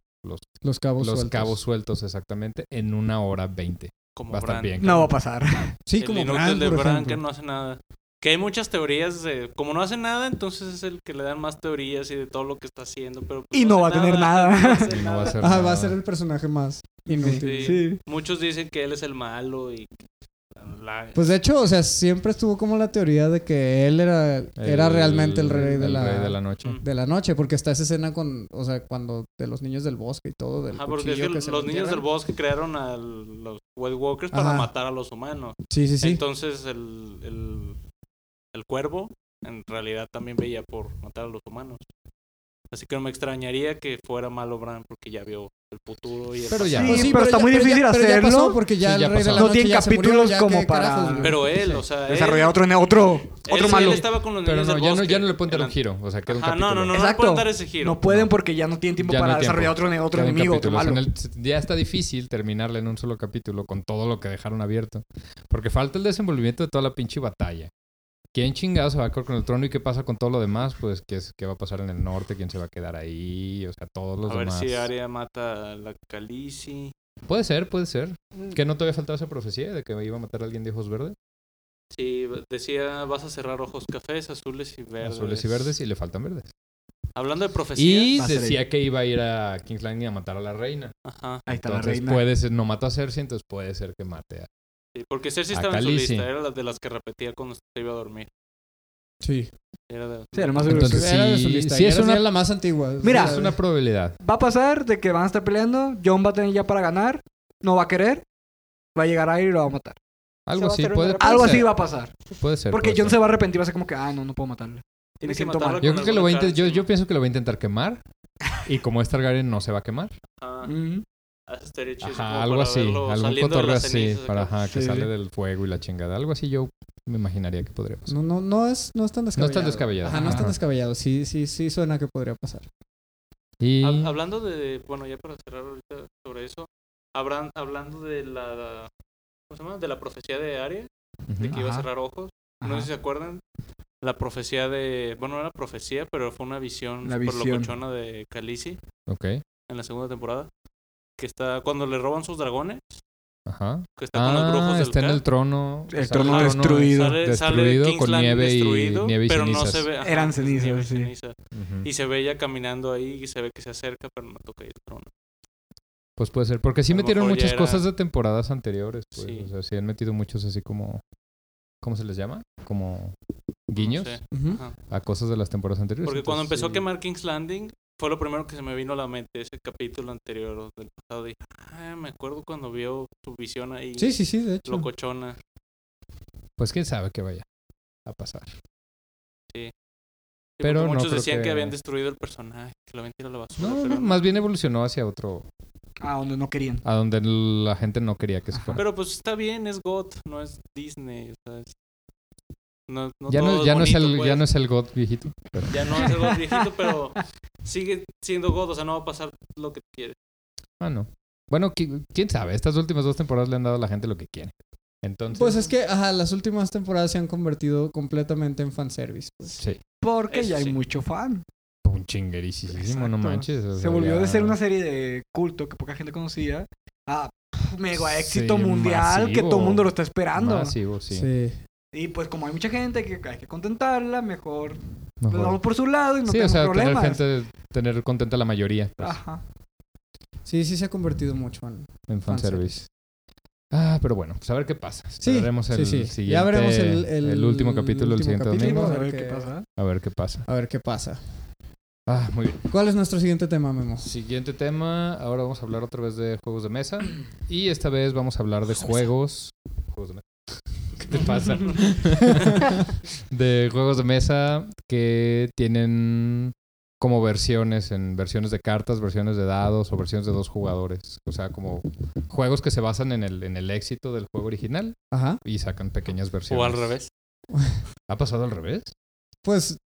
[SPEAKER 1] Los cabos
[SPEAKER 5] los
[SPEAKER 1] sueltos.
[SPEAKER 5] cabos sueltos exactamente en una hora veinte.
[SPEAKER 4] Como
[SPEAKER 5] Va a estar
[SPEAKER 4] Bran.
[SPEAKER 5] bien.
[SPEAKER 2] No va a pasar.
[SPEAKER 1] Sí,
[SPEAKER 4] el
[SPEAKER 1] como
[SPEAKER 4] inútil
[SPEAKER 1] Bran,
[SPEAKER 4] de
[SPEAKER 1] por
[SPEAKER 4] Bran
[SPEAKER 1] ejemplo.
[SPEAKER 4] que no hace nada. Que hay muchas teorías de como no hace nada, entonces es el que le dan más teorías y de todo lo que está haciendo, pero pues
[SPEAKER 2] Y no va a
[SPEAKER 4] hace
[SPEAKER 2] tener
[SPEAKER 4] no
[SPEAKER 2] nada.
[SPEAKER 4] hace
[SPEAKER 5] Y no va a
[SPEAKER 4] nada.
[SPEAKER 5] ser
[SPEAKER 1] Ah, va
[SPEAKER 5] nada.
[SPEAKER 1] a ser el personaje más inútil.
[SPEAKER 4] Sí.
[SPEAKER 2] Sí.
[SPEAKER 4] Muchos dicen que él es el malo y la-
[SPEAKER 1] Pues de hecho, o sea, siempre estuvo como la teoría de que él era, era realmente el rey de, la,
[SPEAKER 5] rey de la noche.
[SPEAKER 4] Mm.
[SPEAKER 1] de la noche, porque está esa escena con, o sea, cuando de los niños del bosque y todo, del
[SPEAKER 4] Ajá, porque es
[SPEAKER 1] cuchillo
[SPEAKER 4] que
[SPEAKER 1] que se
[SPEAKER 4] los
[SPEAKER 1] lo
[SPEAKER 4] niños del
[SPEAKER 1] entierran.
[SPEAKER 4] bosque crearon a los White Walkers para
[SPEAKER 1] Ajá.
[SPEAKER 4] matar a los humanos.
[SPEAKER 1] Sí, sí, sí.
[SPEAKER 4] Entonces el, el, el cuervo en realidad también veía por matar a los humanos. Así que no me extrañaría que fuera malo Bran porque ya vio el futuro y el
[SPEAKER 1] Pero ya.
[SPEAKER 4] pasado.
[SPEAKER 2] Sí,
[SPEAKER 1] Pues
[SPEAKER 2] pero está
[SPEAKER 1] ya-
[SPEAKER 2] muy
[SPEAKER 1] ya-
[SPEAKER 2] difícil
[SPEAKER 1] pero ya
[SPEAKER 2] hacerlo.
[SPEAKER 1] pasó porque ya
[SPEAKER 5] Sí, ya
[SPEAKER 1] el Rey de la
[SPEAKER 5] pasó.
[SPEAKER 2] No
[SPEAKER 1] Noche
[SPEAKER 2] tiene
[SPEAKER 1] ya se murió,
[SPEAKER 2] capítulos
[SPEAKER 1] ya
[SPEAKER 2] como
[SPEAKER 1] qué
[SPEAKER 2] para-
[SPEAKER 1] güey.
[SPEAKER 4] Pero él,
[SPEAKER 1] Sí.
[SPEAKER 4] o sea, él,
[SPEAKER 2] Desarrollar otro, ne- otro,
[SPEAKER 4] él
[SPEAKER 2] otro
[SPEAKER 4] sí-
[SPEAKER 2] malo.
[SPEAKER 4] él estaba con los
[SPEAKER 5] Pero
[SPEAKER 4] niños
[SPEAKER 5] no,
[SPEAKER 4] del
[SPEAKER 5] ya no,
[SPEAKER 4] pues, bosque.
[SPEAKER 5] ya no le pueden dar un
[SPEAKER 4] Adelante.
[SPEAKER 5] giro. O sea, queda un
[SPEAKER 4] Ajá, no, no,
[SPEAKER 5] capítulo.
[SPEAKER 4] no, no le
[SPEAKER 2] Exacto.
[SPEAKER 4] pueden dar ese giro.
[SPEAKER 2] No pueden porque ya no tienen tiempo
[SPEAKER 5] Ya no
[SPEAKER 2] para
[SPEAKER 5] hay tiempo.
[SPEAKER 2] desarrollar otro, ne- otro
[SPEAKER 5] Quedan
[SPEAKER 2] enemigo, otro
[SPEAKER 5] capítulos.
[SPEAKER 2] malo.
[SPEAKER 5] En el- ya está difícil terminarla en un solo capítulo con todo lo que dejaron abierto. Porque falta el desenvolvimiento de toda la pinche batalla. ¿Quién chingado se va a quedar con el trono y qué pasa con todo lo demás? Pues, ¿qué, es, qué va a pasar en el norte? ¿Quién se va a quedar ahí? O sea, todos pues, los
[SPEAKER 4] A ver
[SPEAKER 5] demás.
[SPEAKER 4] si Arya mata a la Khaleesi.
[SPEAKER 5] Puede ser, puede ser.
[SPEAKER 4] Mm.
[SPEAKER 5] Que no te había faltado esa profecía de que iba a matar a alguien de ojos verdes,
[SPEAKER 4] Sí, decía, vas a cerrar ojos cafés, azules y verdes. Pues
[SPEAKER 5] azules y verdes, y le faltan verdes.
[SPEAKER 4] Hablando de profecías.
[SPEAKER 5] Y
[SPEAKER 2] Va a ser
[SPEAKER 5] decía que iba a ir a King's Landing a matar a la reina.
[SPEAKER 4] Ajá.
[SPEAKER 2] Ahí está
[SPEAKER 5] Entonces pues,
[SPEAKER 2] la reina.
[SPEAKER 5] puede ser, no mató a Cersei, entonces puede ser que mate a...
[SPEAKER 4] sí, porque Cersei
[SPEAKER 5] A
[SPEAKER 4] estaba en su
[SPEAKER 5] Khaleesi.
[SPEAKER 4] lista. Era la de las que repetía cuando se iba a dormir.
[SPEAKER 1] Sí.
[SPEAKER 4] Era de-
[SPEAKER 2] Sí, además de-
[SPEAKER 5] Entonces,
[SPEAKER 1] Era de su
[SPEAKER 5] Sí,
[SPEAKER 1] lista,
[SPEAKER 5] sí
[SPEAKER 1] y
[SPEAKER 5] es
[SPEAKER 1] era-
[SPEAKER 5] una-
[SPEAKER 1] era la más antigua.
[SPEAKER 2] Mira,
[SPEAKER 1] Era
[SPEAKER 5] es
[SPEAKER 1] de-
[SPEAKER 5] una probabilidad.
[SPEAKER 2] Va a pasar de que van a estar peleando. John va a tener ya para ganar. No va a querer. Va a llegar ahí y lo va a matar.
[SPEAKER 5] Algo
[SPEAKER 3] va a
[SPEAKER 5] así,
[SPEAKER 3] hacer un
[SPEAKER 5] puede,
[SPEAKER 3] drama.
[SPEAKER 5] puede
[SPEAKER 2] Algo
[SPEAKER 5] ser,
[SPEAKER 2] así va a pasar.
[SPEAKER 5] Puede ser.
[SPEAKER 2] Porque
[SPEAKER 5] puede
[SPEAKER 2] John
[SPEAKER 5] ser.
[SPEAKER 2] se va a arrepentir. Va a ser como que, ah, no, no puedo matarlo. Me
[SPEAKER 4] Tienes que
[SPEAKER 2] siento
[SPEAKER 4] matarlo
[SPEAKER 2] mal.
[SPEAKER 5] Yo creo que lo va a
[SPEAKER 4] Alguna
[SPEAKER 5] inten- yo,
[SPEAKER 4] cara,
[SPEAKER 5] yo
[SPEAKER 4] sí.
[SPEAKER 5] pienso que lo va a intentar quemar. Y como es Targaryen, no se va a quemar.
[SPEAKER 4] Ajá.
[SPEAKER 2] Ujú.
[SPEAKER 4] Ah, estaría chido, como
[SPEAKER 5] Ajá, algo
[SPEAKER 4] para
[SPEAKER 5] así.
[SPEAKER 4] verlo
[SPEAKER 5] Algún
[SPEAKER 4] saliendo de
[SPEAKER 5] cotorreo
[SPEAKER 4] las
[SPEAKER 5] así.
[SPEAKER 4] cenizas
[SPEAKER 5] Para
[SPEAKER 4] acá.
[SPEAKER 5] ajá, que
[SPEAKER 2] Sí,
[SPEAKER 5] sale
[SPEAKER 2] sí.
[SPEAKER 5] del fuego y la chingada. Algo así yo me imaginaría que podría
[SPEAKER 1] pues,
[SPEAKER 5] pasar.
[SPEAKER 1] No, no, no, es, no es tan
[SPEAKER 5] No
[SPEAKER 1] descabellado.
[SPEAKER 5] es tan descabellado.
[SPEAKER 1] Ajá, no es tan
[SPEAKER 5] Ajá.
[SPEAKER 1] descabellado. Sí, sí, sí suena que podría pasar.
[SPEAKER 5] Y
[SPEAKER 4] Hab- Hablando de, bueno, ya para cerrar ahorita sobre eso, habrán, hablando de la, ¿cómo se llama? De la profecía de Aria, de
[SPEAKER 5] ujú,
[SPEAKER 4] que iba a
[SPEAKER 2] Ajá.
[SPEAKER 4] cerrar ojos. No
[SPEAKER 2] Ajá.
[SPEAKER 4] sé si se acuerdan, la profecía de, bueno, no era profecía, pero fue una visión
[SPEAKER 2] La
[SPEAKER 4] por
[SPEAKER 2] visión.
[SPEAKER 4] locochona de Khaleesi
[SPEAKER 5] ok.
[SPEAKER 4] en la segunda temporada, que está, cuando le roban sus dragones,
[SPEAKER 5] Ajá.
[SPEAKER 4] que está con los brujos
[SPEAKER 5] Ah,
[SPEAKER 4] del
[SPEAKER 5] está en
[SPEAKER 4] Khal.
[SPEAKER 5] el trono.
[SPEAKER 2] El
[SPEAKER 5] Está
[SPEAKER 2] trono
[SPEAKER 5] en el
[SPEAKER 2] destruido.
[SPEAKER 4] Sale, sale
[SPEAKER 5] Destruido
[SPEAKER 4] King's
[SPEAKER 5] con
[SPEAKER 4] Landing
[SPEAKER 5] nieve y-
[SPEAKER 4] destruido,
[SPEAKER 5] nieve y
[SPEAKER 4] pero
[SPEAKER 5] cenizas.
[SPEAKER 4] no se ve. ajá,
[SPEAKER 2] Eran
[SPEAKER 4] "Ah, es nieve
[SPEAKER 2] cenizas,
[SPEAKER 4] y
[SPEAKER 2] sí.
[SPEAKER 4] cenizas.
[SPEAKER 5] Ujú.
[SPEAKER 4] Y se ve ella caminando ahí y se ve que se acerca, pero no toca el trono.
[SPEAKER 5] Pues puede ser, porque sí
[SPEAKER 4] A lo
[SPEAKER 5] metieron
[SPEAKER 4] mejor ya
[SPEAKER 5] muchas
[SPEAKER 4] era-
[SPEAKER 5] cosas de temporadas anteriores. Pues.
[SPEAKER 4] Sí.
[SPEAKER 5] O sea, sí han metido muchos así como. ¿Cómo se les llama? Como guiños
[SPEAKER 4] No sé.
[SPEAKER 1] Ujú.
[SPEAKER 4] Ajá.
[SPEAKER 5] a cosas de las temporadas anteriores.
[SPEAKER 4] Porque cuando
[SPEAKER 5] entonces,
[SPEAKER 4] empezó a
[SPEAKER 5] sí.
[SPEAKER 4] quemar King's Landing, fue lo primero que se me vino a la mente, ese capítulo anterior del pasado. Dije, ah, me acuerdo cuando vio tu visión ahí,
[SPEAKER 1] Sí, sí, sí, de hecho.
[SPEAKER 4] locochona.
[SPEAKER 5] Pues quién sabe qué vaya a pasar.
[SPEAKER 4] Sí,
[SPEAKER 5] Pero
[SPEAKER 4] porque
[SPEAKER 5] no
[SPEAKER 4] muchos
[SPEAKER 5] creo
[SPEAKER 4] decían que...
[SPEAKER 5] que-
[SPEAKER 4] habían destruido el personaje, que lo habían tirado a la basura.
[SPEAKER 5] No,
[SPEAKER 4] pero,
[SPEAKER 5] no, más bien evolucionó hacia otro,
[SPEAKER 2] Ah, donde no querían.
[SPEAKER 5] a donde la gente no quería que se
[SPEAKER 2] Ajá.
[SPEAKER 5] fuera.
[SPEAKER 4] pero pues está bien, es God, no es Disney. o sea, es- No, no
[SPEAKER 5] ya
[SPEAKER 4] todo
[SPEAKER 5] no, ya, no es
[SPEAKER 4] bonito,
[SPEAKER 5] el,
[SPEAKER 4] pues.
[SPEAKER 5] ya no es el God viejito. pero-
[SPEAKER 4] Ya no es el God viejito, pero sigue siendo God, o sea, no va a pasar lo que quiere.
[SPEAKER 5] Ah, no. Bueno, qui- quién sabe. Estas últimas dos temporadas le han dado a la gente lo que quiere. Entonces,
[SPEAKER 1] Pues es que, ajá, las últimas temporadas se han convertido completamente en fanservice.
[SPEAKER 5] sí.
[SPEAKER 2] Porque
[SPEAKER 4] Eso
[SPEAKER 2] ya hay
[SPEAKER 4] sí.
[SPEAKER 2] mucho fan.
[SPEAKER 5] Un chinguerísimo, no
[SPEAKER 2] Exacto.
[SPEAKER 5] manches. o
[SPEAKER 2] Se
[SPEAKER 5] sea,
[SPEAKER 2] volvió
[SPEAKER 5] ya-
[SPEAKER 2] de ser una serie de culto que poca gente conocía a pff, mega éxito
[SPEAKER 5] Sí,
[SPEAKER 2] mundial que
[SPEAKER 5] masivo.
[SPEAKER 2] todo el mundo lo está esperando.
[SPEAKER 5] Masivo, sí.
[SPEAKER 1] Sí.
[SPEAKER 2] Y pues como hay mucha gente que hay que contentarla, mejor
[SPEAKER 5] Mejor.
[SPEAKER 2] nos vamos por su lado y Pues, no
[SPEAKER 5] sí, o
[SPEAKER 2] tenemos
[SPEAKER 5] sea,
[SPEAKER 2] problemas.
[SPEAKER 5] tener gente, tener contenta a la mayoría pues,
[SPEAKER 1] Ah,
[SPEAKER 2] Ajá.
[SPEAKER 1] Sí, sí se ha convertido mucho en...
[SPEAKER 5] en fanservice. Ah, pero bueno, pues a ver qué pasa.
[SPEAKER 1] Sí,
[SPEAKER 5] Esperaremos
[SPEAKER 1] sí,
[SPEAKER 5] el
[SPEAKER 1] sí. Ya
[SPEAKER 5] siguiente.
[SPEAKER 1] veremos el- el-
[SPEAKER 5] último capítulo, el
[SPEAKER 1] último
[SPEAKER 5] siguiente
[SPEAKER 1] capítulo.
[SPEAKER 5] domingo.
[SPEAKER 1] Vamos
[SPEAKER 2] Vamos a
[SPEAKER 1] a
[SPEAKER 2] ver
[SPEAKER 1] ver
[SPEAKER 2] qué
[SPEAKER 1] qué-
[SPEAKER 2] pasa.
[SPEAKER 5] A ver qué pasa.
[SPEAKER 1] A ver qué pasa.
[SPEAKER 5] Ah, muy bien.
[SPEAKER 1] ¿Cuál es nuestro siguiente tema, Memo?
[SPEAKER 5] Siguiente tema. Ahora vamos a hablar otra vez de juegos de mesa. Y esta vez vamos a hablar de juegos. Juegos de mesa. ¿Qué te pasa? de juegos de mesa que tienen como versiones en versiones de cartas, versiones de dados o versiones de dos jugadores. O sea, como juegos que se basan en el, en el éxito del juego original
[SPEAKER 1] Ajá.
[SPEAKER 5] y sacan pequeñas versiones.
[SPEAKER 4] O al revés.
[SPEAKER 5] ¿Ha pasado al revés?
[SPEAKER 1] Pues,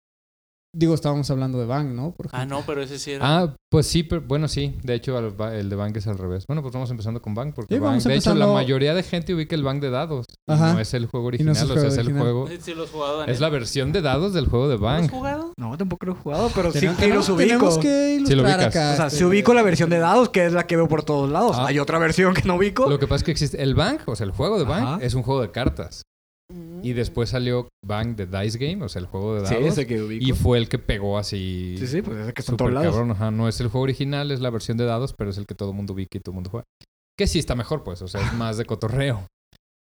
[SPEAKER 1] digo, estábamos hablando de Bang, ¿no? Por
[SPEAKER 4] Ah,
[SPEAKER 1] ejemplo.
[SPEAKER 4] no, pero ese sí era.
[SPEAKER 5] Ah, pues sí, pero bueno, sí. De hecho, al ba- el de Bank es al revés. Bueno, pues vamos empezando con Bank. Porque
[SPEAKER 1] Sí,
[SPEAKER 5] Bank-
[SPEAKER 1] vamos
[SPEAKER 5] de hecho, la
[SPEAKER 1] empezando-
[SPEAKER 5] mayoría de gente ubica el Bank de dados. y
[SPEAKER 1] Ajá.
[SPEAKER 5] No es el juego
[SPEAKER 1] Y no
[SPEAKER 5] original,
[SPEAKER 1] es el
[SPEAKER 5] o sea,
[SPEAKER 1] juego
[SPEAKER 5] es el
[SPEAKER 1] original.
[SPEAKER 5] juego.
[SPEAKER 4] Sí, los jugadores.
[SPEAKER 5] Es la versión de dados del juego de
[SPEAKER 4] ¿Has
[SPEAKER 5] Bank.
[SPEAKER 4] jugado?
[SPEAKER 2] No, tampoco lo he jugado, pero sí
[SPEAKER 1] Tenemos-
[SPEAKER 2] que los ubico.
[SPEAKER 1] Tenemos que
[SPEAKER 5] Sí lo
[SPEAKER 1] ilustrar
[SPEAKER 5] ubicas.
[SPEAKER 1] acá.
[SPEAKER 2] O sea,
[SPEAKER 1] este,
[SPEAKER 2] sí ubico la versión de dados, que es la que veo por todos lados.
[SPEAKER 5] Ah.
[SPEAKER 2] Hay otra versión que no ubico.
[SPEAKER 5] Lo que pasa es que existe el Bank, o sea, el juego de Bank
[SPEAKER 2] Ajá.
[SPEAKER 5] es un juego de cartas.
[SPEAKER 3] Mm.
[SPEAKER 5] Y después salió Bank de Dice Game, o sea, el juego de
[SPEAKER 2] Sí,
[SPEAKER 5] dados.
[SPEAKER 2] ese que ubico.
[SPEAKER 5] y fue el que pegó así.
[SPEAKER 2] Sí, sí, pues ese que está en
[SPEAKER 5] Súper
[SPEAKER 2] todos lados.
[SPEAKER 5] cabrón, ajá. No es el juego original, es la versión de dados, pero es el que todo mundo ubica y todo mundo juega. Que sí está mejor, pues, o sea, es más de cotorreo.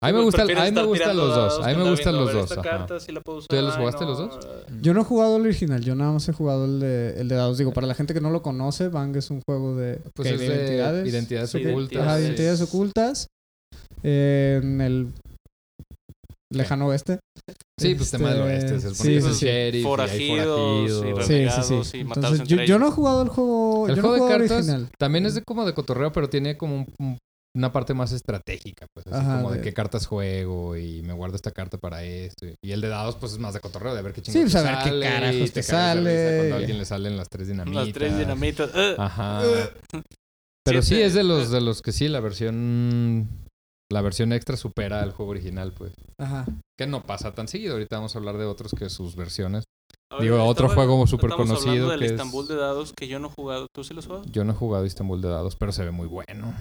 [SPEAKER 5] A mí me,
[SPEAKER 4] Pues
[SPEAKER 5] gusta, a
[SPEAKER 4] prefieres
[SPEAKER 5] mí me
[SPEAKER 4] estar
[SPEAKER 5] gustan
[SPEAKER 4] tirando
[SPEAKER 5] los dos.
[SPEAKER 4] dados
[SPEAKER 5] A mí
[SPEAKER 4] que
[SPEAKER 5] me
[SPEAKER 4] andar
[SPEAKER 5] gustan
[SPEAKER 4] viendo,
[SPEAKER 5] los
[SPEAKER 4] a ver, esta
[SPEAKER 5] dos. ajá.
[SPEAKER 4] carta sí la puedo usar,
[SPEAKER 5] ¿Tú ya los
[SPEAKER 4] ay,
[SPEAKER 5] jugaste
[SPEAKER 4] no,
[SPEAKER 5] los dos?
[SPEAKER 1] Yo no he jugado el original, yo nada más he jugado el de, el de dados. Digo, para la gente que no lo conoce, Bang es un juego de,
[SPEAKER 5] Pues
[SPEAKER 1] que
[SPEAKER 5] es
[SPEAKER 1] de
[SPEAKER 5] de identidades,
[SPEAKER 4] Sí,
[SPEAKER 5] ocultas.
[SPEAKER 1] Ajá,
[SPEAKER 4] sí.
[SPEAKER 1] identidades ocultas. Eh, en el lejano oeste.
[SPEAKER 5] Sí, pues tema del oeste. Se supone
[SPEAKER 1] sí,
[SPEAKER 5] que
[SPEAKER 1] sí,
[SPEAKER 5] son
[SPEAKER 1] sí.
[SPEAKER 5] sheriff, y hay
[SPEAKER 4] Forajidos y
[SPEAKER 1] Sí,
[SPEAKER 5] forajidos.
[SPEAKER 1] sí, sí.
[SPEAKER 4] Renegados y matarse
[SPEAKER 1] Entonces, yo,
[SPEAKER 4] entre
[SPEAKER 1] yo no he
[SPEAKER 4] ellos.
[SPEAKER 1] jugado el juego,
[SPEAKER 5] El
[SPEAKER 1] yo no he
[SPEAKER 5] juego de
[SPEAKER 1] jugado
[SPEAKER 5] cartas
[SPEAKER 1] original.
[SPEAKER 5] También es de como de cotorreo, pero tiene como un- un- una parte más estratégica, pues así
[SPEAKER 1] Ajá,
[SPEAKER 5] como de
[SPEAKER 1] de-
[SPEAKER 5] qué cartas juego y me guardo esta carta para esto. Y el de dados, pues es más de cotorreo, de ver qué
[SPEAKER 1] Sí, pues,
[SPEAKER 5] chingados te
[SPEAKER 1] a ver qué
[SPEAKER 5] sale,
[SPEAKER 1] carajos te
[SPEAKER 5] y cagas de risa
[SPEAKER 1] sale.
[SPEAKER 5] Cuando a alguien le salen las tres dinamitas.
[SPEAKER 4] Las tres dinamitas. Uh, ¡Ugh!
[SPEAKER 5] Ajá.
[SPEAKER 4] Ugh.
[SPEAKER 5] Pero
[SPEAKER 4] Sí,
[SPEAKER 5] sí,
[SPEAKER 4] este-
[SPEAKER 5] es de los, de los que sí, la versión. La versión extra supera al juego original, pues.
[SPEAKER 1] Ajá.
[SPEAKER 5] Que no pasa tan seguido. Ahorita vamos a hablar de otros que sus versiones.
[SPEAKER 4] Ahora,
[SPEAKER 5] Digo, otro
[SPEAKER 4] estaba-
[SPEAKER 5] juego súper
[SPEAKER 4] estamos hablando
[SPEAKER 5] conocido
[SPEAKER 4] del
[SPEAKER 5] que es-
[SPEAKER 4] Estambul de dados que yo no he jugado. ¿Tú sí lo has jugado?
[SPEAKER 5] Yo no he jugado Istanbul de dados, pero se ve muy bueno.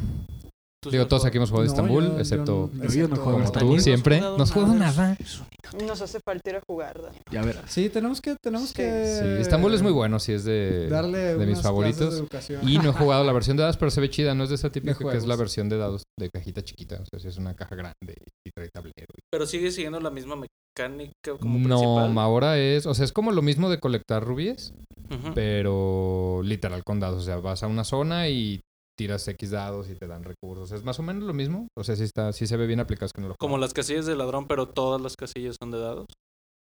[SPEAKER 4] ¿Tú sí lo
[SPEAKER 5] Digo,
[SPEAKER 4] has
[SPEAKER 5] todos
[SPEAKER 4] jugado?
[SPEAKER 5] aquí hemos jugado
[SPEAKER 1] No,
[SPEAKER 5] Istanbul,
[SPEAKER 1] yo- yo
[SPEAKER 5] excepto
[SPEAKER 1] no-
[SPEAKER 2] Pero yo no
[SPEAKER 1] excepto-
[SPEAKER 2] juego
[SPEAKER 5] como
[SPEAKER 4] Daniel no
[SPEAKER 5] tú
[SPEAKER 4] has
[SPEAKER 5] siempre.
[SPEAKER 4] jugado
[SPEAKER 5] No has jugado
[SPEAKER 4] nada.
[SPEAKER 5] nada.
[SPEAKER 3] Nos hace falta ir a jugar, Dan.
[SPEAKER 2] Ya verás.
[SPEAKER 1] Sí, tenemos que, tenemos
[SPEAKER 3] Sí.
[SPEAKER 1] que.
[SPEAKER 5] Sí, Istanbul es muy bueno, sí, es de,
[SPEAKER 1] Darle
[SPEAKER 5] de
[SPEAKER 1] unas
[SPEAKER 5] mis
[SPEAKER 1] clases de
[SPEAKER 5] favoritos.
[SPEAKER 1] educación.
[SPEAKER 5] Y no he jugado la versión de dados, pero se ve chida, no es de esa típica que es la
[SPEAKER 1] juegos.
[SPEAKER 5] versión de dados de cajita chiquita. O sea, sí es una caja grande y trae tablero.
[SPEAKER 4] Pero sigue siguiendo la misma mecánica como
[SPEAKER 5] No,
[SPEAKER 4] principal.
[SPEAKER 5] ahora es, o sea, es como lo mismo de colectar rubíes,
[SPEAKER 4] Ujú.
[SPEAKER 5] pero literal con dados. O sea, vas a una zona y tiras X dados y te dan recursos. Es más o menos lo mismo. O sea, sí, está, sí se ve bien aplicado. es que no lo
[SPEAKER 4] Como las casillas de ladrón, pero todas las casillas son de dados.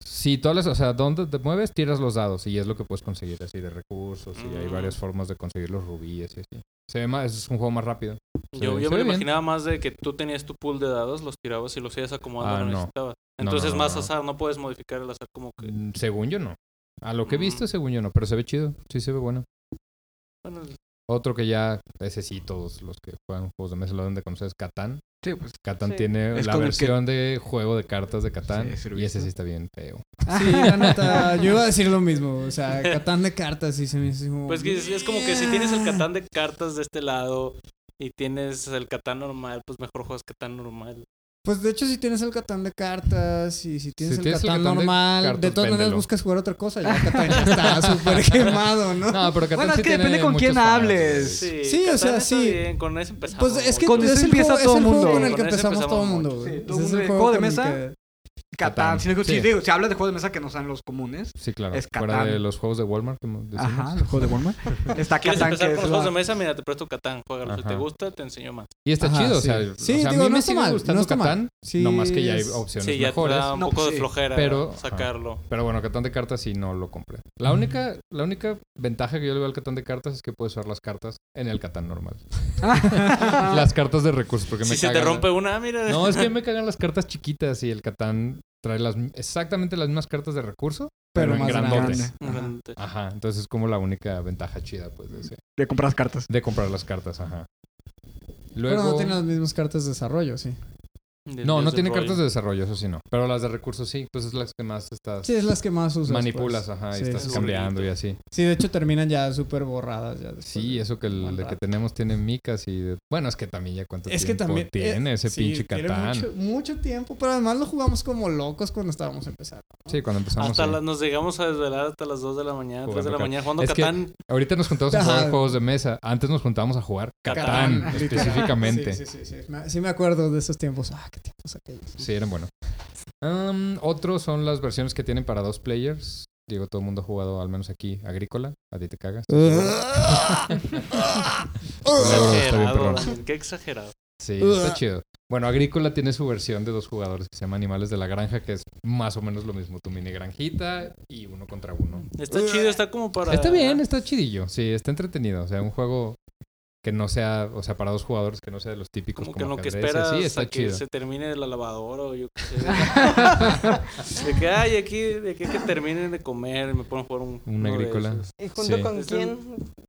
[SPEAKER 5] Sí, todas las, o sea, donde te mueves, tiras los dados y es lo que puedes conseguir así de recursos y hay
[SPEAKER 4] Mm.
[SPEAKER 5] varias formas de conseguir los rubíes y así. Se ve más, es un juego más rápido. Se
[SPEAKER 4] yo
[SPEAKER 5] ve-
[SPEAKER 4] yo
[SPEAKER 5] se
[SPEAKER 4] me lo
[SPEAKER 5] ve bien.
[SPEAKER 4] imaginaba más de que tú tenías tu pool de dados, los tirabas y los ibas acomodando
[SPEAKER 5] Ah,
[SPEAKER 4] donde
[SPEAKER 5] no.
[SPEAKER 4] necesitabas.
[SPEAKER 5] No, no,
[SPEAKER 4] Entonces
[SPEAKER 5] no,
[SPEAKER 4] más
[SPEAKER 5] no.
[SPEAKER 4] azar, no puedes modificar el azar como que...
[SPEAKER 5] Mm, Según yo no. A lo que he
[SPEAKER 4] Mm.
[SPEAKER 5] visto, según yo no, pero se ve chido, sí se ve bueno.
[SPEAKER 4] Bueno,
[SPEAKER 5] Otro que ya, ese sí, todos los que juegan juegos de mesa lo deben de conocer es Catán.
[SPEAKER 2] Sí, pues.
[SPEAKER 5] Catán
[SPEAKER 3] Sí.
[SPEAKER 5] tiene
[SPEAKER 2] Es
[SPEAKER 5] la
[SPEAKER 2] con el que-
[SPEAKER 5] versión de juego de cartas de Catán
[SPEAKER 2] Sí,
[SPEAKER 5] y ese
[SPEAKER 2] servicio.
[SPEAKER 5] sí está bien feo.
[SPEAKER 1] Ah, Sí, la neta, yo iba a decir lo mismo. O sea, Catán de cartas y se me hizo como-
[SPEAKER 4] pues que es, es como que si tienes el catán de cartas de este lado y tienes el catán normal, pues mejor juegas catán normal.
[SPEAKER 1] Pues de hecho, si tienes el Catán de cartas y si tienes
[SPEAKER 5] Si
[SPEAKER 1] el
[SPEAKER 5] tienes el
[SPEAKER 1] Catán
[SPEAKER 5] Catán de
[SPEAKER 1] normal, de,
[SPEAKER 5] cartas,
[SPEAKER 1] todas maneras
[SPEAKER 5] véndelo.
[SPEAKER 1] buscas jugar otra cosa. Ya Catán ya está súper quemado, ¿no?
[SPEAKER 5] No, pero Catán
[SPEAKER 2] Bueno, es
[SPEAKER 5] sí
[SPEAKER 2] que
[SPEAKER 5] tiene
[SPEAKER 2] depende con
[SPEAKER 5] muchos
[SPEAKER 2] quién
[SPEAKER 5] fans,
[SPEAKER 2] hables.
[SPEAKER 5] güey.
[SPEAKER 4] Sí,
[SPEAKER 1] Sí, o
[SPEAKER 4] Catán
[SPEAKER 1] sea,
[SPEAKER 4] está
[SPEAKER 1] sí.
[SPEAKER 4] bien, con eso empezamos.
[SPEAKER 1] Pues es que
[SPEAKER 2] Con
[SPEAKER 1] es
[SPEAKER 2] eso
[SPEAKER 1] el
[SPEAKER 2] empieza
[SPEAKER 1] juego- es
[SPEAKER 2] todo
[SPEAKER 1] el
[SPEAKER 2] mundo.
[SPEAKER 1] juego con el que
[SPEAKER 4] Con ese
[SPEAKER 1] empezamos todo el
[SPEAKER 4] empezamos
[SPEAKER 1] mundo.
[SPEAKER 4] mucho.
[SPEAKER 1] güey.
[SPEAKER 2] Sí, todo
[SPEAKER 1] Ese es
[SPEAKER 2] mundo.
[SPEAKER 1] el
[SPEAKER 2] ¿Juego de
[SPEAKER 1] con el
[SPEAKER 2] mesa?
[SPEAKER 1] que-
[SPEAKER 2] Catán.
[SPEAKER 5] Catán.
[SPEAKER 2] Si, no- si
[SPEAKER 5] Sí.
[SPEAKER 2] digo, si hablas de juegos de mesa que no sean los comunes.
[SPEAKER 5] Sí, claro.
[SPEAKER 2] Es
[SPEAKER 5] Fuera
[SPEAKER 2] Catán.
[SPEAKER 5] de los juegos de Walmart, como decimos.
[SPEAKER 2] Ajá, los juegos de Walmart. Está
[SPEAKER 4] ¿Quieres
[SPEAKER 2] Catán,
[SPEAKER 4] empezar
[SPEAKER 2] que
[SPEAKER 4] con los
[SPEAKER 2] es
[SPEAKER 4] juegos de
[SPEAKER 2] la...
[SPEAKER 4] mesa? Mira, te presto Catán, juégalo. Si te
[SPEAKER 5] Ajá.
[SPEAKER 4] gusta, te enseño más.
[SPEAKER 5] Y está
[SPEAKER 1] Ajá,
[SPEAKER 5] chido, o
[SPEAKER 1] sí.
[SPEAKER 5] sea,
[SPEAKER 1] Sí,
[SPEAKER 5] o sea,
[SPEAKER 1] digo,
[SPEAKER 5] a mí
[SPEAKER 1] no
[SPEAKER 5] me
[SPEAKER 1] está
[SPEAKER 5] sigue
[SPEAKER 1] mal,
[SPEAKER 5] gustando
[SPEAKER 1] no está mal.
[SPEAKER 5] Catán,
[SPEAKER 1] Sí,
[SPEAKER 5] no más que ya hay
[SPEAKER 1] es-
[SPEAKER 5] opciones
[SPEAKER 4] Sí, ya te
[SPEAKER 5] mejores.
[SPEAKER 4] da un
[SPEAKER 2] No,
[SPEAKER 4] poco
[SPEAKER 2] pues
[SPEAKER 4] de
[SPEAKER 2] sí.
[SPEAKER 4] flojera
[SPEAKER 5] Pero-
[SPEAKER 4] sacarlo.
[SPEAKER 5] Pero bueno, Catán de cartas sí no lo compré. La única, la única ventaja que yo le veo al Catán de cartas es que puedes usar las cartas en el Catán normal. las cartas de recursos, porque me
[SPEAKER 4] Si Ah. se te
[SPEAKER 5] cagan-
[SPEAKER 4] rompe una, mira.
[SPEAKER 5] No, es que me cagan las cartas chiquitas y el Catán trae las exactamente las mismas cartas de recurso,
[SPEAKER 1] Pero
[SPEAKER 5] pero, en
[SPEAKER 1] más
[SPEAKER 5] grandote.
[SPEAKER 1] grandes.
[SPEAKER 4] Realmente.
[SPEAKER 5] Ajá, entonces es como la única ventaja chida, pues, de, ese-
[SPEAKER 2] De comprar cartas.
[SPEAKER 5] de comprar las cartas, ajá. Luego...
[SPEAKER 1] Pero no tiene las mismas cartas de desarrollo, sí.
[SPEAKER 4] Del
[SPEAKER 5] No, no
[SPEAKER 4] dios
[SPEAKER 5] tiene
[SPEAKER 4] del
[SPEAKER 5] cartas
[SPEAKER 4] rollo.
[SPEAKER 5] de desarrollo, eso sí no. Pero las de recursos sí, pues es las que más estás
[SPEAKER 1] Sí, es las que más usas.
[SPEAKER 5] manipulas,
[SPEAKER 1] pues.
[SPEAKER 5] ajá, y
[SPEAKER 1] Sí,
[SPEAKER 5] estás
[SPEAKER 1] sí, sí.
[SPEAKER 5] cambiando y así.
[SPEAKER 1] Sí, de hecho terminan ya súper borradas. Ya después
[SPEAKER 5] Sí,
[SPEAKER 1] de-
[SPEAKER 5] eso que
[SPEAKER 1] buen
[SPEAKER 5] el de que
[SPEAKER 1] rato.
[SPEAKER 5] tenemos tiene micas y de- bueno, es que también ya cuánto
[SPEAKER 1] Es que
[SPEAKER 5] tiempo
[SPEAKER 1] también.
[SPEAKER 5] tiene
[SPEAKER 1] eh,
[SPEAKER 5] ese
[SPEAKER 1] sí,
[SPEAKER 5] pinche
[SPEAKER 1] tiene
[SPEAKER 5] Catán.
[SPEAKER 1] Mucho, mucho tiempo, pero además lo jugamos como locos cuando estábamos empezando.
[SPEAKER 5] Sí, cuando empezamos
[SPEAKER 4] Hasta
[SPEAKER 5] sí.
[SPEAKER 4] la- nos llegamos a desvelar hasta las 2 de la mañana, 3 de la
[SPEAKER 5] Jugando
[SPEAKER 4] mañana, jugando
[SPEAKER 5] Es que-
[SPEAKER 4] Catán.
[SPEAKER 5] ahorita nos juntamos a
[SPEAKER 1] Ajá.
[SPEAKER 5] jugar juegos de mesa, antes nos juntábamos a jugar Catán,
[SPEAKER 1] Catán, literal.
[SPEAKER 5] específicamente.
[SPEAKER 1] Sí, sí, sí, sí. Me- sí me acuerdo de esos tiempos. Ah, qué tiempos aquellos.
[SPEAKER 5] Sí, eran buenos. Am, otros son las versiones que tienen para dos players. Digo, todo el mundo ha jugado, al menos aquí, Agrícola. A ti te cagas. Luego está bien,
[SPEAKER 4] Exagerado,
[SPEAKER 5] perdón.
[SPEAKER 4] Daniel, qué exagerado.
[SPEAKER 5] Sí, está chido. Bueno, Agrícola tiene su versión de dos jugadores que se llama Animales de la Granja, que es más o menos lo mismo, tu mini granjita y uno contra uno.
[SPEAKER 4] Está chido, está como para.
[SPEAKER 5] Está bien, está chidillo, sí, está entretenido. O sea, un juego que no sea, o sea, para dos jugadores que no sea de los típicos
[SPEAKER 4] Como
[SPEAKER 5] como,
[SPEAKER 4] que en lo que
[SPEAKER 5] ajedrez y así,
[SPEAKER 4] esperas
[SPEAKER 5] está
[SPEAKER 4] hasta que
[SPEAKER 5] chido.
[SPEAKER 4] se termine la lavadora o yo qué sé. de que, ay, aquí, de aquí que terminen de comer, me ponen a jugar un.
[SPEAKER 5] Un
[SPEAKER 4] uno de
[SPEAKER 5] agrícola.
[SPEAKER 4] esos.
[SPEAKER 3] ¿Y junto
[SPEAKER 5] Sí.
[SPEAKER 3] con
[SPEAKER 4] Es un-
[SPEAKER 3] quién?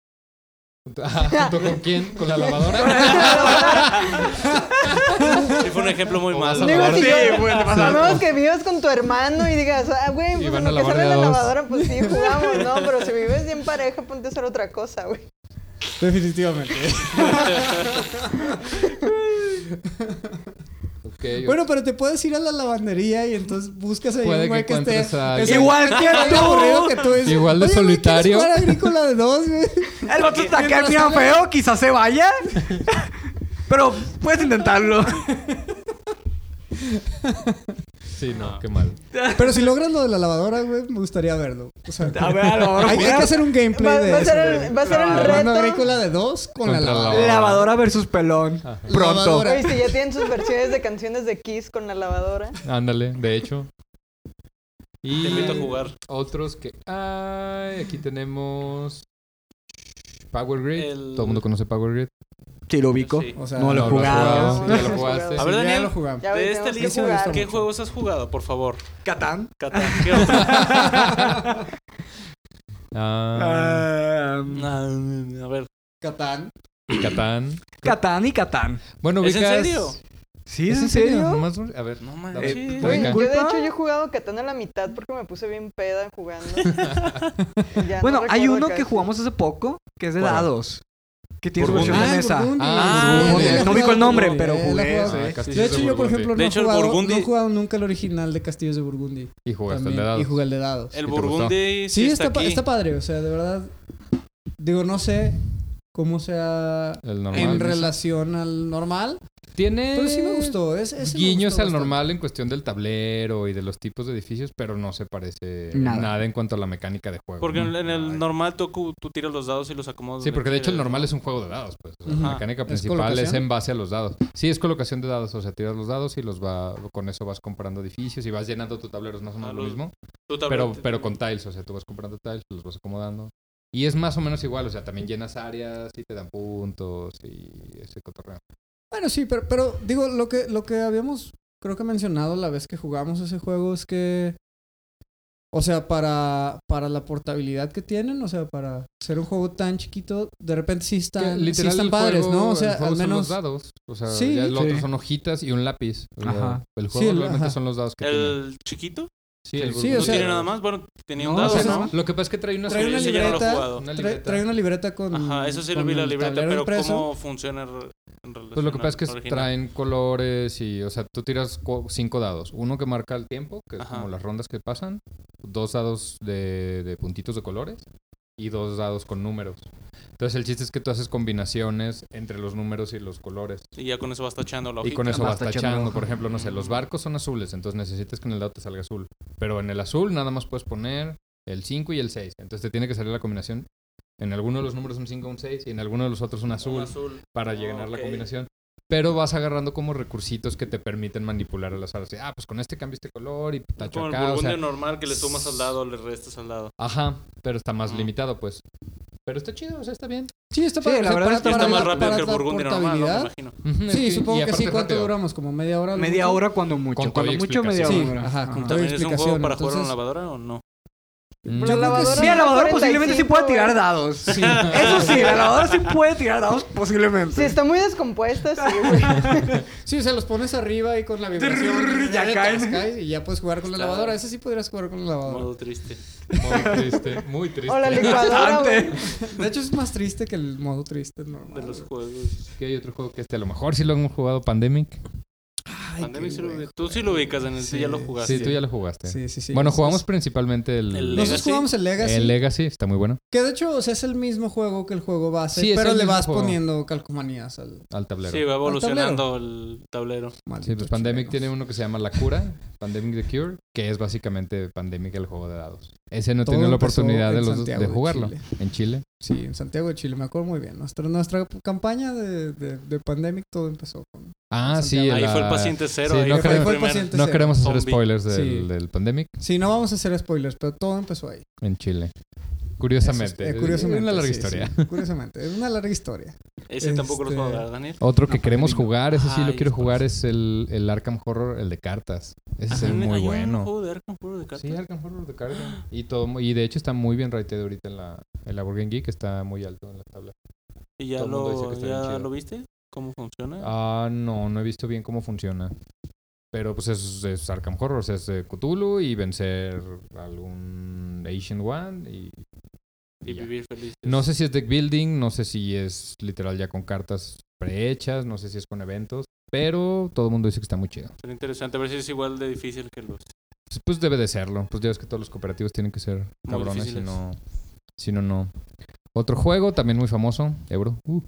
[SPEAKER 5] Ah, ¿Junto con quién? ¿Con la lavadora?
[SPEAKER 4] Sí, fue un ejemplo muy
[SPEAKER 5] O
[SPEAKER 4] malo.
[SPEAKER 5] vas a lavar-
[SPEAKER 3] Sí,
[SPEAKER 2] bueno, vas
[SPEAKER 3] A menos Ah, que vivas con tu hermano y digas, ah, güey,
[SPEAKER 5] Y
[SPEAKER 3] pues
[SPEAKER 5] van
[SPEAKER 3] en
[SPEAKER 5] a
[SPEAKER 3] lo que
[SPEAKER 5] lavar
[SPEAKER 3] sale
[SPEAKER 5] de a
[SPEAKER 3] la
[SPEAKER 5] dos.
[SPEAKER 3] lavadora, pues sí, jugamos, ¿no? Pero si vives bien pareja, ponte a hacer otra cosa, güey.
[SPEAKER 1] Definitivamente.
[SPEAKER 5] Ok,
[SPEAKER 1] Bueno, pero te puedes ir a la lavandería y entonces buscas ahí
[SPEAKER 5] Puede
[SPEAKER 1] un güey
[SPEAKER 5] que
[SPEAKER 1] que, esté.
[SPEAKER 5] encuentres a
[SPEAKER 1] es
[SPEAKER 5] alguien.
[SPEAKER 2] Igual que
[SPEAKER 1] tan
[SPEAKER 2] tú.
[SPEAKER 1] aburrido que tú. Es,
[SPEAKER 5] Igual de
[SPEAKER 1] "Oye, güey, ¿quieres
[SPEAKER 5] solitario".
[SPEAKER 1] jugar agrícola de dos, güey?
[SPEAKER 2] El vato está acá bien feo, quizás se vaya. Pero puedes intentarlo.
[SPEAKER 5] Sí, no,
[SPEAKER 4] No.
[SPEAKER 5] qué mal.
[SPEAKER 1] Pero si logran lo de la lavadora, güey, me gustaría verlo. O sea,
[SPEAKER 2] A ver, a la hora
[SPEAKER 1] hay, hay que hacer un
[SPEAKER 3] Va,
[SPEAKER 1] gameplay de
[SPEAKER 3] va a
[SPEAKER 1] eso.
[SPEAKER 3] ser
[SPEAKER 1] güey.
[SPEAKER 3] el, va a ser el
[SPEAKER 1] La banda
[SPEAKER 3] reto.
[SPEAKER 1] agrícola de dos con
[SPEAKER 5] Contra
[SPEAKER 1] la
[SPEAKER 5] la
[SPEAKER 1] lavadora.
[SPEAKER 5] lavadora.
[SPEAKER 2] Lavadora versus pelón.
[SPEAKER 5] Ajá.
[SPEAKER 2] Pronto.
[SPEAKER 1] Lavadora.
[SPEAKER 3] Oíste, ya tienen sus versiones de canciones de Kiss con la lavadora.
[SPEAKER 5] Ándale, de hecho. Y
[SPEAKER 4] Te invito a jugar.
[SPEAKER 5] otros que hay. Aquí tenemos Power Grid.
[SPEAKER 4] El-
[SPEAKER 5] Todo el mundo conoce Power Grid.
[SPEAKER 2] Sí, lo ubico.
[SPEAKER 4] Sí.
[SPEAKER 1] O sea,
[SPEAKER 2] No lo he
[SPEAKER 5] No lo has
[SPEAKER 2] jugado.
[SPEAKER 5] jugado, ya
[SPEAKER 3] Sí,
[SPEAKER 5] lo jugaste.
[SPEAKER 4] A ver,
[SPEAKER 1] ya
[SPEAKER 4] Daniel.
[SPEAKER 1] lo jugamos.
[SPEAKER 3] Ya
[SPEAKER 4] De
[SPEAKER 3] ves,
[SPEAKER 4] esta
[SPEAKER 3] tenemos que
[SPEAKER 4] lista,
[SPEAKER 3] jugar.
[SPEAKER 4] ¿qué
[SPEAKER 1] mucho.
[SPEAKER 4] juegos has jugado, por favor?
[SPEAKER 2] Catán.
[SPEAKER 4] Catán, ¿qué otro?
[SPEAKER 5] Ah,
[SPEAKER 2] Ah,
[SPEAKER 4] No, a ver,
[SPEAKER 1] Catán.
[SPEAKER 5] Catán.
[SPEAKER 2] Catán y Catán.
[SPEAKER 5] Bueno,
[SPEAKER 4] ¿Es en
[SPEAKER 5] ubicas-
[SPEAKER 4] serio?
[SPEAKER 2] ¿Sí?
[SPEAKER 5] ¿Es en serio? Nomás- A ver.
[SPEAKER 4] no
[SPEAKER 5] Eh,
[SPEAKER 4] manches.
[SPEAKER 3] Güey,
[SPEAKER 5] Venga.
[SPEAKER 3] yo de
[SPEAKER 2] ¿Culpa?
[SPEAKER 3] hecho yo he jugado Catán a la mitad porque me puse bien peda jugando. Ya no
[SPEAKER 2] Bueno, hay
[SPEAKER 3] recuerdo
[SPEAKER 2] uno
[SPEAKER 3] casi.
[SPEAKER 2] que jugamos hace poco que es de
[SPEAKER 5] ¿Cuál?
[SPEAKER 2] dados. Que tiene su
[SPEAKER 4] Burgundy.
[SPEAKER 2] versión de
[SPEAKER 4] Ah,
[SPEAKER 2] mesa.
[SPEAKER 1] Burgundy.
[SPEAKER 5] Ah,
[SPEAKER 1] Sí,
[SPEAKER 5] Burgundy.
[SPEAKER 1] la he
[SPEAKER 5] No
[SPEAKER 2] ubico el
[SPEAKER 1] jugado,
[SPEAKER 2] nombre,
[SPEAKER 1] güey.
[SPEAKER 2] pero
[SPEAKER 1] La he
[SPEAKER 2] jugué,
[SPEAKER 1] jugado.
[SPEAKER 2] sí.
[SPEAKER 5] Ah, Castillos
[SPEAKER 1] De hecho, yo, por
[SPEAKER 5] Burgundy.
[SPEAKER 1] ejemplo,
[SPEAKER 4] De
[SPEAKER 1] no he
[SPEAKER 4] hecho, el
[SPEAKER 1] jugado-
[SPEAKER 4] Burgundy-
[SPEAKER 1] no he jugado nunca el original de Castillos de Burgundy.
[SPEAKER 5] Y jugaste al
[SPEAKER 1] también,
[SPEAKER 5] de
[SPEAKER 1] Y
[SPEAKER 5] dados.
[SPEAKER 1] jugué el de dados.
[SPEAKER 4] El
[SPEAKER 5] te
[SPEAKER 4] Burgundy
[SPEAKER 1] Sí, está, pa-
[SPEAKER 4] aquí.
[SPEAKER 1] está padre, o sea, de verdad. Digo, no sé cómo sea
[SPEAKER 5] El
[SPEAKER 1] en
[SPEAKER 5] normal.
[SPEAKER 1] relación al normal,
[SPEAKER 5] Tiene
[SPEAKER 1] pero sí me gustó. Es, ese me
[SPEAKER 5] guiños
[SPEAKER 1] gustó
[SPEAKER 5] al
[SPEAKER 1] bastante.
[SPEAKER 5] normal en cuestión del tablero y de los tipos de edificios, pero no se parece
[SPEAKER 2] Nada.
[SPEAKER 5] nada, en cuanto a la mecánica de juego.
[SPEAKER 4] Porque
[SPEAKER 5] ¿no?
[SPEAKER 4] en en
[SPEAKER 5] Nada.
[SPEAKER 4] el eh, normal tú, cu- tú tiras los dados y los acomodas.
[SPEAKER 5] Sí,
[SPEAKER 4] donde
[SPEAKER 5] porque de hecho el
[SPEAKER 4] quieras.
[SPEAKER 5] normal es un juego de dados, pues. O sea,
[SPEAKER 1] Ajá.
[SPEAKER 5] La mecánica
[SPEAKER 1] ¿Es
[SPEAKER 5] principal es,
[SPEAKER 1] colocación?
[SPEAKER 5] en base a los dados. Sí, es colocación de dados, o sea, tiras los dados y los va con eso vas comprando edificios y vas llenando tu tablero, es más o menos
[SPEAKER 4] Ah,
[SPEAKER 5] lo
[SPEAKER 4] los-
[SPEAKER 5] mismo,
[SPEAKER 4] Tú
[SPEAKER 5] pero
[SPEAKER 4] también te-
[SPEAKER 5] pero con tiles, o sea, tú vas comprando tiles, los vas acomodando. Y es más o menos igual, o sea, también llenas áreas y te dan puntos y ese cotorreo.
[SPEAKER 1] Bueno, sí, pero, pero digo, lo que, lo que habíamos, creo que mencionado la vez que jugamos ese juego es que. O sea, para, para la portabilidad que tienen, o sea, para ser un juego tan chiquito, de repente sí
[SPEAKER 5] Que
[SPEAKER 1] están, sí
[SPEAKER 5] literal
[SPEAKER 1] están
[SPEAKER 5] el
[SPEAKER 1] padres,
[SPEAKER 5] juego-
[SPEAKER 1] ¿no? O
[SPEAKER 5] el
[SPEAKER 1] sea,
[SPEAKER 5] juego
[SPEAKER 1] al
[SPEAKER 5] son los
[SPEAKER 1] menos.
[SPEAKER 5] dados, o sea,
[SPEAKER 1] Sí,
[SPEAKER 5] ya lo
[SPEAKER 2] sí.
[SPEAKER 5] otro son hojitas y un lápiz. o sea,
[SPEAKER 2] Ajá.
[SPEAKER 5] El
[SPEAKER 1] Sí,
[SPEAKER 5] juego
[SPEAKER 1] el-
[SPEAKER 5] realmente
[SPEAKER 1] ajá.
[SPEAKER 5] son los dados que tiene.
[SPEAKER 4] ¿El chiquito?
[SPEAKER 5] Sí, el
[SPEAKER 1] sí,
[SPEAKER 5] Burgundy.
[SPEAKER 1] o
[SPEAKER 4] ¿No
[SPEAKER 1] sea-
[SPEAKER 4] tiene nada más? Bueno, tenía un
[SPEAKER 1] No,
[SPEAKER 4] dado,
[SPEAKER 1] o sea,
[SPEAKER 4] ¿no?
[SPEAKER 5] Lo que pasa es que trae unas
[SPEAKER 1] Trae una
[SPEAKER 4] Ese ya no lo he
[SPEAKER 1] libreta,
[SPEAKER 4] jugado.
[SPEAKER 5] Una
[SPEAKER 1] Trae,
[SPEAKER 5] libreta.
[SPEAKER 1] trae una libreta con.
[SPEAKER 4] Ajá, eso sí lo
[SPEAKER 1] con
[SPEAKER 4] vi la
[SPEAKER 1] el
[SPEAKER 4] libreta,
[SPEAKER 1] tablero
[SPEAKER 4] pero
[SPEAKER 1] impreso.
[SPEAKER 4] ¿cómo funciona re- en relación
[SPEAKER 5] Pues lo que pasa es que
[SPEAKER 4] al original?
[SPEAKER 5] traen colores y, o sea, tú tiras cu- cinco dados. Uno que marca el tiempo, que es
[SPEAKER 4] Ajá.
[SPEAKER 5] como las rondas que pasan. Dos dados de, de puntitos de colores y dos dados con números. Entonces el chiste es que tú haces combinaciones entre los números y los colores.
[SPEAKER 4] Y ya con eso vas tachando la
[SPEAKER 5] Y
[SPEAKER 4] hojita.
[SPEAKER 5] con eso
[SPEAKER 2] Vas
[SPEAKER 5] vas
[SPEAKER 2] tachando.
[SPEAKER 5] tachando. Por ejemplo, no sé, los barcos son azules, entonces necesitas que en el dado te salga azul. Pero en el azul nada más puedes poner el 5 y el 6. Entonces te tiene que salir la combinación. En alguno de los números un 5, un 6 y en alguno de los otros un azul
[SPEAKER 4] Un azul.
[SPEAKER 5] para
[SPEAKER 4] Ah,
[SPEAKER 5] llenar la
[SPEAKER 4] ok.
[SPEAKER 5] combinación. Pero vas agarrando como recursitos que te permiten manipular a las aras. Ah, pues con este cambio este color y tacho
[SPEAKER 4] Como el
[SPEAKER 5] acá. o
[SPEAKER 4] burgundio
[SPEAKER 5] sea,
[SPEAKER 4] normal que le sumas al dado, le restas al dado.
[SPEAKER 5] ajá, pero está más
[SPEAKER 4] Ah.
[SPEAKER 5] limitado, pues. Pero está chido, o sea, está bien.
[SPEAKER 1] Sí, está
[SPEAKER 2] Sí,
[SPEAKER 1] padre.
[SPEAKER 2] la verdad es
[SPEAKER 4] Y
[SPEAKER 2] que
[SPEAKER 1] para-
[SPEAKER 4] está más
[SPEAKER 1] para-
[SPEAKER 4] rápido
[SPEAKER 1] para
[SPEAKER 4] que el
[SPEAKER 1] la
[SPEAKER 4] burgundy normal, ¿no? Me
[SPEAKER 1] portabilidad.
[SPEAKER 4] imagino.
[SPEAKER 1] Sí,
[SPEAKER 5] Y
[SPEAKER 1] supongo que
[SPEAKER 5] aparte
[SPEAKER 1] sí.
[SPEAKER 5] es
[SPEAKER 1] ¿Cuánto
[SPEAKER 5] rápido.
[SPEAKER 1] duramos? ¿Como media hora? a lo
[SPEAKER 2] Media
[SPEAKER 1] mucho?
[SPEAKER 2] hora cuando mucho.
[SPEAKER 5] Con
[SPEAKER 2] cuando
[SPEAKER 5] todo y
[SPEAKER 2] mucho, media
[SPEAKER 5] explicación.
[SPEAKER 2] hora.
[SPEAKER 1] Sí, ajá, con todo.
[SPEAKER 2] Ajá.
[SPEAKER 4] ¿También es un juego
[SPEAKER 1] explicación,
[SPEAKER 4] para jugar en la
[SPEAKER 1] entonces-
[SPEAKER 4] lavadora o no?
[SPEAKER 5] Mm.
[SPEAKER 1] Yo
[SPEAKER 3] La
[SPEAKER 1] creo que
[SPEAKER 3] lavadora-
[SPEAKER 1] sí.
[SPEAKER 2] Mira, la lavadora
[SPEAKER 3] 45
[SPEAKER 2] posiblemente sí puede tirar dados.
[SPEAKER 5] Sí.
[SPEAKER 2] Eso sí, la lavadora sí puede tirar dados posiblemente.
[SPEAKER 3] Si está muy descompuesta, sí, güey.
[SPEAKER 1] Sí, o sea, los pones arriba y con la vibración.
[SPEAKER 2] ya
[SPEAKER 1] te
[SPEAKER 2] caen.
[SPEAKER 1] las caes Y ya puedes jugar con la
[SPEAKER 4] Claro.
[SPEAKER 1] lavadora. Ese sí podrías jugar con la lavadora.
[SPEAKER 4] Modo triste.
[SPEAKER 5] Muy triste, muy triste.
[SPEAKER 3] O la licuadora, güey.
[SPEAKER 1] De hecho, es más triste que el modo triste normal.
[SPEAKER 4] De los
[SPEAKER 1] güey.
[SPEAKER 4] juegos.
[SPEAKER 5] Que hay otro juego que este a lo mejor sí lo hemos jugado, Pandemic.
[SPEAKER 1] Ay,
[SPEAKER 4] Pandemic
[SPEAKER 1] qué
[SPEAKER 4] sí lo
[SPEAKER 1] güey.
[SPEAKER 4] vi- Tú sí lo ubicas, en el
[SPEAKER 1] Sí,
[SPEAKER 4] ya lo jugaste.
[SPEAKER 5] Sí, tú ya lo jugaste.
[SPEAKER 1] Sí, sí, sí.
[SPEAKER 5] bueno,
[SPEAKER 1] Nosotros-
[SPEAKER 5] jugamos principalmente el,
[SPEAKER 4] Ah, El
[SPEAKER 1] Nosotros
[SPEAKER 4] Legacy.
[SPEAKER 1] jugamos el Legacy.
[SPEAKER 5] el Legacy, está muy bueno,
[SPEAKER 1] Que de hecho, o sea, es el mismo juego que el juego base.
[SPEAKER 5] Sí, es
[SPEAKER 1] pero
[SPEAKER 5] el
[SPEAKER 1] le
[SPEAKER 5] mismo
[SPEAKER 1] vas
[SPEAKER 5] juego.
[SPEAKER 1] poniendo calcomanías al
[SPEAKER 5] al tablero.
[SPEAKER 4] Sí,
[SPEAKER 5] Sí,
[SPEAKER 4] va evolucionando el tablero.
[SPEAKER 1] maldito
[SPEAKER 5] pues Pandemic
[SPEAKER 1] chileno.
[SPEAKER 5] tiene uno que se llama La Cura, Pandemic The Cure, que es básicamente Pandemic el juego de dados. Ese no he
[SPEAKER 1] Todo
[SPEAKER 5] tenido la
[SPEAKER 1] empezó
[SPEAKER 5] oportunidad de,
[SPEAKER 1] en
[SPEAKER 5] los-
[SPEAKER 1] Santiago
[SPEAKER 5] de
[SPEAKER 1] de
[SPEAKER 5] jugarlo
[SPEAKER 1] Chile.
[SPEAKER 5] en Chile.
[SPEAKER 1] Sí, en Santiago de Chile, me acuerdo muy bien. Nuestra, nuestra campaña de, de, de Pandemic todo empezó con...
[SPEAKER 5] Ah, sí.
[SPEAKER 1] Santiago.
[SPEAKER 4] Ahí
[SPEAKER 5] la-
[SPEAKER 4] fue el paciente cero.
[SPEAKER 5] Sí,
[SPEAKER 4] ahí
[SPEAKER 5] no
[SPEAKER 4] fue
[SPEAKER 5] creo-
[SPEAKER 4] el
[SPEAKER 1] Fue el
[SPEAKER 4] primer-
[SPEAKER 1] paciente
[SPEAKER 5] No
[SPEAKER 1] cero.
[SPEAKER 5] queremos hacer
[SPEAKER 4] Zombie.
[SPEAKER 5] spoilers del,
[SPEAKER 1] Sí.
[SPEAKER 5] del Pandemic
[SPEAKER 1] Sí, no vamos a hacer spoilers, pero todo empezó ahí.
[SPEAKER 5] en Chile.
[SPEAKER 1] Eso
[SPEAKER 5] Curiosamente.
[SPEAKER 1] es- eh,
[SPEAKER 5] Es
[SPEAKER 1] curiosamente,
[SPEAKER 5] una larga
[SPEAKER 1] sí,
[SPEAKER 5] historia.
[SPEAKER 1] sí, curiosamente, es una larga historia.
[SPEAKER 4] Ese tampoco lo
[SPEAKER 1] Este-
[SPEAKER 4] jugaba, ¿verdad, Daniel?
[SPEAKER 5] Otro que
[SPEAKER 4] No,
[SPEAKER 5] queremos
[SPEAKER 4] Pandemic no.
[SPEAKER 5] jugar, ese sí
[SPEAKER 4] Ay,
[SPEAKER 5] lo quiero
[SPEAKER 4] es
[SPEAKER 5] jugar, es el, el Arkham Horror, el de cartas. Ese es
[SPEAKER 4] Ajá,
[SPEAKER 5] muy
[SPEAKER 4] hay Ah, un
[SPEAKER 5] bueno.
[SPEAKER 4] juego de Arkham, juego de cartas.
[SPEAKER 5] Sí, Arkham Horror de carga. Y, todo, mu- y de hecho está muy bien rateado ahorita en la, en la Burger Geek, está muy alto en la tabla.
[SPEAKER 4] ¿Y ya,
[SPEAKER 5] todo el mundo dice
[SPEAKER 4] lo,
[SPEAKER 5] que está bien
[SPEAKER 4] ya
[SPEAKER 5] chido.
[SPEAKER 4] lo viste? ¿Cómo funciona?
[SPEAKER 5] Ah, no, no he visto bien cómo funciona. Pero pues es, es Arkham Horror, o sea, es de Cthulhu y vencer algún Asian One y... y
[SPEAKER 4] y
[SPEAKER 5] ya.
[SPEAKER 4] vivir feliz.
[SPEAKER 5] No sé si es deck building, no sé si es literal ya con cartas prehechas, no sé si es con eventos, pero todo el mundo dice que está muy chido.
[SPEAKER 4] Será interesante a ver si es igual de difícil que los.
[SPEAKER 5] Pues, pues debe de serlo. Pues ya ves que todos los cooperativos tienen que ser
[SPEAKER 4] Muy
[SPEAKER 5] cabrones, si
[SPEAKER 4] difíciles.
[SPEAKER 5] no, si no, no. Otro juego también muy famoso, Euro, uh,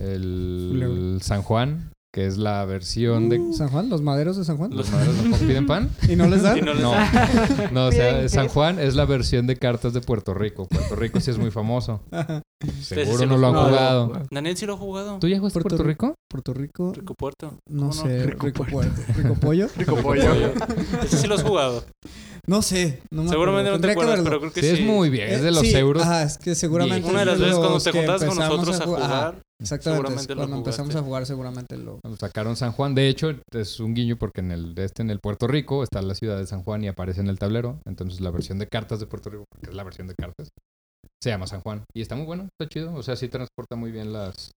[SPEAKER 5] el,
[SPEAKER 1] Full Euro.
[SPEAKER 5] San Juan, que es la versión
[SPEAKER 4] Uh.
[SPEAKER 5] de...
[SPEAKER 1] San Juan, los maderos de San Juan.
[SPEAKER 5] ¿Los maderos tampoco piden pan?
[SPEAKER 1] ¿Y no les dan?
[SPEAKER 4] Y no les
[SPEAKER 5] No.
[SPEAKER 4] da-
[SPEAKER 5] No, o sea,
[SPEAKER 3] Piden
[SPEAKER 5] San
[SPEAKER 3] queso.
[SPEAKER 5] Juan es la versión de cartas de Puerto Rico. Puerto Rico sí es muy famoso.
[SPEAKER 1] Ajá.
[SPEAKER 5] Seguro
[SPEAKER 4] sí
[SPEAKER 5] no
[SPEAKER 4] lo
[SPEAKER 5] lo han
[SPEAKER 4] he jugado.
[SPEAKER 5] jugado.
[SPEAKER 4] Daniel sí lo ha jugado.
[SPEAKER 5] ¿Tú ya jugaste
[SPEAKER 1] Puerto
[SPEAKER 5] Puerto Rico?
[SPEAKER 1] Puerto Rico,
[SPEAKER 4] Rico Puerto.
[SPEAKER 1] no
[SPEAKER 4] ¿Cómo
[SPEAKER 1] sé,
[SPEAKER 2] Rico
[SPEAKER 1] Rico,
[SPEAKER 2] Puerto.
[SPEAKER 1] Puerto. Rico Pollo.
[SPEAKER 2] Rico pollo.
[SPEAKER 4] Ese sí lo has jugado.
[SPEAKER 1] No sé, no me
[SPEAKER 4] Seguramente no
[SPEAKER 1] acuerdo. Tendría
[SPEAKER 4] te
[SPEAKER 1] que verlo.
[SPEAKER 4] acuerdas,
[SPEAKER 1] Eh,
[SPEAKER 4] pero creo que
[SPEAKER 5] Sí, es muy bien. Es de los
[SPEAKER 1] sí,
[SPEAKER 5] euros.
[SPEAKER 1] Ajá, es que seguramente.
[SPEAKER 5] viejos.
[SPEAKER 4] Una de las
[SPEAKER 1] es de
[SPEAKER 4] veces cuando
[SPEAKER 1] los
[SPEAKER 4] te
[SPEAKER 1] que
[SPEAKER 4] juntabas con
[SPEAKER 1] empezamos
[SPEAKER 4] nosotros a
[SPEAKER 1] ju-
[SPEAKER 4] jugar,
[SPEAKER 1] ajá, exactamente.
[SPEAKER 4] seguramente
[SPEAKER 1] es
[SPEAKER 4] lo
[SPEAKER 1] cuando empezamos
[SPEAKER 4] jugaste.
[SPEAKER 1] a jugar, seguramente lo.
[SPEAKER 5] Cuando Sacaron San Juan. De hecho, es un guiño porque en el este, en el Puerto Rico, está la ciudad de San Juan y aparece en el tablero. Entonces la versión de cartas de Puerto Rico, porque es la versión de cartas, se llama San Juan. Y está muy bueno, está chido. O sea, sí transporta muy bien las,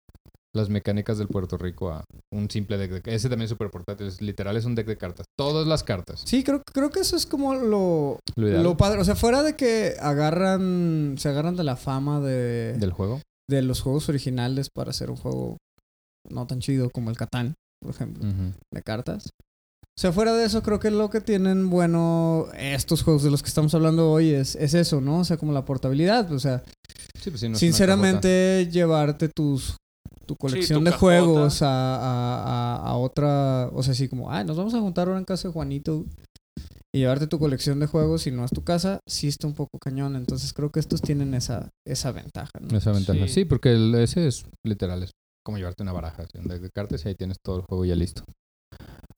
[SPEAKER 5] las mecánicas del Puerto Rico a un simple deck de Ese también es súper portátil. es- literal es un deck de cartas. Todas las cartas.
[SPEAKER 1] Sí, creo, creo que eso es como lo,
[SPEAKER 5] Lo ideal
[SPEAKER 1] lo padre. O sea, fuera de que agarran. Se agarran de la fama de,
[SPEAKER 5] del juego.
[SPEAKER 1] de los juegos originales para hacer un juego no tan chido como el Catán, por ejemplo,
[SPEAKER 5] Ujú.
[SPEAKER 1] de cartas. O sea, fuera de eso, creo que lo que tienen bueno estos juegos de los que estamos hablando hoy es, es eso, ¿no? O sea, como la portabilidad. O sea,
[SPEAKER 5] Sí, pues sí, no es una
[SPEAKER 1] Sinceramente, llevarte tus tu colección
[SPEAKER 4] tu
[SPEAKER 1] de
[SPEAKER 4] cajota.
[SPEAKER 1] juegos a, a- a- a otra, o sea, así como, ay, nos vamos a juntar ahora en casa de Juanito y llevarte tu colección de juegos si no es tu casa, sí está un poco cañón. Entonces creo que estos tienen esa, esa ventaja, ¿no?
[SPEAKER 5] cajota. Esa ventaja.
[SPEAKER 4] Sí.
[SPEAKER 5] Sí, porque el- ese es literal. Es como llevarte una baraja. así, un deck de cartas y ahí tienes todo el juego ya listo.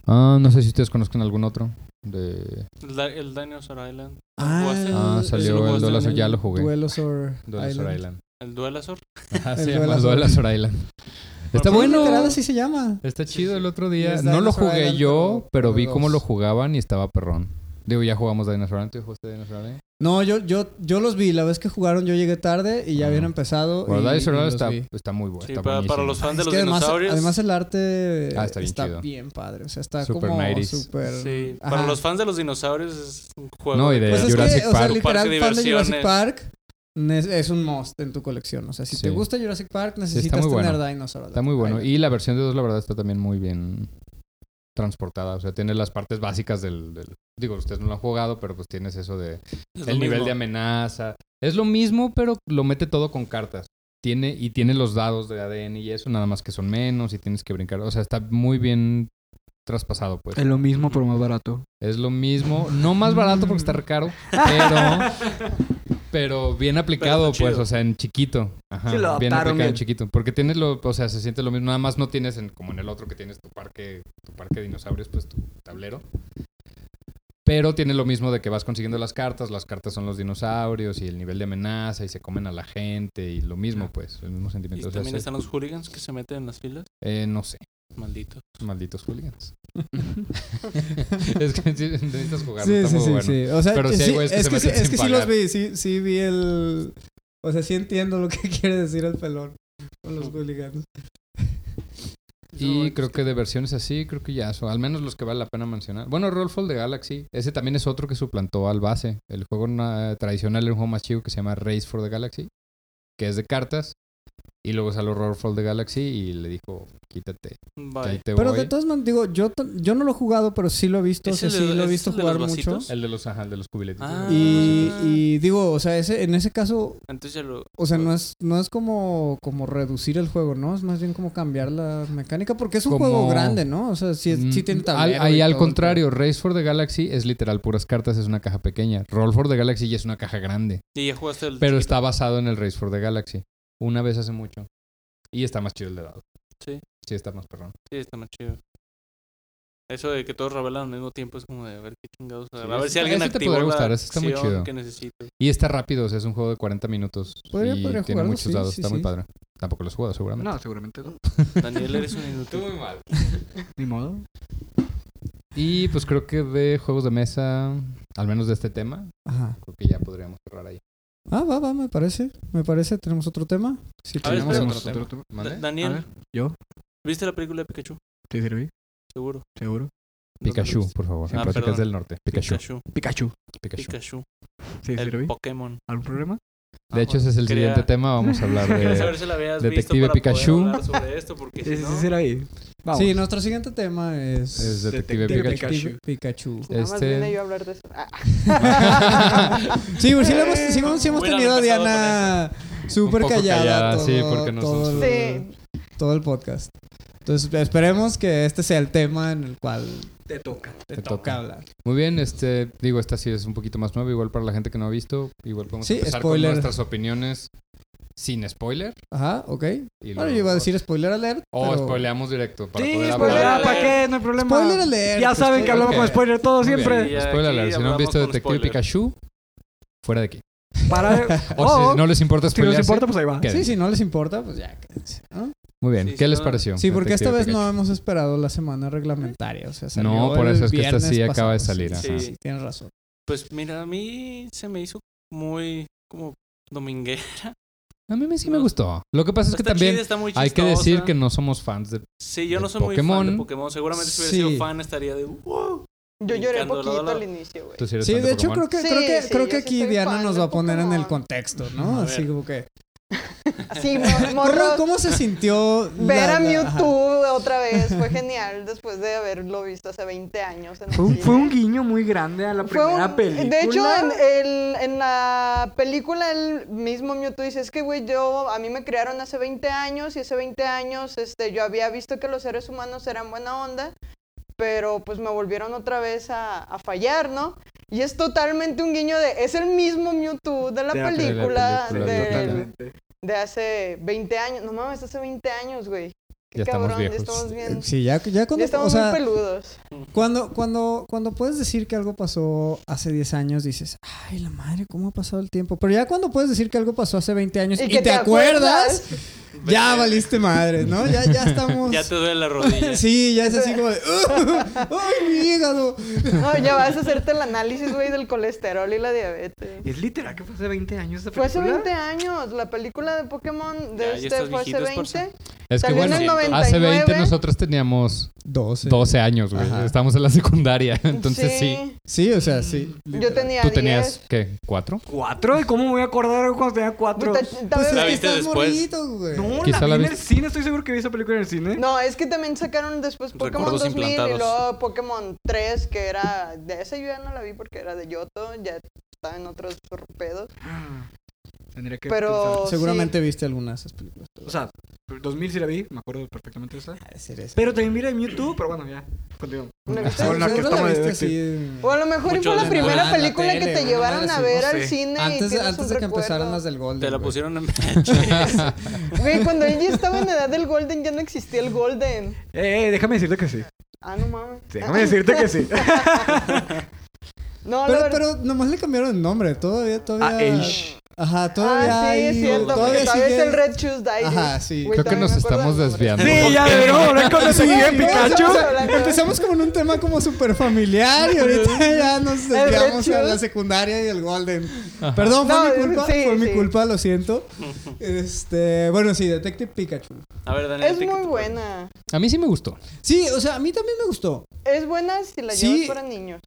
[SPEAKER 5] Ah, no sé si ustedes conozcan algún otro. De...
[SPEAKER 4] El, da- el Dinosaur Island.
[SPEAKER 1] Ah,
[SPEAKER 5] Ah,
[SPEAKER 1] el-
[SPEAKER 5] salió
[SPEAKER 4] el
[SPEAKER 5] Duelos- ya lo jugué.
[SPEAKER 1] Duelos or Island.
[SPEAKER 4] El Duelazor.
[SPEAKER 5] Ajá,
[SPEAKER 1] El
[SPEAKER 5] se llama
[SPEAKER 1] Duelas-
[SPEAKER 5] Duelas or Island. Está
[SPEAKER 1] Sí,
[SPEAKER 5] bueno.
[SPEAKER 1] literal, así se llama.
[SPEAKER 5] Está
[SPEAKER 4] Sí,
[SPEAKER 5] chido
[SPEAKER 4] sí.
[SPEAKER 5] el otro
[SPEAKER 1] Y
[SPEAKER 5] día.
[SPEAKER 1] es
[SPEAKER 5] No lo
[SPEAKER 1] Dinosaur
[SPEAKER 5] jugué
[SPEAKER 1] Island,
[SPEAKER 5] yo,
[SPEAKER 1] pero-
[SPEAKER 5] pero vi
[SPEAKER 1] pero
[SPEAKER 5] cómo lo
[SPEAKER 1] dos.
[SPEAKER 5] jugaban y estaba perrón. Digo, ya jugamos Dinosaur Island. ¿Tú ya jugaste Dinosaur Island?
[SPEAKER 1] No, yo, yo, yo los vi, la vez que jugaron yo llegué tarde y ya
[SPEAKER 5] Ah.
[SPEAKER 1] habían empezado. y-
[SPEAKER 5] Bueno, Dinosaur
[SPEAKER 1] y
[SPEAKER 5] Island
[SPEAKER 1] los
[SPEAKER 5] está,
[SPEAKER 1] vi.
[SPEAKER 5] está muy bueno.
[SPEAKER 4] Sí,
[SPEAKER 5] está
[SPEAKER 4] para, para
[SPEAKER 5] buenísimo.
[SPEAKER 4] los fans
[SPEAKER 1] Ah,
[SPEAKER 4] de
[SPEAKER 1] es
[SPEAKER 4] los
[SPEAKER 1] que además,
[SPEAKER 4] dinosaurios.
[SPEAKER 1] además el arte
[SPEAKER 5] Ah, está
[SPEAKER 1] está,
[SPEAKER 5] bien
[SPEAKER 1] bien,
[SPEAKER 5] chido.
[SPEAKER 1] padre. O sea, está
[SPEAKER 5] Super Eh,
[SPEAKER 1] como
[SPEAKER 5] 90s.
[SPEAKER 1] super...
[SPEAKER 4] sí,
[SPEAKER 1] Ajá.
[SPEAKER 4] para los fans de los dinosaurios es un juego.
[SPEAKER 5] No, y de-
[SPEAKER 1] Pues es
[SPEAKER 5] Jurassic
[SPEAKER 1] que, o sea,
[SPEAKER 5] Park.
[SPEAKER 1] literal,
[SPEAKER 4] Parque
[SPEAKER 1] fan
[SPEAKER 4] de
[SPEAKER 1] de Jurassic
[SPEAKER 4] diversiones.
[SPEAKER 1] Park ne- es un must en tu colección. O sea, si
[SPEAKER 5] Sí.
[SPEAKER 1] te gusta Jurassic Park,
[SPEAKER 5] está
[SPEAKER 1] necesitas
[SPEAKER 5] muy
[SPEAKER 1] tener
[SPEAKER 5] bueno.
[SPEAKER 1] Dinosaur.
[SPEAKER 5] Está muy bueno. Y la versión de 2, la verdad, está también muy bien transportada. O sea, tiene las partes básicas del. del- digo, ustedes no lo han jugado, pero pues tienes eso de.
[SPEAKER 4] es lo
[SPEAKER 5] el nivel
[SPEAKER 4] mismo.
[SPEAKER 5] de amenaza. Es lo mismo, pero lo mete todo con cartas. Tiene, y tiene los dados de ADN y eso, nada más que son menos y tienes que brincar. O sea, está muy bien traspasado, pues.
[SPEAKER 2] Es lo mismo, pero más barato.
[SPEAKER 5] Es lo mismo, no más barato porque está re caro, pero, pero bien aplicado,
[SPEAKER 4] está
[SPEAKER 5] pues,
[SPEAKER 4] chido.
[SPEAKER 5] o sea, en chiquito. Ajá,
[SPEAKER 2] Sí, lo
[SPEAKER 5] bien
[SPEAKER 2] adaptaron
[SPEAKER 5] aplicado en
[SPEAKER 2] bien.
[SPEAKER 5] chiquito. Porque tienes lo, o sea, se siente lo mismo, nada más no tienes en- como en el otro que tienes tu parque, tu parque de dinosaurios, pues tu tablero. Pero tiene lo mismo de que vas consiguiendo las cartas, las cartas son los dinosaurios y el nivel de amenaza y se comen a la gente y lo mismo, pues, el mismo
[SPEAKER 4] Y
[SPEAKER 5] sentimiento. O sea,
[SPEAKER 4] también
[SPEAKER 5] se-
[SPEAKER 4] están los hooligans que se meten en las filas.
[SPEAKER 5] eh, no sé,
[SPEAKER 4] Maldito.
[SPEAKER 5] malditos hooligans. es que sí, necesitas jugarlo,
[SPEAKER 1] Sí,
[SPEAKER 5] está
[SPEAKER 1] sí,
[SPEAKER 5] muy
[SPEAKER 1] sí,
[SPEAKER 5] bueno.
[SPEAKER 1] sí. O sea,
[SPEAKER 5] Pero sí hay
[SPEAKER 1] sí,
[SPEAKER 5] güeyes que
[SPEAKER 1] es
[SPEAKER 5] se
[SPEAKER 1] que, sí,
[SPEAKER 5] meten
[SPEAKER 1] es que
[SPEAKER 5] sin
[SPEAKER 1] sí los
[SPEAKER 5] pagar.
[SPEAKER 1] vi. Sí, sí vi el... O sea, sí entiendo lo que quiere decir el pelón con los hooligans.
[SPEAKER 5] Y creo que de versiones así, creo que ya son, al menos los que vale la pena mencionar. Bueno, Rollfall de Galaxy, ese también es otro que suplantó al base. El juego na- tradicional era un juego más chido que se llama Race for the Galaxy, que es de cartas. Y luego salió Rollfall de Galaxy y le dijo, quítate, que ahí
[SPEAKER 4] Bye.
[SPEAKER 5] te
[SPEAKER 1] Pero
[SPEAKER 5] voy.
[SPEAKER 1] de todas maneras, digo, yo, t- yo no lo he jugado, pero sí lo he visto. O
[SPEAKER 4] ¿Es
[SPEAKER 1] sea,
[SPEAKER 4] el de-
[SPEAKER 1] sí lo he
[SPEAKER 4] es
[SPEAKER 1] visto
[SPEAKER 4] el de
[SPEAKER 1] jugar
[SPEAKER 4] los
[SPEAKER 1] mucho.
[SPEAKER 4] vasitos?
[SPEAKER 5] El de los, ajá, el de los cubiletitos.
[SPEAKER 4] Ah.
[SPEAKER 1] Y,
[SPEAKER 4] Ah.
[SPEAKER 1] y digo, o sea, ese, en ese caso,
[SPEAKER 4] Entonces ya lo.
[SPEAKER 1] O sea, no es, no es como, como reducir el juego, ¿no? Es más bien como cambiar la mecánica, porque es un
[SPEAKER 5] Como-
[SPEAKER 1] juego grande, ¿no? O sea, sí, es- sí
[SPEAKER 5] Mm,
[SPEAKER 1] tiene
[SPEAKER 5] al-
[SPEAKER 1] tablero
[SPEAKER 5] Ahí
[SPEAKER 1] y
[SPEAKER 5] al
[SPEAKER 1] todo,
[SPEAKER 5] contrario, Race for the Galaxy es literal puras cartas, es una caja pequeña. Roll for the Galaxy ya es una caja grande.
[SPEAKER 4] Y ya jugaste el.
[SPEAKER 5] Pero está basado en el Race for the Galaxy. Una vez hace mucho. Y está más chido el de dados.
[SPEAKER 4] Sí.
[SPEAKER 5] Sí, está más perrón.
[SPEAKER 4] Sí, está más chido. Eso de que todos revelan al mismo tiempo es como de a ver qué chingados. a ver,
[SPEAKER 5] Sí,
[SPEAKER 4] a ver
[SPEAKER 5] ese-
[SPEAKER 4] si alguien
[SPEAKER 5] ese te
[SPEAKER 4] activó
[SPEAKER 5] podría
[SPEAKER 4] la
[SPEAKER 5] gustar, ese está muy
[SPEAKER 4] acción
[SPEAKER 5] chido.
[SPEAKER 4] que necesito.
[SPEAKER 5] Y está rápido, o sea, es un juego de 40 minutos.
[SPEAKER 1] Podría-
[SPEAKER 5] y
[SPEAKER 1] podría
[SPEAKER 5] tiene
[SPEAKER 1] jugarlo,
[SPEAKER 5] muchos
[SPEAKER 1] sí,
[SPEAKER 5] dados,
[SPEAKER 1] sí,
[SPEAKER 5] está muy
[SPEAKER 1] sí.
[SPEAKER 5] padre. Tampoco lo has jugado, seguramente.
[SPEAKER 2] No, seguramente no.
[SPEAKER 4] Daniel, eres un inútil.
[SPEAKER 5] muy mal.
[SPEAKER 2] Ni modo.
[SPEAKER 5] Y pues creo que de juegos de mesa, al menos de este tema,
[SPEAKER 1] Ajá.
[SPEAKER 5] creo que ya podríamos cerrar ahí.
[SPEAKER 1] Ah, va, va, me parece. Me parece. ¿Tenemos otro tema? Sí,
[SPEAKER 4] A ver,
[SPEAKER 1] tenemos
[SPEAKER 4] espera.
[SPEAKER 1] otro.
[SPEAKER 5] otro
[SPEAKER 2] tema.
[SPEAKER 5] tema.
[SPEAKER 4] Da-
[SPEAKER 5] ¿Mande?
[SPEAKER 2] A
[SPEAKER 4] Daniel,
[SPEAKER 2] ver, ¿yo?
[SPEAKER 4] ¿viste la película de Pikachu?
[SPEAKER 2] ¿Te sirve?
[SPEAKER 4] Seguro.
[SPEAKER 2] ¿Seguro?
[SPEAKER 4] ¿Dónde la
[SPEAKER 5] Pikachu,
[SPEAKER 4] viste?
[SPEAKER 5] por favor.
[SPEAKER 4] Ah,
[SPEAKER 5] en Pláticas
[SPEAKER 4] perdón.
[SPEAKER 5] del Norte. Pikachu.
[SPEAKER 4] Pikachu.
[SPEAKER 2] Pikachu.
[SPEAKER 5] Pikachu.
[SPEAKER 4] Pikachu.
[SPEAKER 2] ¿Sí te
[SPEAKER 4] El
[SPEAKER 2] sirve?
[SPEAKER 4] Pokémon.
[SPEAKER 2] ¿Algún problema?
[SPEAKER 5] De hecho, ese es el
[SPEAKER 4] Quería-
[SPEAKER 5] siguiente tema. Vamos a hablar
[SPEAKER 4] Quería saber
[SPEAKER 5] de...
[SPEAKER 4] si la habías
[SPEAKER 5] Detective
[SPEAKER 4] visto para poder
[SPEAKER 5] Pikachu.
[SPEAKER 4] hablar sobre esto, porque si
[SPEAKER 2] Sí, sí,
[SPEAKER 4] no...
[SPEAKER 2] sí, será ahí. Vamos.
[SPEAKER 1] Sí, nuestro siguiente tema es...
[SPEAKER 5] Es Detective
[SPEAKER 2] Detective
[SPEAKER 5] Pikachu.
[SPEAKER 1] Detective Pikachu.
[SPEAKER 3] Nada más
[SPEAKER 5] Este-
[SPEAKER 3] vine yo a hablar de eso. Ah,
[SPEAKER 1] sí, pues, sí, le hemos, sí hemos- sí hemos
[SPEAKER 4] Hubiera
[SPEAKER 1] tenido a
[SPEAKER 4] empezado
[SPEAKER 1] Diana
[SPEAKER 5] Un
[SPEAKER 1] súper
[SPEAKER 5] poco
[SPEAKER 1] callada.
[SPEAKER 5] callada,
[SPEAKER 1] todo,
[SPEAKER 5] sí, porque no
[SPEAKER 1] todo
[SPEAKER 5] son
[SPEAKER 1] el-
[SPEAKER 3] sí.
[SPEAKER 1] todo el podcast. Entonces esperemos que este sea el tema en el cual
[SPEAKER 2] Te toca.
[SPEAKER 1] te,
[SPEAKER 5] Te
[SPEAKER 1] toca.
[SPEAKER 5] toca.
[SPEAKER 1] hablar.
[SPEAKER 5] Muy bien, este, digo, esta sí es un poquito más nueva, igual para la gente que no ha visto, igual podemos
[SPEAKER 1] Sí,
[SPEAKER 5] empezar
[SPEAKER 1] spoiler.
[SPEAKER 5] con nuestras opiniones sin spoiler.
[SPEAKER 1] Ajá, ok.
[SPEAKER 5] y
[SPEAKER 1] Bueno,
[SPEAKER 5] luego- Oh,
[SPEAKER 1] yo iba a decir spoiler alert.
[SPEAKER 5] O
[SPEAKER 1] pero-
[SPEAKER 5] spoileamos directo para
[SPEAKER 2] Sí,
[SPEAKER 5] poder
[SPEAKER 2] spoiler,
[SPEAKER 5] hablar.
[SPEAKER 4] alert.
[SPEAKER 2] ¿para qué? No hay problema.
[SPEAKER 1] Spoiler alert.
[SPEAKER 2] Ya saben que hablamos
[SPEAKER 5] Ok.
[SPEAKER 2] con spoiler todo
[SPEAKER 5] Muy bien,
[SPEAKER 2] siempre.
[SPEAKER 4] Y
[SPEAKER 5] Spoiler
[SPEAKER 4] aquí
[SPEAKER 5] alert. Si no han
[SPEAKER 4] hablamos
[SPEAKER 5] visto
[SPEAKER 4] con
[SPEAKER 5] Detective
[SPEAKER 4] spoiler.
[SPEAKER 5] Pikachu, fuera de aquí.
[SPEAKER 2] Para...
[SPEAKER 5] O
[SPEAKER 2] Oh,
[SPEAKER 5] si no les importa
[SPEAKER 2] si nos
[SPEAKER 5] spoilearse,
[SPEAKER 2] importa, pues ahí va.
[SPEAKER 5] ¿qué?
[SPEAKER 1] Sí, si no les importa, pues ya quédense, ¿no?
[SPEAKER 5] Muy bien,
[SPEAKER 4] Sí,
[SPEAKER 5] ¿qué
[SPEAKER 4] si
[SPEAKER 5] les
[SPEAKER 4] no-
[SPEAKER 5] pareció?
[SPEAKER 1] Sí, porque esta
[SPEAKER 5] Detective
[SPEAKER 1] vez no
[SPEAKER 5] Pikachu?
[SPEAKER 1] hemos esperado la semana reglamentaria. O sea, salió
[SPEAKER 5] No, por
[SPEAKER 1] el
[SPEAKER 5] eso es que esta
[SPEAKER 1] viernes
[SPEAKER 5] sí acaba de
[SPEAKER 1] pasado.
[SPEAKER 5] salir,
[SPEAKER 1] Sí,
[SPEAKER 4] ajá.
[SPEAKER 1] sí, sí, tienes razón.
[SPEAKER 4] Pues mira, a mí se me hizo muy como dominguera.
[SPEAKER 5] A mí me- sí me
[SPEAKER 4] No.
[SPEAKER 5] gustó. Lo que pasa es que
[SPEAKER 4] Está
[SPEAKER 5] también
[SPEAKER 4] chida, está muy
[SPEAKER 5] hay que
[SPEAKER 4] chistosa.
[SPEAKER 5] decir que no somos fans de...
[SPEAKER 4] Sí, yo
[SPEAKER 5] de
[SPEAKER 4] no soy muy fan de
[SPEAKER 5] Pokémon.
[SPEAKER 4] Pokémon. Seguramente si hubiera
[SPEAKER 1] Sí.
[SPEAKER 4] sido fan estaría de "Uh,
[SPEAKER 3] Pues
[SPEAKER 4] wow.
[SPEAKER 3] Yo lloré
[SPEAKER 4] Brincando de
[SPEAKER 3] poquito
[SPEAKER 4] lado a
[SPEAKER 3] al
[SPEAKER 4] lado.
[SPEAKER 3] inicio, güey.
[SPEAKER 5] Tú sí eres
[SPEAKER 1] Sí,
[SPEAKER 5] fan
[SPEAKER 1] de hecho
[SPEAKER 5] Pokémon.
[SPEAKER 1] creo que
[SPEAKER 3] Sí,
[SPEAKER 1] creo que
[SPEAKER 3] sí,
[SPEAKER 1] creo que
[SPEAKER 3] yo sí
[SPEAKER 1] aquí
[SPEAKER 3] soy
[SPEAKER 1] Diana
[SPEAKER 3] fan
[SPEAKER 1] nos
[SPEAKER 3] de
[SPEAKER 1] va a poner en el
[SPEAKER 3] Pokémon.
[SPEAKER 1] contexto, ¿no?
[SPEAKER 4] A
[SPEAKER 1] Así
[SPEAKER 4] ver.
[SPEAKER 1] como que
[SPEAKER 3] Así, mo-
[SPEAKER 1] ¿Cómo,
[SPEAKER 3] morro.
[SPEAKER 1] cómo se sintió
[SPEAKER 3] Ver
[SPEAKER 1] la-
[SPEAKER 3] a
[SPEAKER 1] la- ajá.
[SPEAKER 3] Mewtwo otra vez fue genial después de haberlo visto hace 20 años. En el
[SPEAKER 2] Fue un,
[SPEAKER 3] cine.
[SPEAKER 2] fue un guiño muy grande a la
[SPEAKER 3] Fue
[SPEAKER 2] primera
[SPEAKER 3] un-
[SPEAKER 2] película.
[SPEAKER 3] De hecho, en, el- en la película el mismo Mewtwo dice, es que, güey, yo, a mí me crearon hace 20 años y hace 20 años este, yo había visto que los seres humanos eran buena onda, pero pues me volvieron otra vez a, a fallar, ¿no? Y es totalmente un guiño de, es el mismo Mewtwo de la
[SPEAKER 2] De la- de la
[SPEAKER 3] película,
[SPEAKER 5] película,
[SPEAKER 3] del-
[SPEAKER 5] totalmente.
[SPEAKER 3] de hace 20 años. No mames, hace 20 años, güey. Qué
[SPEAKER 5] Ya estamos
[SPEAKER 3] cabrón, ya
[SPEAKER 5] viejos.
[SPEAKER 3] estamos bien.
[SPEAKER 1] Sí, ya, ya
[SPEAKER 3] ya
[SPEAKER 1] cuando,
[SPEAKER 3] estamos
[SPEAKER 1] o sea,
[SPEAKER 3] muy peludos.
[SPEAKER 1] cuando, cuando, cuando puedes decir que algo pasó hace 10 años, dices, ay, la madre, ¿cómo ha pasado el tiempo? Pero ya cuando puedes decir que algo pasó hace 20 años y,
[SPEAKER 3] que
[SPEAKER 1] te, acuerdas, ya valiste madre, ¿no? Ya, ya estamos...
[SPEAKER 4] Ya te duele la rodilla.
[SPEAKER 1] Sí, ya es así como de, "Uh, ¡ay, mi hígado!
[SPEAKER 3] No, ya vas a hacerte el análisis, güey, del colesterol y la diabetes.
[SPEAKER 2] Es literal que fue hace 20 años esa
[SPEAKER 3] Fue hace
[SPEAKER 2] película.
[SPEAKER 3] 20 años, la película de Pokémon de
[SPEAKER 4] Ya, ya
[SPEAKER 3] este
[SPEAKER 4] estás
[SPEAKER 3] fue hace
[SPEAKER 4] viejitos,
[SPEAKER 3] 20.
[SPEAKER 5] Es que
[SPEAKER 3] Salió
[SPEAKER 5] bueno,
[SPEAKER 3] en el
[SPEAKER 5] hace 20
[SPEAKER 3] 99.
[SPEAKER 5] nosotros teníamos
[SPEAKER 1] 12.
[SPEAKER 5] 12 años, güey.
[SPEAKER 1] Ajá.
[SPEAKER 5] Estamos en la secundaria, entonces sí.
[SPEAKER 1] Sí, o sea, sí.
[SPEAKER 3] Yo tenía
[SPEAKER 5] ¿Tú tenías
[SPEAKER 3] 10.
[SPEAKER 5] qué? ¿Cuatro?
[SPEAKER 2] ¿Cuatro? ¿Y ¿Cómo me voy a acordar cuando tenía cuatro?
[SPEAKER 3] Puta, también-
[SPEAKER 1] Pues
[SPEAKER 4] La
[SPEAKER 1] es que
[SPEAKER 4] viste
[SPEAKER 1] estás
[SPEAKER 4] después.
[SPEAKER 1] morrito, güey.
[SPEAKER 2] No,
[SPEAKER 5] Quizá
[SPEAKER 2] la vi
[SPEAKER 5] la
[SPEAKER 2] en
[SPEAKER 5] vis-
[SPEAKER 2] el cine. Estoy seguro que vi esa película en el cine.
[SPEAKER 3] No, es que también sacaron después Pokémon
[SPEAKER 4] Recuerdos
[SPEAKER 3] 2000 y
[SPEAKER 4] implantados.
[SPEAKER 3] luego Pokémon 3, que era... De esa yo ya no la vi porque era de Yoto, ya estaba en otros torpedos.
[SPEAKER 2] Ah, Tendría que
[SPEAKER 3] Pero
[SPEAKER 1] Seguramente viste algunas de esas películas.
[SPEAKER 2] pensar. O sea, 2000 sí la vi. Me acuerdo perfectamente de esa.
[SPEAKER 1] Ah, es eso.
[SPEAKER 2] Pero también mira en YouTube. Pero bueno, ya. Continuamos.
[SPEAKER 3] ¿La viste?
[SPEAKER 2] Sobre la que
[SPEAKER 1] Seguro la
[SPEAKER 2] estamos
[SPEAKER 1] viste
[SPEAKER 2] de-
[SPEAKER 1] así.
[SPEAKER 3] sí. O a lo mejor y
[SPEAKER 4] Mucho
[SPEAKER 3] fue la
[SPEAKER 4] de-
[SPEAKER 3] primera
[SPEAKER 1] Ah, la
[SPEAKER 3] película
[SPEAKER 1] tele,
[SPEAKER 3] que te
[SPEAKER 1] una
[SPEAKER 3] llevaron
[SPEAKER 1] madre
[SPEAKER 3] a
[SPEAKER 1] así,
[SPEAKER 3] ver
[SPEAKER 2] no
[SPEAKER 3] al
[SPEAKER 2] sé.
[SPEAKER 3] cine y
[SPEAKER 1] Antes,
[SPEAKER 3] tienes
[SPEAKER 1] antes
[SPEAKER 3] un
[SPEAKER 1] de que empezaran
[SPEAKER 3] recuerdo.
[SPEAKER 1] las del Golden.
[SPEAKER 4] Te la
[SPEAKER 1] güey.
[SPEAKER 4] pusieron en
[SPEAKER 3] Güey, cuando ella estaba en edad del Golden ya no existía el Golden.
[SPEAKER 2] Eh, eh, déjame decirte que sí.
[SPEAKER 3] Ah, no mames.
[SPEAKER 2] Déjame decirte que sí.
[SPEAKER 3] No, la
[SPEAKER 1] Pero,
[SPEAKER 3] verdad-
[SPEAKER 1] pero nomás le cambiaron el nombre. Todavía, todavía.
[SPEAKER 2] Ah, Age.
[SPEAKER 1] Ajá, todavía.
[SPEAKER 3] Ah, sí,
[SPEAKER 1] hay-
[SPEAKER 3] es cierto, porque
[SPEAKER 1] Todavía
[SPEAKER 3] todavía es
[SPEAKER 1] sigue-
[SPEAKER 3] el Red Shoes Diaries.
[SPEAKER 1] Ajá, sí.
[SPEAKER 3] Güey,
[SPEAKER 5] Creo que
[SPEAKER 3] también
[SPEAKER 5] nos
[SPEAKER 3] me acuerdo
[SPEAKER 5] estamos
[SPEAKER 3] del nombre.
[SPEAKER 5] desviando.
[SPEAKER 2] Sí, ya deberíamos hablar con eso.
[SPEAKER 1] Sí,
[SPEAKER 2] ¿eh,
[SPEAKER 1] no,
[SPEAKER 2] Pikachu.
[SPEAKER 1] empezamos-
[SPEAKER 3] Hablando.
[SPEAKER 1] Empezamos con un tema como súper familiar y ahorita ya nos desviamos a
[SPEAKER 3] Red
[SPEAKER 1] la
[SPEAKER 3] Shoes.
[SPEAKER 1] secundaria y el Golden. Perdón, fue
[SPEAKER 3] No,
[SPEAKER 1] mi culpa,
[SPEAKER 3] sí,
[SPEAKER 1] fue mi
[SPEAKER 3] sí.
[SPEAKER 1] culpa, lo siento. Este, bueno, sí, Detective Pikachu.
[SPEAKER 4] A ver, Daniel.
[SPEAKER 3] Es
[SPEAKER 4] ¿qué-
[SPEAKER 3] muy
[SPEAKER 4] qué-
[SPEAKER 3] buena.
[SPEAKER 5] A mí sí me gustó.
[SPEAKER 1] Sí, o sea, a mí también me gustó.
[SPEAKER 3] Es buena si la
[SPEAKER 1] Sí.
[SPEAKER 3] llevas para niños.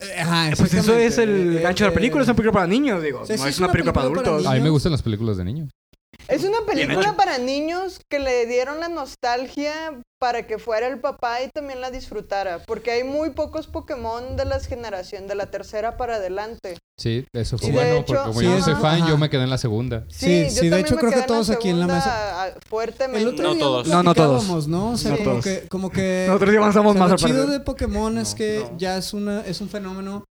[SPEAKER 1] Eh, Ajá,
[SPEAKER 2] Pues eso
[SPEAKER 1] exactamente.
[SPEAKER 2] es el
[SPEAKER 1] Eh,
[SPEAKER 2] gancho de la película. Es una película para niños, digo.
[SPEAKER 1] Sí,
[SPEAKER 2] no
[SPEAKER 1] sí,
[SPEAKER 2] es una película para adultos.
[SPEAKER 5] A mí me
[SPEAKER 1] Niños.
[SPEAKER 5] gustan las películas de niños.
[SPEAKER 3] Es una película
[SPEAKER 2] hecho.
[SPEAKER 3] para niños que le dieron la nostalgia para que fuera el papá y también la disfrutara. Porque hay muy pocos Pokémon de las generaciones, de la tercera para adelante.
[SPEAKER 5] Sí, eso fue
[SPEAKER 3] Y de
[SPEAKER 5] bueno,
[SPEAKER 3] hecho-
[SPEAKER 5] porque como
[SPEAKER 1] Sí,
[SPEAKER 5] yo no
[SPEAKER 1] ajá.
[SPEAKER 5] soy fan,
[SPEAKER 1] Ajá.
[SPEAKER 5] yo me quedé en la segunda.
[SPEAKER 1] Sí,
[SPEAKER 3] yo
[SPEAKER 1] sí, de
[SPEAKER 3] también
[SPEAKER 1] hecho creo
[SPEAKER 3] me
[SPEAKER 1] que
[SPEAKER 3] quedé en la
[SPEAKER 1] todos aquí en la mesa-
[SPEAKER 3] segunda, ah, Fuertemente.
[SPEAKER 1] El otro
[SPEAKER 4] No
[SPEAKER 1] día
[SPEAKER 4] todos.
[SPEAKER 1] lo
[SPEAKER 2] No, no todos.
[SPEAKER 1] platicábamos, ¿no? O sea,
[SPEAKER 2] No
[SPEAKER 1] como
[SPEAKER 2] todos.
[SPEAKER 1] que como que
[SPEAKER 2] Nosotros sí
[SPEAKER 1] o
[SPEAKER 2] avanzamos
[SPEAKER 1] sea,
[SPEAKER 2] más
[SPEAKER 1] lo
[SPEAKER 2] al
[SPEAKER 1] chido
[SPEAKER 2] parecer.
[SPEAKER 1] de Pokémon es
[SPEAKER 4] No,
[SPEAKER 1] que
[SPEAKER 4] no.
[SPEAKER 1] ya es una es un fenómeno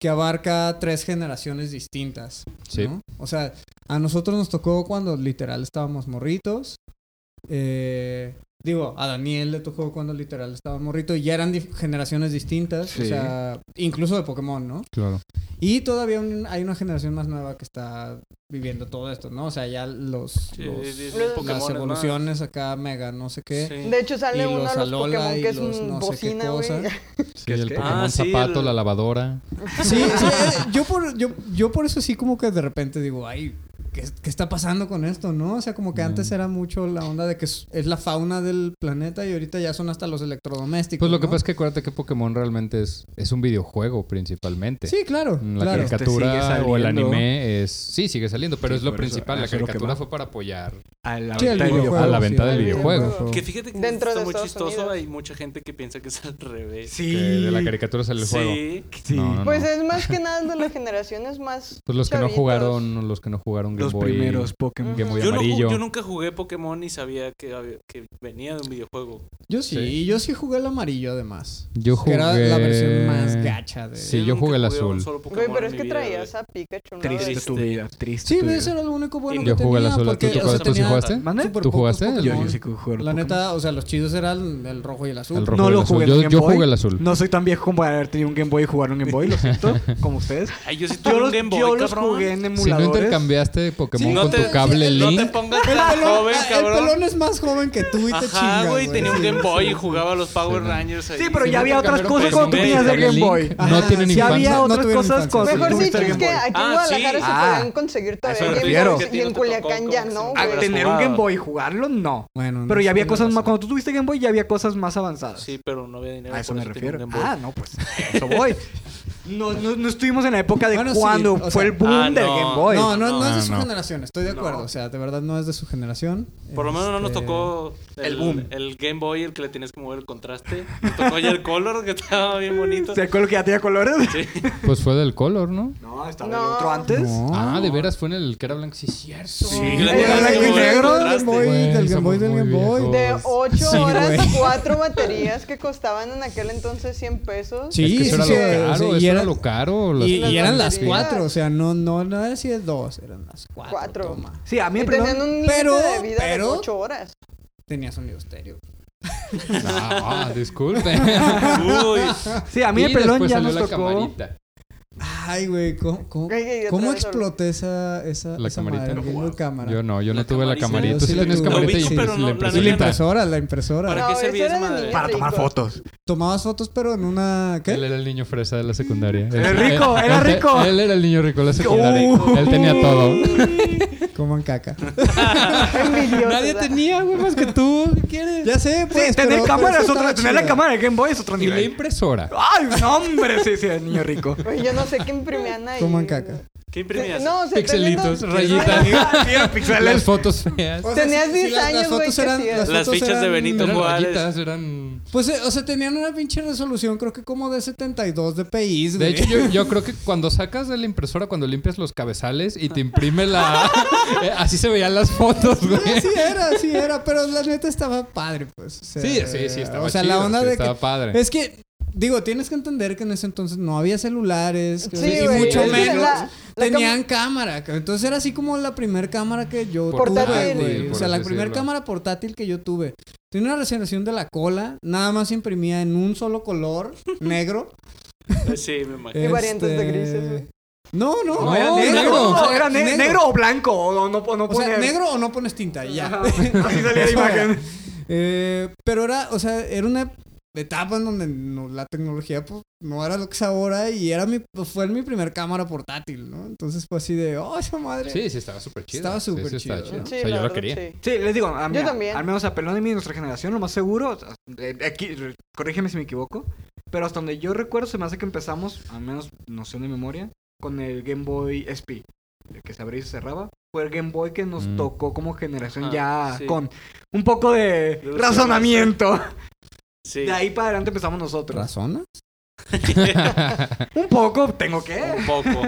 [SPEAKER 1] que abarca tres generaciones distintas.
[SPEAKER 5] Sí.
[SPEAKER 1] ¿no? O sea, a nosotros nos tocó cuando literal estábamos morritos. Eh, digo, a Daniel le tocó cuando literal estaba morrito y ya eran dif- generaciones distintas. O
[SPEAKER 2] Sí.
[SPEAKER 1] sea, incluso de Pokémon, ¿no?
[SPEAKER 5] Claro.
[SPEAKER 1] Y todavía un- hay una generación más nueva que está viviendo todo esto, ¿no? O sea, ya los,
[SPEAKER 4] Sí,
[SPEAKER 1] los-
[SPEAKER 4] sí, sí,
[SPEAKER 3] las
[SPEAKER 1] las
[SPEAKER 4] Pokémones, ¿no?
[SPEAKER 1] evoluciones acá, mega, no sé qué.
[SPEAKER 4] Sí.
[SPEAKER 3] De hecho, sale
[SPEAKER 1] Y
[SPEAKER 3] uno
[SPEAKER 1] los
[SPEAKER 3] de los
[SPEAKER 1] Alola
[SPEAKER 3] Pokémon
[SPEAKER 1] y
[SPEAKER 3] que es
[SPEAKER 1] los
[SPEAKER 3] un
[SPEAKER 1] no sé qué
[SPEAKER 3] bocina, güey.
[SPEAKER 1] cosa.
[SPEAKER 5] Sí,
[SPEAKER 2] ¿Qué es
[SPEAKER 5] el
[SPEAKER 2] que?
[SPEAKER 5] Pokémon
[SPEAKER 4] Ah, sí,
[SPEAKER 5] zapato,
[SPEAKER 4] el-
[SPEAKER 5] la lavadora.
[SPEAKER 1] Sí, sí, eh, yo, por, yo, yo por eso sí como que de repente digo, ay, ¿qué, qué está pasando con esto, no? O sea, como que antes
[SPEAKER 5] Mm.
[SPEAKER 1] era mucho la onda de que es, es la fauna del planeta y ahorita ya son hasta los electrodomésticos,
[SPEAKER 5] Pues lo que
[SPEAKER 1] ¿no?
[SPEAKER 5] pasa es que acuérdate que Pokémon realmente es, es un videojuego principalmente.
[SPEAKER 1] Sí, claro,
[SPEAKER 5] La
[SPEAKER 1] claro.
[SPEAKER 2] Este
[SPEAKER 5] caricatura
[SPEAKER 2] sigue
[SPEAKER 5] o el
[SPEAKER 2] saliendo.
[SPEAKER 5] anime es... Sí, sigue saliendo, pero
[SPEAKER 2] Sí,
[SPEAKER 5] es lo
[SPEAKER 2] por eso-
[SPEAKER 5] principal.
[SPEAKER 2] a
[SPEAKER 5] la
[SPEAKER 2] eso es lo que
[SPEAKER 5] caricatura
[SPEAKER 2] va.
[SPEAKER 5] fue para apoyar
[SPEAKER 2] a la
[SPEAKER 1] Sí, al
[SPEAKER 2] venta del
[SPEAKER 1] videojuego,
[SPEAKER 5] a la
[SPEAKER 2] videojuego.
[SPEAKER 1] sí,
[SPEAKER 5] venta
[SPEAKER 1] al
[SPEAKER 5] del videojuego.
[SPEAKER 4] Que fíjate que
[SPEAKER 3] Dentro
[SPEAKER 4] está
[SPEAKER 3] de
[SPEAKER 4] muy
[SPEAKER 3] Estados
[SPEAKER 4] chistoso.
[SPEAKER 3] Unidos.
[SPEAKER 4] Hay mucha gente que piensa que es al revés.
[SPEAKER 5] Que
[SPEAKER 2] Sí.
[SPEAKER 5] de la caricatura sale el juego.
[SPEAKER 4] Sí.
[SPEAKER 2] Sí.
[SPEAKER 5] No, no,
[SPEAKER 3] Pues
[SPEAKER 5] no.
[SPEAKER 3] es más que nada de las generaciones más.
[SPEAKER 5] Pues los que no
[SPEAKER 3] chavitos.
[SPEAKER 5] jugaron, los que no jugaron Game
[SPEAKER 2] Los
[SPEAKER 5] Boy,
[SPEAKER 2] primeros Pokémon.
[SPEAKER 5] Game Boy
[SPEAKER 4] Yo, no ju-
[SPEAKER 5] amarillo.
[SPEAKER 4] yo nunca jugué Pokémon y sabía que, había- que venía de un videojuego.
[SPEAKER 1] Yo sí,
[SPEAKER 5] Sí.
[SPEAKER 1] yo sí jugué el amarillo además.
[SPEAKER 5] Yo
[SPEAKER 1] Que era la versión
[SPEAKER 5] jugué-
[SPEAKER 1] más gacha de.
[SPEAKER 5] Sí, yo
[SPEAKER 4] nunca
[SPEAKER 5] jugué el
[SPEAKER 4] jugué un
[SPEAKER 5] azul.
[SPEAKER 4] solo Pokémon
[SPEAKER 3] Güey, pero
[SPEAKER 4] en
[SPEAKER 3] es
[SPEAKER 4] mi
[SPEAKER 3] que
[SPEAKER 4] vida,
[SPEAKER 3] traías
[SPEAKER 4] güey.
[SPEAKER 3] a Pikachu, ¿no?
[SPEAKER 2] Triste
[SPEAKER 4] Triste.
[SPEAKER 2] tu vida, triste.
[SPEAKER 1] Sí,
[SPEAKER 2] tu vida.
[SPEAKER 1] ves, era lo único bueno
[SPEAKER 4] Y
[SPEAKER 1] que
[SPEAKER 5] yo jugué
[SPEAKER 1] tenía,
[SPEAKER 5] el azul, ¿tú
[SPEAKER 1] porque,
[SPEAKER 5] qué
[SPEAKER 1] o
[SPEAKER 5] jugaste?
[SPEAKER 1] sea,
[SPEAKER 5] ¿Tú sí
[SPEAKER 1] tenía
[SPEAKER 5] jugaste?
[SPEAKER 2] ¿Mande?
[SPEAKER 1] súper
[SPEAKER 5] ¿Tú jugaste
[SPEAKER 1] pocos
[SPEAKER 5] el
[SPEAKER 2] Yo,
[SPEAKER 1] Pokémon.
[SPEAKER 2] yo sí que jugué
[SPEAKER 1] La
[SPEAKER 2] Pokémon.
[SPEAKER 1] neta, o sea, los chidos eran el rojo y el azul.
[SPEAKER 5] El rojo
[SPEAKER 2] No
[SPEAKER 5] y el
[SPEAKER 2] lo
[SPEAKER 5] azul.
[SPEAKER 2] jugué en
[SPEAKER 5] Yo,
[SPEAKER 2] Game
[SPEAKER 5] yo
[SPEAKER 2] Boy.
[SPEAKER 5] jugué el azul.
[SPEAKER 2] No soy tan viejo como para haber tenido un Game Boy y jugar un Game Boy, lo siento, como ustedes.
[SPEAKER 4] Ay, yo sí tuve
[SPEAKER 2] Yo,
[SPEAKER 4] un
[SPEAKER 2] los,
[SPEAKER 4] Game Boy,
[SPEAKER 2] yo los
[SPEAKER 4] cabrón.
[SPEAKER 2] jugué en
[SPEAKER 5] Si no
[SPEAKER 2] emuladores.
[SPEAKER 5] intercambiaste Pokémon
[SPEAKER 1] Sí,
[SPEAKER 4] No
[SPEAKER 5] con
[SPEAKER 4] te-
[SPEAKER 5] tu cable
[SPEAKER 1] sí,
[SPEAKER 4] No
[SPEAKER 5] Link,
[SPEAKER 4] te pongas
[SPEAKER 1] El
[SPEAKER 4] tan
[SPEAKER 1] pelón,
[SPEAKER 4] joven,
[SPEAKER 1] ah, el
[SPEAKER 4] cabrón.
[SPEAKER 1] pelón es más joven que tú y te
[SPEAKER 4] Ajá,
[SPEAKER 1] chingas,
[SPEAKER 4] güey, tenía un
[SPEAKER 1] Sí,
[SPEAKER 4] Game Boy
[SPEAKER 1] sí,
[SPEAKER 4] y jugaba a los Power
[SPEAKER 5] Sí.
[SPEAKER 4] Rangers ahí.
[SPEAKER 2] Sí, pero
[SPEAKER 5] Sí,
[SPEAKER 2] ya había
[SPEAKER 5] porque
[SPEAKER 2] otras
[SPEAKER 5] cambiaron
[SPEAKER 2] cosas cuando
[SPEAKER 4] Pokémon,
[SPEAKER 2] tú tenías el
[SPEAKER 5] cable
[SPEAKER 2] Game
[SPEAKER 5] Link.
[SPEAKER 2] Boy.
[SPEAKER 5] No
[SPEAKER 1] Ajá,
[SPEAKER 5] tienen
[SPEAKER 1] sí
[SPEAKER 2] Si
[SPEAKER 5] infancia.
[SPEAKER 2] había
[SPEAKER 1] No
[SPEAKER 2] otras
[SPEAKER 1] tuvieron
[SPEAKER 2] cosas
[SPEAKER 1] infancia.
[SPEAKER 2] cuando tú
[SPEAKER 3] Mejor
[SPEAKER 1] Sí,
[SPEAKER 2] tuviste el
[SPEAKER 3] dicho, es
[SPEAKER 2] Game
[SPEAKER 3] que
[SPEAKER 2] Boy.
[SPEAKER 3] aquí
[SPEAKER 4] Ah,
[SPEAKER 3] en Guadalajara
[SPEAKER 4] sí.
[SPEAKER 3] se
[SPEAKER 2] Ah.
[SPEAKER 3] podían conseguir
[SPEAKER 4] A eso
[SPEAKER 3] todavía
[SPEAKER 4] me
[SPEAKER 3] Game
[SPEAKER 2] refiero.
[SPEAKER 3] Boys y
[SPEAKER 4] Que a ti
[SPEAKER 3] en
[SPEAKER 4] no te
[SPEAKER 3] Culiacán
[SPEAKER 4] tocó
[SPEAKER 3] ya
[SPEAKER 4] como
[SPEAKER 3] no,
[SPEAKER 4] que se-
[SPEAKER 2] A
[SPEAKER 4] Hubieras
[SPEAKER 3] güey.
[SPEAKER 2] Ah, tener un
[SPEAKER 4] jugado.
[SPEAKER 2] Game Boy y jugarlo, no.
[SPEAKER 1] Bueno,
[SPEAKER 2] Pero ya había
[SPEAKER 1] tienes
[SPEAKER 2] cosas más.
[SPEAKER 1] razón.
[SPEAKER 2] Cuando tú tuviste Game Boy, ya había cosas más avanzadas.
[SPEAKER 4] Sí, pero no había dinero.
[SPEAKER 2] A eso
[SPEAKER 4] por
[SPEAKER 2] me
[SPEAKER 4] tenía un
[SPEAKER 2] refiero.
[SPEAKER 4] Game Boy.
[SPEAKER 2] Ah, no, pues a eso voy. No, no, no estuvimos en la época de
[SPEAKER 1] Bueno, sí,
[SPEAKER 2] cuando
[SPEAKER 1] o sea-
[SPEAKER 2] fue el boom
[SPEAKER 4] Ah,
[SPEAKER 2] del
[SPEAKER 4] no.
[SPEAKER 2] Game Boy.
[SPEAKER 1] No, no, no,
[SPEAKER 5] No,
[SPEAKER 1] es de su
[SPEAKER 5] no.
[SPEAKER 1] generación, estoy de acuerdo.
[SPEAKER 2] No.
[SPEAKER 1] O sea, de verdad no es de su generación.
[SPEAKER 4] Por lo menos no nos
[SPEAKER 1] Este,
[SPEAKER 4] tocó el,
[SPEAKER 2] el boom.
[SPEAKER 4] el Game Boy, el que le tenías que mover el contraste. Nos tocó ya el color, que estaba bien bonito.
[SPEAKER 2] ¿Se acuerdan que ya tenía colores?
[SPEAKER 4] Sí.
[SPEAKER 5] pues fue del color, ¿no?
[SPEAKER 2] No, estaba
[SPEAKER 3] No.
[SPEAKER 2] el otro antes.
[SPEAKER 1] No.
[SPEAKER 5] Ah, de veras fue en el que era blanco. Sí, cierto.
[SPEAKER 2] Sí.
[SPEAKER 4] Y
[SPEAKER 2] El
[SPEAKER 4] le tenías
[SPEAKER 2] blanco
[SPEAKER 4] que
[SPEAKER 2] y
[SPEAKER 4] mover el
[SPEAKER 2] negro,
[SPEAKER 4] contraste.
[SPEAKER 1] Game Boy,
[SPEAKER 5] Güey,
[SPEAKER 1] del Game Boy, del
[SPEAKER 5] somos
[SPEAKER 1] Game
[SPEAKER 5] muy
[SPEAKER 1] Boy.
[SPEAKER 5] viejos.
[SPEAKER 3] De 8
[SPEAKER 1] Sí,
[SPEAKER 3] horas
[SPEAKER 1] güey.
[SPEAKER 3] a 4 baterías que costaban en aquel entonces 100 pesos.
[SPEAKER 1] Sí,
[SPEAKER 5] es que eso
[SPEAKER 1] sí,
[SPEAKER 5] era
[SPEAKER 1] sí, sí,
[SPEAKER 5] lo caro. eso
[SPEAKER 1] y
[SPEAKER 5] era
[SPEAKER 1] era-
[SPEAKER 5] lo caro. las-
[SPEAKER 1] Y,
[SPEAKER 3] Las
[SPEAKER 1] y eran las
[SPEAKER 3] baterías.
[SPEAKER 1] cuatro, o sea, no, no, no era si es dos, eran las cuatro.
[SPEAKER 3] Cuatro.
[SPEAKER 1] toma.
[SPEAKER 2] Sí, a mí
[SPEAKER 3] Y
[SPEAKER 2] el primero-
[SPEAKER 3] tenían un
[SPEAKER 1] Pero-
[SPEAKER 3] límite de vida
[SPEAKER 1] pero-
[SPEAKER 3] de 8 horas.
[SPEAKER 1] Tenía sonido estéreo.
[SPEAKER 5] Ah, disculpe.
[SPEAKER 4] Uy,
[SPEAKER 2] Sí, a mí el
[SPEAKER 5] Y
[SPEAKER 2] pelón
[SPEAKER 5] después
[SPEAKER 2] ya
[SPEAKER 5] salió
[SPEAKER 2] nos
[SPEAKER 5] la
[SPEAKER 2] tocó.
[SPEAKER 5] camarita.
[SPEAKER 1] Ay, güey, ¿cómo, cómo,
[SPEAKER 3] Ay, ay, otra
[SPEAKER 1] cómo
[SPEAKER 3] vez
[SPEAKER 1] exploté esa, esa,
[SPEAKER 5] La
[SPEAKER 1] esa
[SPEAKER 5] camarita.
[SPEAKER 1] madre?
[SPEAKER 5] No
[SPEAKER 1] Viendo cámara.
[SPEAKER 5] Yo no, yo
[SPEAKER 4] La
[SPEAKER 5] no tuve la
[SPEAKER 4] camarita.
[SPEAKER 5] camarita.
[SPEAKER 1] Sí,
[SPEAKER 5] ¿Tú sí
[SPEAKER 1] la
[SPEAKER 5] tenías
[SPEAKER 1] tuve.
[SPEAKER 5] camarita
[SPEAKER 1] Lo
[SPEAKER 5] y pues
[SPEAKER 1] ubico,
[SPEAKER 4] pero no,
[SPEAKER 5] la
[SPEAKER 4] la
[SPEAKER 1] Y
[SPEAKER 5] impresión.
[SPEAKER 1] la
[SPEAKER 4] neta
[SPEAKER 5] impresión.
[SPEAKER 1] impresora, la impresora.
[SPEAKER 4] ¿Para
[SPEAKER 3] No,
[SPEAKER 4] qué
[SPEAKER 3] eso
[SPEAKER 4] servía
[SPEAKER 3] era
[SPEAKER 4] esa
[SPEAKER 3] de
[SPEAKER 4] madre?
[SPEAKER 3] niño.
[SPEAKER 2] Para tomar
[SPEAKER 3] Rico.
[SPEAKER 2] fotos.
[SPEAKER 1] Tomabas fotos, pero en una. ¿Qué?
[SPEAKER 5] Él era el niño fresa de la secundaria.
[SPEAKER 2] Era
[SPEAKER 5] Él-
[SPEAKER 2] rico,
[SPEAKER 5] él-
[SPEAKER 2] era
[SPEAKER 5] él te-
[SPEAKER 2] rico.
[SPEAKER 5] Él era el niño rico de
[SPEAKER 1] Uh.
[SPEAKER 5] la secundaria. Él tenía todo.
[SPEAKER 1] Como en caca.
[SPEAKER 3] Envidioso,
[SPEAKER 5] Nadie
[SPEAKER 3] ¿verdad?
[SPEAKER 5] tenía, güey, más que tú. ¿Qué quieres?
[SPEAKER 1] Ya sé, pues.
[SPEAKER 2] Sí, tener
[SPEAKER 1] pero-
[SPEAKER 2] cámara
[SPEAKER 1] pero
[SPEAKER 2] es
[SPEAKER 1] sí
[SPEAKER 2] otra.
[SPEAKER 1] estaba
[SPEAKER 2] Tener la
[SPEAKER 1] chida.
[SPEAKER 2] cámara de Game Boy es otro
[SPEAKER 5] Y la
[SPEAKER 2] nivel.
[SPEAKER 5] impresora.
[SPEAKER 2] Ay, no, hombre, sí, sí, el niño rico.
[SPEAKER 3] Güey, yo no sé qué imprimían ahí.
[SPEAKER 1] Como en caca.
[SPEAKER 4] ¿qué imprimías?
[SPEAKER 3] No, o sea,
[SPEAKER 5] Pixelitos,
[SPEAKER 3] teniendo-
[SPEAKER 5] rayitas.
[SPEAKER 2] Sí, el
[SPEAKER 5] Las
[SPEAKER 2] pixeles.
[SPEAKER 5] fotos feas.
[SPEAKER 1] O sea,
[SPEAKER 3] Tenías
[SPEAKER 1] sí,
[SPEAKER 3] 10
[SPEAKER 1] sí, las-
[SPEAKER 3] años,
[SPEAKER 1] las
[SPEAKER 3] güey,
[SPEAKER 1] fotos
[SPEAKER 3] que
[SPEAKER 1] eran-
[SPEAKER 3] hacías.
[SPEAKER 4] Las
[SPEAKER 1] fotos
[SPEAKER 4] fichas de
[SPEAKER 1] eran-
[SPEAKER 4] Benito
[SPEAKER 5] Eran
[SPEAKER 4] Juárez.
[SPEAKER 5] rayitas, eran...
[SPEAKER 1] Pues, eh, o sea, tenían una pinche resolución, creo que como de 72 de PIs,
[SPEAKER 5] De
[SPEAKER 1] güey.
[SPEAKER 5] hecho, yo, yo creo que cuando sacas de la impresora, cuando limpias los cabezales y te imprime la... Eh, Así se veían las fotos, güey.
[SPEAKER 1] Sí, era, sí era, pero la neta estaba padre, pues. o sea,
[SPEAKER 5] Sí, sí, sí, estaba
[SPEAKER 1] O sea,
[SPEAKER 5] chido,
[SPEAKER 1] la onda
[SPEAKER 5] sí,
[SPEAKER 1] de
[SPEAKER 5] estaba
[SPEAKER 1] que...
[SPEAKER 5] padre.
[SPEAKER 1] Es que, digo, tienes que entender que en ese entonces no había celulares. que-
[SPEAKER 3] Sí,
[SPEAKER 1] y
[SPEAKER 3] güey,
[SPEAKER 1] mucho
[SPEAKER 5] es que
[SPEAKER 1] menos
[SPEAKER 3] la- la
[SPEAKER 1] tenían cámara. que- Entonces era así como la primer cámara que yo
[SPEAKER 5] Portátil,
[SPEAKER 1] tuve, güey.
[SPEAKER 5] por
[SPEAKER 1] O sea,
[SPEAKER 5] así
[SPEAKER 1] la primer
[SPEAKER 5] decirlo.
[SPEAKER 1] cámara portátil que yo tuve. Tenía una resolución de la cola, nada más imprimía en un solo color, negro. este,
[SPEAKER 4] Sí, me imagino.
[SPEAKER 3] Y variantes de grises, güey.
[SPEAKER 1] No, no,
[SPEAKER 5] No,
[SPEAKER 1] era
[SPEAKER 5] era
[SPEAKER 1] negro.
[SPEAKER 5] negro.
[SPEAKER 1] o
[SPEAKER 2] No,
[SPEAKER 1] sea,
[SPEAKER 2] era ne- negro o blanco. O no, o no
[SPEAKER 1] O sea,
[SPEAKER 2] pone-
[SPEAKER 1] negro o no pones tinta, y ya.
[SPEAKER 2] Ajá. Así salía la imagen.
[SPEAKER 1] Eh, pero era, o sea, era una etapa en donde no- la tecnología pues, no era lo que es ahora y era mi, pues, fue mi primer cámara portátil, ¿no? Entonces fue así de, oh, esa madre.
[SPEAKER 5] Sí, sí, estaba súper chido.
[SPEAKER 1] Estaba súper chido.
[SPEAKER 3] Sí,
[SPEAKER 5] o sea,
[SPEAKER 3] la
[SPEAKER 5] yo lo
[SPEAKER 3] verdad,
[SPEAKER 5] quería.
[SPEAKER 3] sí.
[SPEAKER 2] Sí, les digo, a- mira,
[SPEAKER 3] también.
[SPEAKER 2] al menos a Pelón y mí, nuestra generación, lo más seguro, o sea, eh, aquí, re- corrígeme si me equivoco, pero hasta donde yo recuerdo se me hace que empezamos, al menos noción de memoria, con el Game Boy SP, el que se abría y se cerraba. Fue el Game Boy que nos
[SPEAKER 5] Mm.
[SPEAKER 2] tocó como generación
[SPEAKER 4] Ajá,
[SPEAKER 2] ya
[SPEAKER 4] sí.
[SPEAKER 2] con un poco de
[SPEAKER 4] De
[SPEAKER 2] razonamiento.
[SPEAKER 4] Sí.
[SPEAKER 2] De ahí para adelante empezamos nosotros.
[SPEAKER 1] ¿Razona?
[SPEAKER 2] Un poco, tengo que.
[SPEAKER 4] Un poco.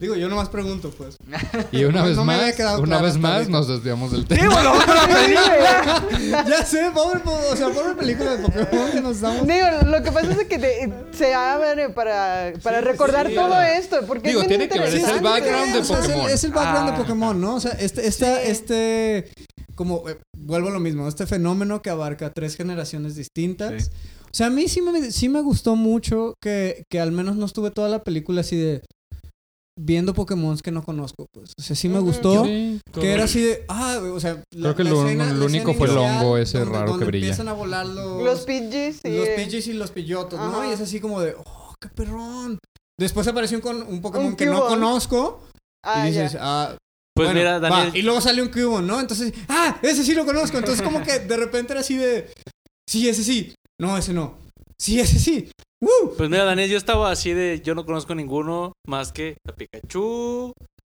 [SPEAKER 1] Digo, yo nomás pregunto, pues.
[SPEAKER 5] y una
[SPEAKER 1] No-
[SPEAKER 5] vez
[SPEAKER 1] no me había
[SPEAKER 5] más,
[SPEAKER 1] quedado
[SPEAKER 5] una
[SPEAKER 1] claro
[SPEAKER 5] vez
[SPEAKER 1] hasta
[SPEAKER 5] más
[SPEAKER 1] ahorita.
[SPEAKER 5] nos desviamos del
[SPEAKER 2] Sí,
[SPEAKER 5] tema.
[SPEAKER 2] bueno, otra vez.
[SPEAKER 3] Sí, güey.
[SPEAKER 1] ya sé, pobre, po- o sea, pobre película de Pokémon que nos damos.
[SPEAKER 3] Digo, lo que pasa es que te- se abre para, para
[SPEAKER 1] Sí,
[SPEAKER 3] recordar
[SPEAKER 1] sí,
[SPEAKER 3] todo
[SPEAKER 1] claro.
[SPEAKER 3] esto. Porque
[SPEAKER 5] Digo,
[SPEAKER 3] es bien
[SPEAKER 5] tiene que ver, es el
[SPEAKER 3] interesante.
[SPEAKER 5] background de
[SPEAKER 1] O sea, es el-
[SPEAKER 5] Pokémon.
[SPEAKER 1] Es el background
[SPEAKER 2] Ah.
[SPEAKER 1] de Pokémon, ¿no? O sea, este, esta-
[SPEAKER 3] Sí.
[SPEAKER 1] este, como, eh, vuelvo a lo mismo, este fenómeno que abarca tres generaciones distintas.
[SPEAKER 2] Sí.
[SPEAKER 1] O sea, a mí sí me, sí me gustó mucho que, que al menos no estuve toda la película así de viendo Pokémon que no conozco, pues. O sea, sí me
[SPEAKER 3] Ujú.
[SPEAKER 1] gustó.
[SPEAKER 5] Sí, todo.
[SPEAKER 1] Que era así de, ah, o sea, la-
[SPEAKER 5] Creo que
[SPEAKER 1] la
[SPEAKER 5] lo-
[SPEAKER 1] escena-
[SPEAKER 5] lo
[SPEAKER 1] la
[SPEAKER 5] único
[SPEAKER 1] escena
[SPEAKER 5] fue el
[SPEAKER 1] inicial
[SPEAKER 5] hongo ese
[SPEAKER 1] donde-
[SPEAKER 5] raro que
[SPEAKER 1] donde
[SPEAKER 5] brilla.
[SPEAKER 1] Empiezan a volar los,
[SPEAKER 3] Los PGs y. eh,
[SPEAKER 1] los Pidgeys y los Pillotos, ¿no?
[SPEAKER 3] Ajá.
[SPEAKER 1] Y es así como de, oh, qué perrón. Después apareció un, con- un Pokémon
[SPEAKER 3] Un
[SPEAKER 1] que no
[SPEAKER 3] Cubone.
[SPEAKER 1] conozco
[SPEAKER 3] Ah,
[SPEAKER 1] y dices,
[SPEAKER 3] ya.
[SPEAKER 1] ah,
[SPEAKER 4] Pues
[SPEAKER 1] bueno,
[SPEAKER 4] mira,
[SPEAKER 1] va.
[SPEAKER 4] Daniel.
[SPEAKER 1] Y luego sale un cubo, ¿no? Entonces, ah, ese sí lo conozco. Entonces, como que de repente era así de, sí, ese sí. No, ese no. Sí, ese sí. ¡Uh! ¡Woo!
[SPEAKER 4] Pues mira, Daniel, yo estaba así de. Yo no conozco ninguno más que a Pikachu,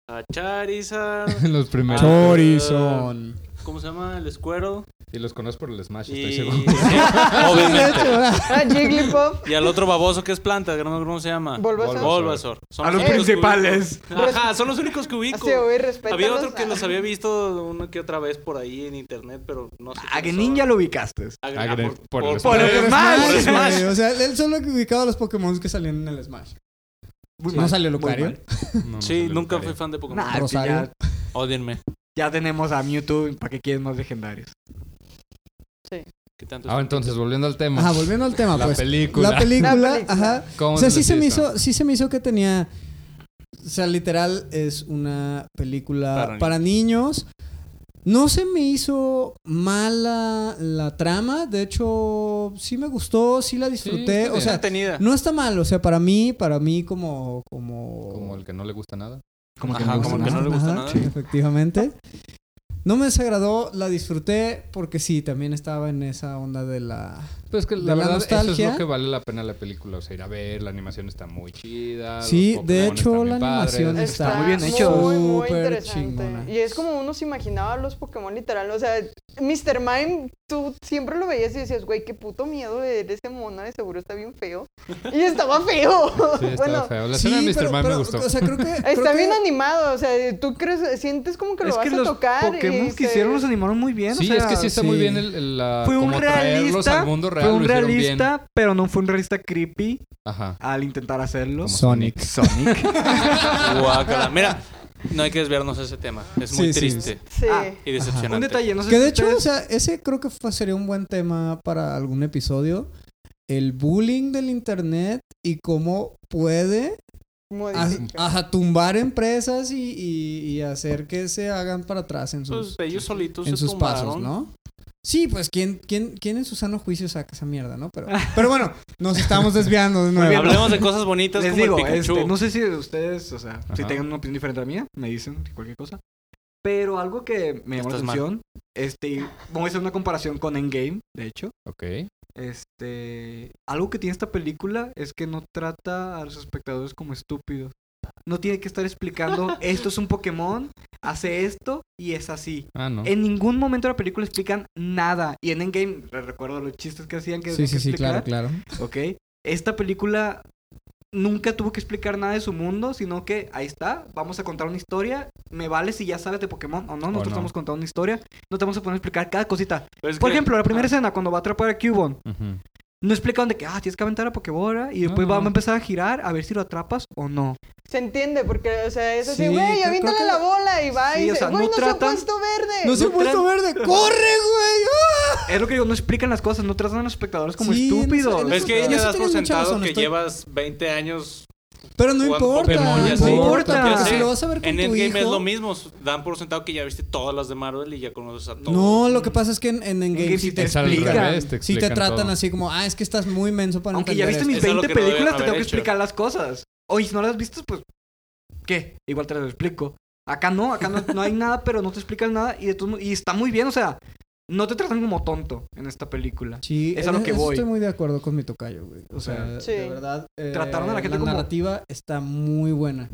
[SPEAKER 4] a Charizard,
[SPEAKER 5] los primeros.
[SPEAKER 4] Ah.
[SPEAKER 1] Chorizón.
[SPEAKER 4] ¿cómo se llama? El Squirtle.
[SPEAKER 5] Y los conozco por el Smash,
[SPEAKER 4] Y...
[SPEAKER 5] estoy
[SPEAKER 4] sí,
[SPEAKER 5] seguro.
[SPEAKER 1] De
[SPEAKER 4] obviamente.
[SPEAKER 1] hecho, ¿verdad?
[SPEAKER 3] Ah, Jigglypuff,
[SPEAKER 4] Y al otro baboso que es planta, que no me acuerdo cómo se llama.
[SPEAKER 3] Bulbasaur.
[SPEAKER 5] Bulbasaur.
[SPEAKER 4] Bulbasaur. Son
[SPEAKER 2] A los
[SPEAKER 4] únicos que
[SPEAKER 2] principales.
[SPEAKER 4] ubico. Ajá, son los únicos que ubico.
[SPEAKER 3] Así, güey, respétalos.
[SPEAKER 4] Había otro que los había visto una que otra vez por ahí en internet, pero no sé.
[SPEAKER 2] A
[SPEAKER 4] qué
[SPEAKER 2] que ninja lo ubicaste.
[SPEAKER 5] Ah, que por el
[SPEAKER 2] Por el Smash.
[SPEAKER 4] Por el Smash.
[SPEAKER 1] güey. O sea, él solo ubicaba los Pokémon que salían en el Smash.
[SPEAKER 2] Muy
[SPEAKER 1] ¿No
[SPEAKER 2] mal,
[SPEAKER 1] salió
[SPEAKER 2] muy
[SPEAKER 1] Lucario?
[SPEAKER 2] mal.
[SPEAKER 5] No, no
[SPEAKER 4] Sí,
[SPEAKER 5] salió
[SPEAKER 4] nunca
[SPEAKER 5] Lucario.
[SPEAKER 4] fui fan de Pokémon.
[SPEAKER 2] Nah, pues
[SPEAKER 1] Rosario.
[SPEAKER 2] ya,
[SPEAKER 4] Ódienme.
[SPEAKER 2] ya tenemos a Mewtwo. ¿Para qué quieres más legendarios?
[SPEAKER 4] ¿Qué tanto
[SPEAKER 5] Ah, entonces, volviendo al tema.
[SPEAKER 1] Ajá, volviendo al tema,
[SPEAKER 5] la
[SPEAKER 1] pues.
[SPEAKER 5] película.
[SPEAKER 1] La película,
[SPEAKER 3] La película.
[SPEAKER 1] ajá.
[SPEAKER 5] ¿Cómo
[SPEAKER 1] O sea,
[SPEAKER 5] te lo
[SPEAKER 1] sí se, me
[SPEAKER 5] hiciste?
[SPEAKER 1] hizo, sí se me hizo que tenía. O sea, literal, es una película para,
[SPEAKER 4] Para
[SPEAKER 1] niños. No se me hizo mala la trama. De hecho, sí me gustó, sí la disfruté.
[SPEAKER 5] está
[SPEAKER 1] o
[SPEAKER 5] bien.
[SPEAKER 1] sea,
[SPEAKER 4] Entretenida.
[SPEAKER 1] no está mal. O sea, para mí, para mí como. Como,
[SPEAKER 5] Como el que no le gusta nada.
[SPEAKER 2] Como
[SPEAKER 4] Ajá,
[SPEAKER 2] me
[SPEAKER 4] como
[SPEAKER 2] gusta
[SPEAKER 4] que
[SPEAKER 2] nada.
[SPEAKER 4] no le gusta nada.
[SPEAKER 1] sí, efectivamente. No me desagradó, la disfruté porque sí, también estaba en esa onda de la...
[SPEAKER 5] Pues que
[SPEAKER 1] ¿De la
[SPEAKER 5] la verdad, eso es
[SPEAKER 1] nostalgia?
[SPEAKER 5] lo que vale la pena la película. O sea, ir a ver, la animación está muy chida.
[SPEAKER 1] Sí,
[SPEAKER 5] los
[SPEAKER 1] de
[SPEAKER 5] Pokémon
[SPEAKER 1] hecho,
[SPEAKER 5] están bien
[SPEAKER 1] la
[SPEAKER 5] padres.
[SPEAKER 1] animación es-
[SPEAKER 3] Está,
[SPEAKER 1] Está
[SPEAKER 2] muy bien hecho.
[SPEAKER 3] Muy, muy
[SPEAKER 1] Súper
[SPEAKER 3] interesante.
[SPEAKER 1] chingona.
[SPEAKER 3] Y es como uno se imaginaba los Pokémon literal. O sea, Mr. Mime, tú siempre lo veías y decías, güey, qué puto miedo de de ese mono, de seguro está bien feo. Y estaba feo.
[SPEAKER 5] Sí, está
[SPEAKER 3] bueno,
[SPEAKER 5] feo. La escena de Mr.
[SPEAKER 1] pero-
[SPEAKER 5] Mime me
[SPEAKER 1] pero,
[SPEAKER 5] gustó.
[SPEAKER 1] O sea, creo que...
[SPEAKER 3] está
[SPEAKER 1] creo
[SPEAKER 3] bien
[SPEAKER 1] que-
[SPEAKER 3] animado. O sea, tú crees, sientes como que lo
[SPEAKER 2] Es
[SPEAKER 3] vas
[SPEAKER 2] que
[SPEAKER 3] a
[SPEAKER 2] los
[SPEAKER 3] tocar. eh, y
[SPEAKER 2] Pokémon que
[SPEAKER 3] se-
[SPEAKER 2] hicieron los animaron muy bien. o
[SPEAKER 5] sí,
[SPEAKER 2] sea,
[SPEAKER 5] es que sí está muy
[SPEAKER 1] sí.
[SPEAKER 5] bien el, el- la,
[SPEAKER 2] Fue un
[SPEAKER 5] como traerlos
[SPEAKER 2] realista.
[SPEAKER 5] al mundo real.
[SPEAKER 2] Fue un
[SPEAKER 5] lo hicieron bien.
[SPEAKER 2] realista, pero no fue un realista creepy
[SPEAKER 5] Ajá.
[SPEAKER 2] al intentar hacerlo.
[SPEAKER 5] Como
[SPEAKER 1] Sonic.
[SPEAKER 2] Sonic.
[SPEAKER 4] Guácala. Mira, no hay que desviarnos de ese tema. Es
[SPEAKER 1] Sí,
[SPEAKER 4] muy
[SPEAKER 1] sí.
[SPEAKER 4] triste
[SPEAKER 3] Sí.
[SPEAKER 2] Ah,
[SPEAKER 4] y decepcionante.
[SPEAKER 2] un detalle, no sé
[SPEAKER 1] Que
[SPEAKER 2] si
[SPEAKER 1] de hecho, o
[SPEAKER 2] ustedes-
[SPEAKER 1] sea, ese creo que fue- sería un buen tema para algún episodio. El bullying del internet y cómo puede a,
[SPEAKER 2] ah,
[SPEAKER 3] modifica.
[SPEAKER 1] ajá, tumbar empresas y, y- y hacer que se hagan para atrás en sus,
[SPEAKER 4] Pues, ellos solitos
[SPEAKER 1] en
[SPEAKER 4] se
[SPEAKER 1] sus
[SPEAKER 4] tumbaron.
[SPEAKER 1] pasos, ¿no? Sí, pues ¿quién, quién, quién en su sano juicio saca esa mierda, ¿no? Pero, pero bueno, nos estamos desviando de nuevo.
[SPEAKER 4] Hablemos de cosas bonitas
[SPEAKER 2] Les
[SPEAKER 4] como
[SPEAKER 2] digo,
[SPEAKER 4] el Pikachu.
[SPEAKER 2] este, no sé si ustedes, o sea, si
[SPEAKER 5] Ajá.
[SPEAKER 2] tengan una opinión diferente a la mía, me dicen cualquier cosa. Pero algo que me llamó la
[SPEAKER 4] Estás mal.
[SPEAKER 2] atención, este, y vamos a hacer una comparación con Endgame, de hecho.
[SPEAKER 5] Ok.
[SPEAKER 2] Este, algo que tiene esta película es que no trata a los espectadores como estúpidos. No tiene que estar explicando, esto es un Pokémon, hace esto y es así.
[SPEAKER 5] Ah, no.
[SPEAKER 2] En ningún momento de la película explican nada. Y en Endgame, re- recuerdo los chistes que hacían que
[SPEAKER 1] Sí,
[SPEAKER 2] tenían
[SPEAKER 1] sí,
[SPEAKER 2] que
[SPEAKER 1] sí, claro,
[SPEAKER 2] explicar,
[SPEAKER 1] claro.
[SPEAKER 2] ¿ok? Esta película nunca tuvo que explicar nada de su mundo, sino que ahí está, vamos a contar una historia. Me vale si ya sabes de Pokémon o no, nosotros
[SPEAKER 5] no.
[SPEAKER 2] estamos contando una historia. No te vamos a poner a explicar cada cosita.
[SPEAKER 4] Pero es
[SPEAKER 2] Por
[SPEAKER 4] que-
[SPEAKER 2] ejemplo, la primera escena, cuando va a atrapar a Cubone,
[SPEAKER 5] Ujú.
[SPEAKER 2] no explican de que, ah, tienes que aventar a Pokébola y después
[SPEAKER 5] No.
[SPEAKER 2] vamos a empezar a girar a ver si lo atrapas o no.
[SPEAKER 3] Se entiende, porque, o sea, es así,
[SPEAKER 1] Sí,
[SPEAKER 3] güey,
[SPEAKER 1] creo- creo
[SPEAKER 3] aviéntale
[SPEAKER 1] que-
[SPEAKER 3] la bola y va
[SPEAKER 2] Sí,
[SPEAKER 3] y
[SPEAKER 2] o
[SPEAKER 3] dice,
[SPEAKER 2] sea,
[SPEAKER 3] güey,
[SPEAKER 2] no
[SPEAKER 3] no, se ha
[SPEAKER 2] tratan-
[SPEAKER 3] puesto
[SPEAKER 4] Eh,
[SPEAKER 3] verde.
[SPEAKER 1] No se ha
[SPEAKER 2] no
[SPEAKER 1] puesto verde, corre, güey. ¡Ah!
[SPEAKER 2] Es lo que digo, no explican las cosas, no tratan a los espectadores como
[SPEAKER 1] Sí, en eso-
[SPEAKER 2] estúpidos.
[SPEAKER 1] en
[SPEAKER 4] Es que
[SPEAKER 1] En
[SPEAKER 4] ya
[SPEAKER 1] eso
[SPEAKER 4] das por
[SPEAKER 1] tienes mucha
[SPEAKER 4] sentado
[SPEAKER 1] razón,
[SPEAKER 4] que
[SPEAKER 1] estoy-
[SPEAKER 4] llevas 20 años.
[SPEAKER 1] Pero no
[SPEAKER 4] jugando
[SPEAKER 1] importa,
[SPEAKER 4] Pokémon, ya
[SPEAKER 1] no
[SPEAKER 4] sé.
[SPEAKER 1] importa,
[SPEAKER 2] Ya
[SPEAKER 1] porque
[SPEAKER 2] sé.
[SPEAKER 1] si lo vas a ver con
[SPEAKER 4] En
[SPEAKER 1] tu
[SPEAKER 4] Endgame
[SPEAKER 1] hijo.
[SPEAKER 4] es lo mismo. Dan por sentado que ya viste todas las de Marvel y ya conoces a todos.
[SPEAKER 1] No, lo que pasa es que en, en Endgame
[SPEAKER 2] Endgame
[SPEAKER 1] sí
[SPEAKER 2] sí
[SPEAKER 1] te
[SPEAKER 2] te
[SPEAKER 5] Es al
[SPEAKER 1] explican.
[SPEAKER 5] revés, te
[SPEAKER 1] sí te
[SPEAKER 5] explican
[SPEAKER 1] tratan
[SPEAKER 5] todo.
[SPEAKER 1] así como, ah, es que estás muy menso para
[SPEAKER 2] Aunque ya viste
[SPEAKER 1] entender
[SPEAKER 2] mis
[SPEAKER 1] esto".
[SPEAKER 4] Eso es lo
[SPEAKER 2] 20
[SPEAKER 4] que no debieron
[SPEAKER 2] películas, te tengo
[SPEAKER 4] haber
[SPEAKER 2] que
[SPEAKER 4] hecho.
[SPEAKER 2] explicar las cosas. Oye, si no las has visto, pues. ¿Qué? Igual te las explico. Acá no, acá no, no hay nada, pero no te explican nada. Y, de todos mo- y está muy bien, o sea, no te tratan como tonto en esta película.
[SPEAKER 1] Sí,
[SPEAKER 2] Es a
[SPEAKER 1] en
[SPEAKER 2] lo que
[SPEAKER 1] eso
[SPEAKER 2] voy.
[SPEAKER 1] Estoy muy de acuerdo con mi tocayo, güey. O
[SPEAKER 2] O sea,
[SPEAKER 1] sea,
[SPEAKER 3] Sí.
[SPEAKER 1] de verdad. eh,
[SPEAKER 2] Trataron a la gente como-
[SPEAKER 1] narrativa está muy buena.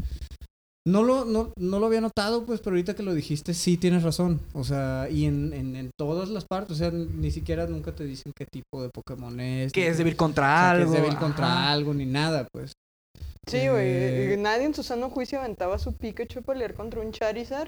[SPEAKER 1] No lo, no, no lo había notado, pues, pero ahorita que lo dijiste, sí tienes razón. O sea, y en, en, en todas las partes, o sea, ni siquiera nunca te dicen qué tipo de Pokémon es. ni
[SPEAKER 2] Que es
[SPEAKER 1] qué-
[SPEAKER 2] débil
[SPEAKER 1] o
[SPEAKER 2] contra
[SPEAKER 1] sea, que
[SPEAKER 2] algo.
[SPEAKER 1] es débil contra
[SPEAKER 2] ajá.
[SPEAKER 1] algo, ni nada, pues.
[SPEAKER 3] Sí, güey.
[SPEAKER 1] Eh,
[SPEAKER 3] eh, Nadie en su sano juicio aventaba su Pikachu a pelear contra un Charizard.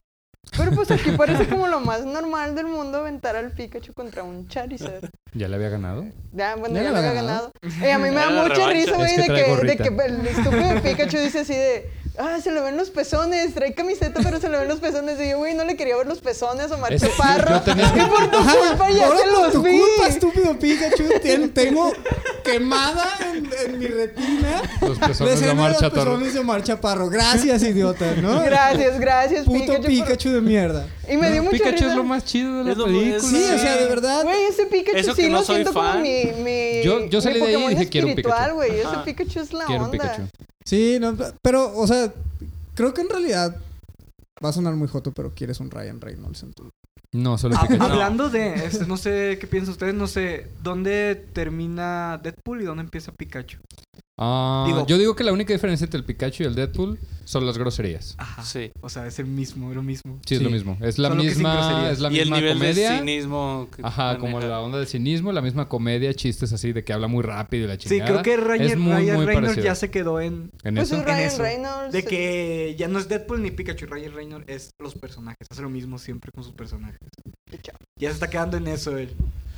[SPEAKER 3] Pero pues aquí parece como lo más normal del mundo aventar al Pikachu contra un Charizard.
[SPEAKER 5] ¿Ya le había ganado?
[SPEAKER 3] Ya, bueno,
[SPEAKER 1] Ya le
[SPEAKER 3] ya, lo
[SPEAKER 1] había
[SPEAKER 3] había
[SPEAKER 1] ganado.
[SPEAKER 3] ganado. Y a mí me
[SPEAKER 4] Era la
[SPEAKER 3] da mucha
[SPEAKER 4] revancha.
[SPEAKER 3] risa,
[SPEAKER 5] Es
[SPEAKER 3] güey,
[SPEAKER 5] que
[SPEAKER 3] de,
[SPEAKER 5] trae
[SPEAKER 3] que, de
[SPEAKER 5] gorrita.
[SPEAKER 3] que el estúpido Pikachu dice así de... Ah, se le ven los pezones. Trae camiseta, pero se le ven los pezones. Y yo, güey, no le quería ver los pezones a Marcho
[SPEAKER 5] Ese- yo-
[SPEAKER 3] Parro.
[SPEAKER 5] yo tenía-
[SPEAKER 3] Y por tu culpa pues, ya
[SPEAKER 1] Ahora
[SPEAKER 3] se
[SPEAKER 1] por
[SPEAKER 3] los
[SPEAKER 1] tu
[SPEAKER 3] vi.
[SPEAKER 1] culpa, estúpido Pikachu, ten- tengo quemada en, en mi retina
[SPEAKER 5] Los
[SPEAKER 1] la
[SPEAKER 5] pezones de
[SPEAKER 1] escena de los
[SPEAKER 5] marcha toro.
[SPEAKER 1] pezones de marcha parro. Gracias, idiota, ¿no?
[SPEAKER 3] Gracias, gracias,
[SPEAKER 1] Puto
[SPEAKER 3] Pikachu.
[SPEAKER 1] Pikachu,
[SPEAKER 3] por-
[SPEAKER 1] de mierda.
[SPEAKER 3] Y me dio mucha
[SPEAKER 5] Pikachu
[SPEAKER 3] risa.
[SPEAKER 5] es lo más chido de la
[SPEAKER 4] Es lo-
[SPEAKER 5] película.
[SPEAKER 4] es-
[SPEAKER 1] Sí, o sea, de verdad.
[SPEAKER 3] Güey, ese Pikachu
[SPEAKER 4] Eso que
[SPEAKER 3] sí
[SPEAKER 4] no
[SPEAKER 3] lo
[SPEAKER 4] soy
[SPEAKER 3] siento
[SPEAKER 4] fan.
[SPEAKER 3] como mi, mi.
[SPEAKER 5] Yo- yo salí
[SPEAKER 3] mi
[SPEAKER 5] de ahí y
[SPEAKER 3] Pokémon
[SPEAKER 5] dije, "Quiero un Pikachu".
[SPEAKER 3] espiritual, güey. Ese
[SPEAKER 4] Ajá.
[SPEAKER 3] Pikachu es la
[SPEAKER 5] Quiero un
[SPEAKER 3] onda.
[SPEAKER 5] Pikachu.
[SPEAKER 1] Sí, no, pero, o sea, creo que en realidad va a sonar muy joto, pero quieres un Ryan Reynolds en tu.
[SPEAKER 5] No, solo
[SPEAKER 2] Ha-
[SPEAKER 5] Pikachu.
[SPEAKER 2] Hablando de, este, no sé qué piensan ustedes, no sé, ¿dónde termina Deadpool y dónde empieza Pikachu?
[SPEAKER 5] Ah,
[SPEAKER 2] Digo-
[SPEAKER 5] yo digo que la única diferencia entre el Pikachu y el Deadpool son las groserías.
[SPEAKER 2] Ajá.
[SPEAKER 4] Sí.
[SPEAKER 2] O sea, es el mismo, lo mismo.
[SPEAKER 5] Sí, es
[SPEAKER 1] Sí.
[SPEAKER 5] lo mismo. Es la
[SPEAKER 2] Solo que sin
[SPEAKER 5] misma,
[SPEAKER 2] groserías.
[SPEAKER 5] es la
[SPEAKER 4] y el
[SPEAKER 5] misma
[SPEAKER 4] nivel de
[SPEAKER 5] comedia.
[SPEAKER 4] cinismo. que
[SPEAKER 5] Ajá, como
[SPEAKER 4] maneja.
[SPEAKER 5] la onda del cinismo, la misma comedia, chistes así de que habla muy rápido y la
[SPEAKER 2] Sí, creo
[SPEAKER 5] chingada.
[SPEAKER 2] que Ryan,
[SPEAKER 5] es muy,
[SPEAKER 2] Ryan
[SPEAKER 5] muy
[SPEAKER 2] Reynolds
[SPEAKER 5] parecido.
[SPEAKER 2] ya se quedó en...
[SPEAKER 5] en
[SPEAKER 3] Pues
[SPEAKER 5] eso.
[SPEAKER 3] es Ryan
[SPEAKER 2] eso.
[SPEAKER 3] Reynolds.
[SPEAKER 2] De que ya no es Deadpool ni Pikachu. Ryan Reynolds es los personajes. Hace lo mismo siempre con sus personajes. Ya se está quedando en eso él.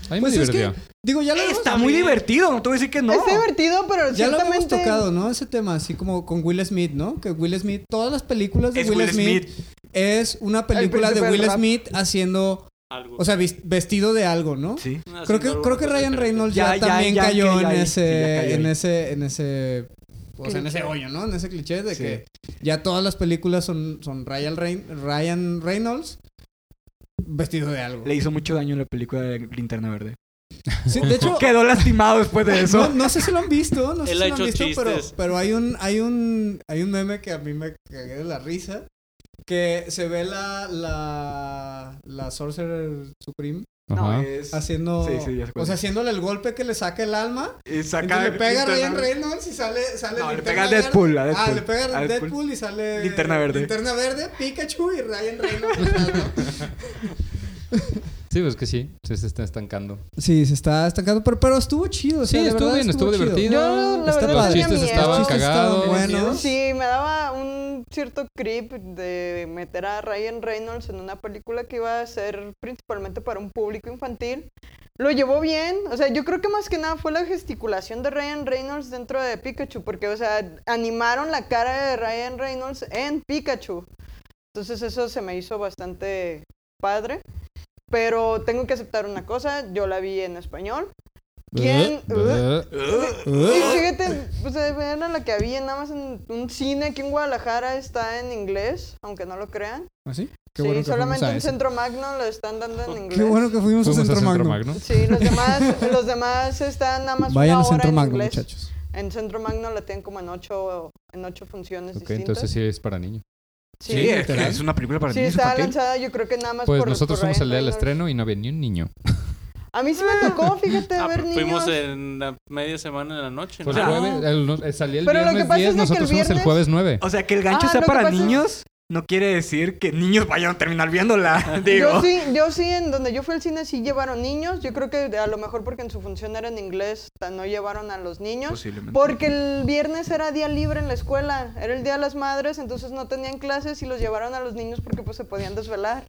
[SPEAKER 5] A mí
[SPEAKER 1] Pues
[SPEAKER 5] me
[SPEAKER 1] es que-
[SPEAKER 5] divirtió.
[SPEAKER 1] Digo, ya lo hemos-
[SPEAKER 2] Está muy divertido, no te voy a decir que no.
[SPEAKER 3] Es divertido, pero
[SPEAKER 1] Ya lo hemos
[SPEAKER 3] ciertamente-
[SPEAKER 1] tocado, ¿no? Ese tema, así como con Will Smith, ¿no? Que Will Smith, todas las películas de
[SPEAKER 2] Es
[SPEAKER 1] Will,
[SPEAKER 2] Will
[SPEAKER 1] Smith,
[SPEAKER 2] Smith.
[SPEAKER 1] es una película de
[SPEAKER 3] príncipe del
[SPEAKER 1] Will
[SPEAKER 3] rap.
[SPEAKER 1] Smith haciendo,
[SPEAKER 4] Algo.
[SPEAKER 1] o sea, vis- vestido de algo, ¿no?
[SPEAKER 2] Sí.
[SPEAKER 1] Creo que, creo que Ryan Reynolds ya,
[SPEAKER 2] Ya, ya,
[SPEAKER 1] también
[SPEAKER 2] ya,
[SPEAKER 1] cayó,
[SPEAKER 2] que ya
[SPEAKER 1] en,
[SPEAKER 2] ahí,
[SPEAKER 1] ese,
[SPEAKER 2] sí, ya cayó
[SPEAKER 1] en
[SPEAKER 2] ahí.
[SPEAKER 1] ese, en ese, o sea, en ese
[SPEAKER 3] Cliché.
[SPEAKER 1] hoyo, ¿no? En ese cliché de
[SPEAKER 2] Sí.
[SPEAKER 1] que ya todas las películas son, son Ryan, Reyn- Ryan Reynolds vestido de algo.
[SPEAKER 2] Le hizo mucho daño la película de Linterna Verde.
[SPEAKER 1] Sí, de hecho,
[SPEAKER 2] Quedó lastimado después de
[SPEAKER 1] no,
[SPEAKER 2] eso.
[SPEAKER 1] no sé si lo han visto, no sé
[SPEAKER 4] Él
[SPEAKER 1] si
[SPEAKER 4] ha
[SPEAKER 1] lo han
[SPEAKER 4] hecho
[SPEAKER 1] visto, pero,
[SPEAKER 4] chistes.
[SPEAKER 1] pero hay un, hay un, hay un meme que a mí me cagué de la risa. Que se ve la, la, la Sorcerer Supreme
[SPEAKER 5] Ajá.
[SPEAKER 2] es...
[SPEAKER 1] haciendo,
[SPEAKER 2] Sí, sí, ya sé cuál
[SPEAKER 1] o sea,
[SPEAKER 2] es.
[SPEAKER 1] haciéndole el golpe que le saca el alma
[SPEAKER 2] Y saca
[SPEAKER 1] Entonces le pega a
[SPEAKER 2] Linterna
[SPEAKER 1] Ryan
[SPEAKER 2] Verde.
[SPEAKER 1] Reynolds y sale. sale
[SPEAKER 2] No, le
[SPEAKER 1] Linterna
[SPEAKER 2] pega a
[SPEAKER 1] Verde.
[SPEAKER 2] Deadpool, a
[SPEAKER 1] Ah,
[SPEAKER 2] Deadpool.
[SPEAKER 1] le pega a
[SPEAKER 2] A
[SPEAKER 1] Deadpool.
[SPEAKER 2] Deadpool.
[SPEAKER 1] y sale.
[SPEAKER 2] Linterna Verde.
[SPEAKER 1] Linterna Verde, Pikachu y Ryan Reynolds. Ah,
[SPEAKER 5] Sí, pues que sí. Sí, se está estancando.
[SPEAKER 1] sí, se está estancando, pero, pero estuvo chido. o sea,
[SPEAKER 5] Sí,
[SPEAKER 1] de
[SPEAKER 5] estuvo
[SPEAKER 1] verdad
[SPEAKER 5] bien, estuvo
[SPEAKER 1] chido.
[SPEAKER 5] divertido.
[SPEAKER 3] Yo, la
[SPEAKER 1] Está
[SPEAKER 3] verdad,
[SPEAKER 5] Los
[SPEAKER 3] tenía
[SPEAKER 5] chistes
[SPEAKER 3] miedo.
[SPEAKER 5] estaban
[SPEAKER 1] Los chistes estaban
[SPEAKER 5] cagados.
[SPEAKER 1] buenos.
[SPEAKER 3] Sí, me daba un cierto creep de meter a Ryan Reynolds en una película que iba a ser principalmente para un público infantil. Lo llevó bien, o sea, yo creo que más que nada fue la gesticulación de Ryan Reynolds dentro de Pikachu, porque, o sea, animaron la cara de Ryan Reynolds en Pikachu. Entonces eso se me hizo bastante padre. Pero tengo que aceptar una cosa, yo la vi en español. ¿Quién? Sí,
[SPEAKER 1] Ah.
[SPEAKER 3] fíjate, pues era la que había nada más en un cine aquí en Guadalajara está en inglés, aunque no lo crean.
[SPEAKER 1] ¿Ah, sí?
[SPEAKER 3] sí,
[SPEAKER 1] bueno que
[SPEAKER 3] solamente
[SPEAKER 1] fuimos a
[SPEAKER 3] en
[SPEAKER 1] ese. Oh,
[SPEAKER 3] Centro Magno lo están dando en inglés.
[SPEAKER 1] Qué bueno que fuimos,
[SPEAKER 5] Fuimos
[SPEAKER 1] a
[SPEAKER 5] a
[SPEAKER 1] Centro Magno.
[SPEAKER 3] Sí, los demás, los demás están nada más
[SPEAKER 1] Vayan
[SPEAKER 3] una
[SPEAKER 1] a
[SPEAKER 3] hora
[SPEAKER 1] Centro
[SPEAKER 3] en
[SPEAKER 1] Magno,
[SPEAKER 3] inglés.
[SPEAKER 1] muchachos.
[SPEAKER 3] En Centro Magno la tienen como en ocho, en ocho funciones
[SPEAKER 5] Ok,
[SPEAKER 3] distintas.
[SPEAKER 5] entonces sí es para niños.
[SPEAKER 2] Sí,
[SPEAKER 3] sí,
[SPEAKER 2] es, que es una película para
[SPEAKER 3] sí,
[SPEAKER 2] niños
[SPEAKER 3] estaba
[SPEAKER 2] infantil.
[SPEAKER 3] lanzada yo creo que nada más
[SPEAKER 5] Pues
[SPEAKER 3] por
[SPEAKER 5] nosotros
[SPEAKER 3] por
[SPEAKER 5] fuimos el
[SPEAKER 3] Ryan
[SPEAKER 5] día del
[SPEAKER 3] Reynolds.
[SPEAKER 5] estreno y no había ni un niño.
[SPEAKER 3] A mí sí me tocó, fíjate,
[SPEAKER 4] Ah,
[SPEAKER 3] ver
[SPEAKER 4] pero
[SPEAKER 3] niños.
[SPEAKER 4] fuimos en la media semana de la noche. ¿no?
[SPEAKER 5] Fue el
[SPEAKER 2] sea,
[SPEAKER 5] jueves, el- no- eh, salía el
[SPEAKER 3] pero lo que
[SPEAKER 5] viernes
[SPEAKER 3] pasa es de que
[SPEAKER 5] 10,
[SPEAKER 3] el
[SPEAKER 5] nosotros fuimos el
[SPEAKER 3] viernes-
[SPEAKER 5] jueves 9.
[SPEAKER 2] O sea, que el gancho
[SPEAKER 3] Ah,
[SPEAKER 2] sea
[SPEAKER 3] lo que
[SPEAKER 2] para
[SPEAKER 3] pasa es-
[SPEAKER 2] niños no quiere decir que niños vayan a terminar viéndola. Digo.
[SPEAKER 3] Yo sí, yo sí, en donde yo fui al cine sí llevaron niños. Yo creo que a lo mejor porque en su función era en inglés, ta- no llevaron a los niños.
[SPEAKER 2] Posiblemente.
[SPEAKER 3] Porque el viernes era día libre en la escuela, era el día de las madres, entonces no tenían clases y los llevaron a los niños porque pues se podían desvelar.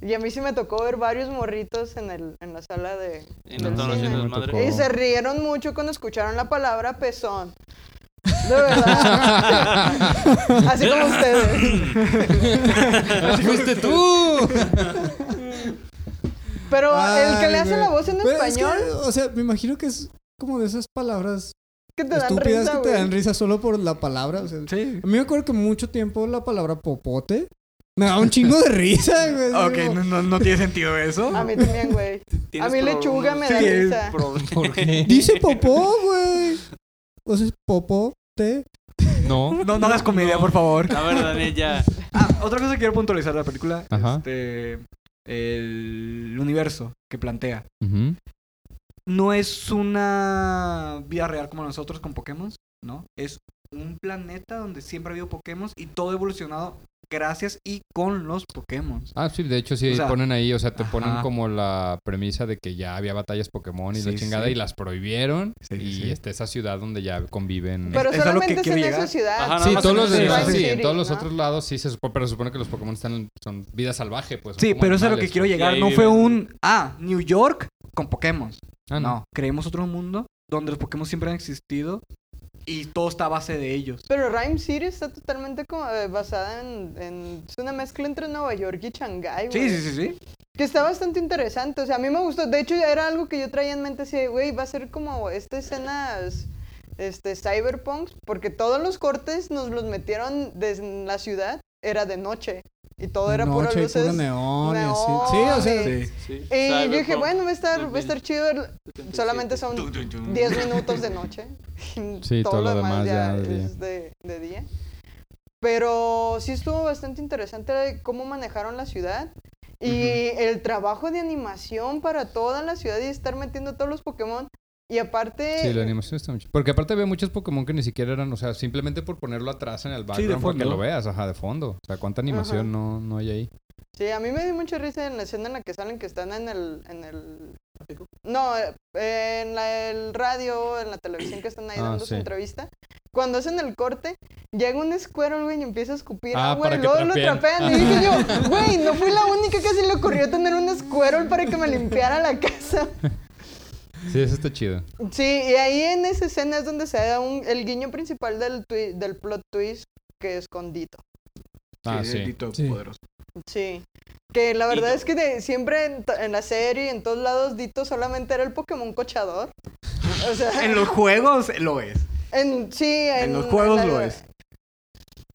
[SPEAKER 3] Y a mí sí me tocó ver varios morritos en, el, en la sala de...
[SPEAKER 4] Y no
[SPEAKER 3] del
[SPEAKER 4] estaban
[SPEAKER 3] cine.
[SPEAKER 4] haciendo
[SPEAKER 5] me
[SPEAKER 4] desmadre.
[SPEAKER 5] tocó.
[SPEAKER 3] Y se rieron mucho cuando escucharon la palabra pezón. De verdad. Así como ustedes.
[SPEAKER 5] ¡Fuiste tú!
[SPEAKER 3] Pero el que le
[SPEAKER 1] Ay,
[SPEAKER 3] hace
[SPEAKER 1] güey.
[SPEAKER 3] la voz en
[SPEAKER 1] Pero es que,
[SPEAKER 3] español,
[SPEAKER 1] o sea, me imagino que es como de esas palabras
[SPEAKER 3] que, te dan
[SPEAKER 1] estúpidas
[SPEAKER 3] risa,
[SPEAKER 1] que te
[SPEAKER 3] güey.
[SPEAKER 1] dan risa solo por la palabra. o sea, a
[SPEAKER 2] Sí.
[SPEAKER 1] mí me acuerdo que mucho tiempo la palabra popote me daba un chingo de risa, güey. así
[SPEAKER 2] Ok,
[SPEAKER 1] como-
[SPEAKER 2] no, no, no tiene sentido eso.
[SPEAKER 3] A mí también, güey. A
[SPEAKER 4] Tienes
[SPEAKER 3] mí
[SPEAKER 4] problemas.
[SPEAKER 3] lechuga me da
[SPEAKER 2] Sí, es
[SPEAKER 3] risa.
[SPEAKER 5] ¿Por qué?
[SPEAKER 1] Dice popó, güey. O sea, es popote.
[SPEAKER 5] No.
[SPEAKER 2] No, no hagas comedia, por favor.
[SPEAKER 4] A ver, Daniel, ya.
[SPEAKER 2] Ah, otra cosa que quiero puntualizar de la película.
[SPEAKER 5] Ajá.
[SPEAKER 2] Este, el universo que plantea.
[SPEAKER 5] Ujú.
[SPEAKER 2] No es una vida real como nosotros con Pokémon, ¿no? Es un planeta donde siempre ha habido Pokémon y todo ha evolucionado gracias y con los Pokémon.
[SPEAKER 5] Ah, sí, de hecho sí
[SPEAKER 2] O sea,
[SPEAKER 5] ponen ahí, o sea, te ponen
[SPEAKER 2] ajá.
[SPEAKER 5] como la premisa de que ya había batallas Pokémon y la
[SPEAKER 2] Sí,
[SPEAKER 5] chingada
[SPEAKER 2] sí.
[SPEAKER 5] y las prohibieron
[SPEAKER 2] Sí, sí,
[SPEAKER 5] y
[SPEAKER 2] sí.
[SPEAKER 5] está esa ciudad donde ya conviven.
[SPEAKER 3] Pero
[SPEAKER 2] Es a lo que
[SPEAKER 3] solamente es
[SPEAKER 2] quiero
[SPEAKER 3] en
[SPEAKER 2] llegar.
[SPEAKER 3] esa ciudad.
[SPEAKER 4] Ajá, nada
[SPEAKER 5] sí,
[SPEAKER 4] más
[SPEAKER 5] todos
[SPEAKER 4] en
[SPEAKER 5] los de-
[SPEAKER 4] ese
[SPEAKER 5] sí,
[SPEAKER 4] lado.
[SPEAKER 5] en todos los
[SPEAKER 3] ¿no?
[SPEAKER 5] otros lados sí se supone, pero se supone que los Pokémon están son vida salvaje, pues. son
[SPEAKER 2] Sí,
[SPEAKER 5] como
[SPEAKER 2] pero eso es a lo que
[SPEAKER 5] animales.
[SPEAKER 2] quiero llegar.
[SPEAKER 4] ahí
[SPEAKER 2] No fue
[SPEAKER 4] viven.
[SPEAKER 2] un, ah, New York con Pokémon.
[SPEAKER 5] Ah, no.
[SPEAKER 2] No, creemos otro mundo donde los Pokémon siempre han existido y todo está a base de ellos.
[SPEAKER 3] Pero Rhyme City está totalmente como, eh, basada en, en- Es una mezcla entre Nueva York y Shanghái,
[SPEAKER 2] Sí,
[SPEAKER 3] güey.
[SPEAKER 2] sí, sí, sí.
[SPEAKER 3] Que está bastante interesante. O sea, a mí me gustó. De hecho, ya era algo que yo traía en mente. Así, de, güey, va a ser como estas escenas. Este, cyberpunks, porque todos los cortes nos los metieron desde la ciudad, era de noche y todo era puro
[SPEAKER 1] Noche y
[SPEAKER 3] luces.
[SPEAKER 1] puro neón y así.
[SPEAKER 3] neón
[SPEAKER 1] Sí, o sea,
[SPEAKER 3] y-
[SPEAKER 2] Sí.
[SPEAKER 4] Sí,
[SPEAKER 3] Y Eh, yo dije,
[SPEAKER 4] Cyberpunk
[SPEAKER 3] bueno, va a estar, va a estar chido. el-
[SPEAKER 4] 2077.
[SPEAKER 3] Solamente son
[SPEAKER 2] Tum, tum, tum.
[SPEAKER 3] 10 minutos de noche.
[SPEAKER 5] Sí, todo lo demás ya de día.
[SPEAKER 3] es de, de día. Pero sí estuvo bastante interesante cómo manejaron la ciudad. Y el trabajo de animación para toda la ciudad y estar metiendo todos los Pokémon. Y aparte,
[SPEAKER 5] Sí, la animación está mucho. Porque aparte había muchos Pokémon que ni siquiera eran, o sea, simplemente por ponerlo atrás en el background para que
[SPEAKER 2] fondo.
[SPEAKER 5] lo veas, ajá, de fondo. O sea, cuánta
[SPEAKER 3] Ajá.
[SPEAKER 5] animación no, no hay ahí.
[SPEAKER 3] sí, a mí me dio mucha risa en la escena en la que salen que están en el... En el... No, eh, en la- el radio, en la televisión que están ahí
[SPEAKER 5] Ah,
[SPEAKER 3] dando su
[SPEAKER 5] sí.
[SPEAKER 3] entrevista. Cuando hacen el corte, llega un Squirrel, güey, y empieza a escupir
[SPEAKER 5] Ah,
[SPEAKER 3] agua
[SPEAKER 5] para
[SPEAKER 3] y
[SPEAKER 5] que
[SPEAKER 3] luego lo
[SPEAKER 5] trapeen.
[SPEAKER 3] trapean. Y dije yo, güey, no fui la única que se le ocurrió tener un Squirrel para que me limpiara la casa.
[SPEAKER 5] Sí, eso está chido.
[SPEAKER 3] Sí, y ahí en esa escena es donde se da un, el guiño principal del, twi- del plot twist que es con Dito.
[SPEAKER 5] Ah,
[SPEAKER 2] el
[SPEAKER 5] sí.
[SPEAKER 2] Dito
[SPEAKER 1] Sí.
[SPEAKER 2] poderoso.
[SPEAKER 3] Sí. Que la verdad
[SPEAKER 4] Ditto.
[SPEAKER 3] es que de- siempre en, to- en la serie, en todos lados, Dito solamente era el Pokémon cochador. O sea,
[SPEAKER 2] En los juegos lo es.
[SPEAKER 3] en- sí, en,
[SPEAKER 2] en los juegos
[SPEAKER 3] la-
[SPEAKER 2] lo es.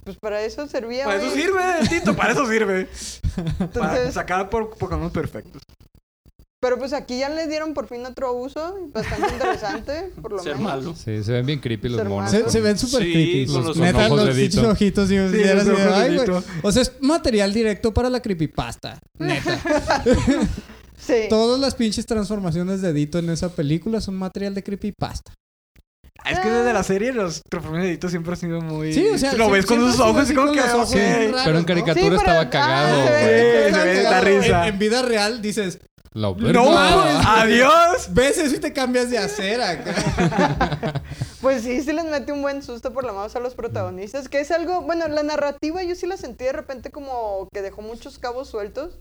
[SPEAKER 3] Pues para eso servía.
[SPEAKER 2] Para eso
[SPEAKER 3] güey.
[SPEAKER 2] sirve, Tito, para eso sirve. Para
[SPEAKER 3] Entonces,
[SPEAKER 2] sacar por Pokémon perfectos.
[SPEAKER 3] pero pues aquí ya le dieron por fin otro uso, bastante interesante, por lo
[SPEAKER 4] Ser
[SPEAKER 3] menos.
[SPEAKER 4] malo.
[SPEAKER 5] Sí, se ven bien creepy los
[SPEAKER 3] Ser
[SPEAKER 5] monos.
[SPEAKER 1] Se,
[SPEAKER 3] con-
[SPEAKER 1] se ven súper
[SPEAKER 4] Sí,
[SPEAKER 1] creepy.
[SPEAKER 4] con los
[SPEAKER 1] Neta,
[SPEAKER 5] ojos
[SPEAKER 1] los
[SPEAKER 5] de Dito.
[SPEAKER 1] pinches ojitos. Y, y eras
[SPEAKER 2] los
[SPEAKER 1] de,
[SPEAKER 2] ojos de
[SPEAKER 1] "Ay, güey".
[SPEAKER 2] Dito.
[SPEAKER 1] O sea, es material directo para la creepypasta. Neta.
[SPEAKER 3] Sí.
[SPEAKER 1] Todas las pinches transformaciones de Dito en esa película son material de creepypasta.
[SPEAKER 2] Es que desde la serie los Transformers de Dito siempre han sido muy...
[SPEAKER 1] Sí, o sea,
[SPEAKER 2] Lo ves con
[SPEAKER 1] siempre
[SPEAKER 2] sus
[SPEAKER 1] se ve
[SPEAKER 2] ojos
[SPEAKER 1] así
[SPEAKER 2] y como
[SPEAKER 1] con
[SPEAKER 2] que...
[SPEAKER 1] los ojos
[SPEAKER 2] ok.
[SPEAKER 1] raros,
[SPEAKER 5] Pero en
[SPEAKER 1] ¿no?
[SPEAKER 5] caricatura
[SPEAKER 3] Sí, pero-
[SPEAKER 5] estaba
[SPEAKER 3] ah,
[SPEAKER 5] cagado.
[SPEAKER 3] se
[SPEAKER 5] güey.
[SPEAKER 3] ve-
[SPEAKER 2] Sí, se ve
[SPEAKER 1] Cagado.
[SPEAKER 2] la risa.
[SPEAKER 1] En, en vida real dices,
[SPEAKER 5] La verga.
[SPEAKER 2] ¡No!
[SPEAKER 1] mames.
[SPEAKER 2] ¡Adiós!
[SPEAKER 1] ves eso y te cambias de acera. acá".
[SPEAKER 3] Pues sí, sí les mete un buen susto por la mouse a los protagonistas, que es algo, bueno, la narrativa yo sí la sentí de repente como que dejó muchos cabos sueltos.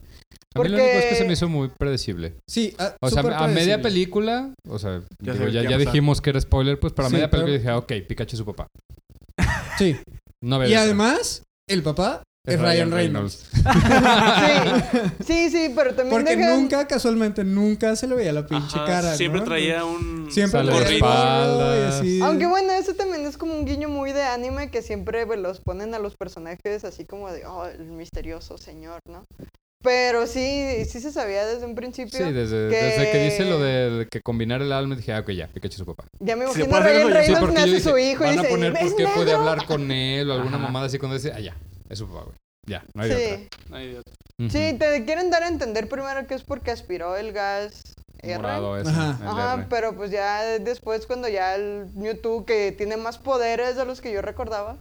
[SPEAKER 5] A mí lo único es que se
[SPEAKER 3] porque-
[SPEAKER 5] me hizo muy predecible.
[SPEAKER 1] Sí, a,
[SPEAKER 5] O sea,
[SPEAKER 1] súper
[SPEAKER 5] a media
[SPEAKER 1] predecible.
[SPEAKER 5] película, o sea,
[SPEAKER 2] Ya
[SPEAKER 5] digo,
[SPEAKER 2] sé,
[SPEAKER 5] ya,
[SPEAKER 2] ya
[SPEAKER 5] ya
[SPEAKER 2] pasó.
[SPEAKER 5] dijimos que era spoiler, pues para
[SPEAKER 1] Sí,
[SPEAKER 5] media película
[SPEAKER 1] pero-
[SPEAKER 5] dije, ok, Pikachu es su papá.
[SPEAKER 1] Sí.
[SPEAKER 5] No veo
[SPEAKER 1] Y
[SPEAKER 5] eso.
[SPEAKER 1] además, el papá es, Ryan Reynolds.
[SPEAKER 3] Sí, sí, sí, pero también
[SPEAKER 1] Porque
[SPEAKER 3] dejan-
[SPEAKER 1] nunca, casualmente, nunca se le veía la pinche
[SPEAKER 4] Ajá,
[SPEAKER 1] cara.
[SPEAKER 4] siempre
[SPEAKER 1] ¿no?
[SPEAKER 4] traía un
[SPEAKER 1] Siempre
[SPEAKER 5] Sale de
[SPEAKER 1] traía el
[SPEAKER 4] gorrito.
[SPEAKER 1] gorro y
[SPEAKER 5] espaldas.
[SPEAKER 1] así.
[SPEAKER 3] Aunque bueno, eso también es como un guiño muy de anime que siempre pues, los ponen a los personajes así como de, oh, el misterioso señor, ¿no? Pero sí, sí se sabía desde un principio.
[SPEAKER 5] Sí, desde,
[SPEAKER 3] que-
[SPEAKER 5] desde que dice lo de que combinar el alma, dije, ah, ok, ya, Pikachu es su papá.
[SPEAKER 3] Ya me
[SPEAKER 2] Si le
[SPEAKER 3] imagino
[SPEAKER 2] puedes hacer
[SPEAKER 3] Ryan
[SPEAKER 2] eso, yo- sí,
[SPEAKER 3] Reynolds
[SPEAKER 5] porque yo
[SPEAKER 3] nace
[SPEAKER 5] dije,
[SPEAKER 3] su hijo y
[SPEAKER 5] van
[SPEAKER 3] dice,
[SPEAKER 5] a poner
[SPEAKER 3] "¿Ves,
[SPEAKER 5] por qué puede
[SPEAKER 3] negro?".
[SPEAKER 5] hablar con él o alguna
[SPEAKER 2] Ajá.
[SPEAKER 5] mamada así cuando dice, ah, ya, es su papá, güey. Ya, no hay de otra.
[SPEAKER 3] Sí,
[SPEAKER 4] Ay, Dios.
[SPEAKER 5] Ujú.
[SPEAKER 3] sí, te quieren dar a entender primero que es porque aspiró el gas. R.
[SPEAKER 5] Morado ese,
[SPEAKER 1] Ajá.
[SPEAKER 5] el
[SPEAKER 3] Ajá,
[SPEAKER 5] R.
[SPEAKER 3] pero pues ya después cuando ya el Mewtwo que tiene más poderes de los que yo recordaba,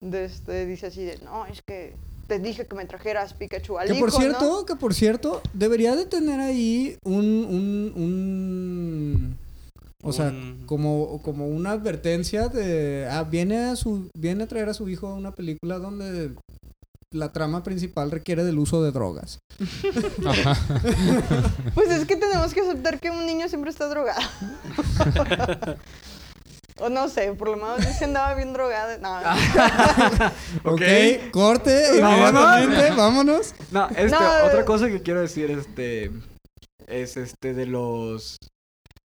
[SPEAKER 3] de este, dice así de, no, es que te dije que me trajeras Pikachu al
[SPEAKER 1] Que por
[SPEAKER 3] hijo, ¿no?".
[SPEAKER 1] cierto, que por cierto, debería de tener ahí un, un, un o sea,
[SPEAKER 4] Un-
[SPEAKER 1] como, como una advertencia de ah, viene a su, viene a traer a su hijo a una película donde la trama principal requiere del uso de drogas.
[SPEAKER 3] Pues es que tenemos que aceptar que un niño siempre está drogado. o no sé, por lo menos yo sí andaba bien drogada. No, no.
[SPEAKER 2] Ah,
[SPEAKER 1] Ok,
[SPEAKER 2] Ok.
[SPEAKER 1] corte,
[SPEAKER 2] Vámonos.
[SPEAKER 1] inmediatamente, vámonos.
[SPEAKER 2] No, este,
[SPEAKER 3] No, eh.
[SPEAKER 2] otra cosa que quiero decir, este, es este de los...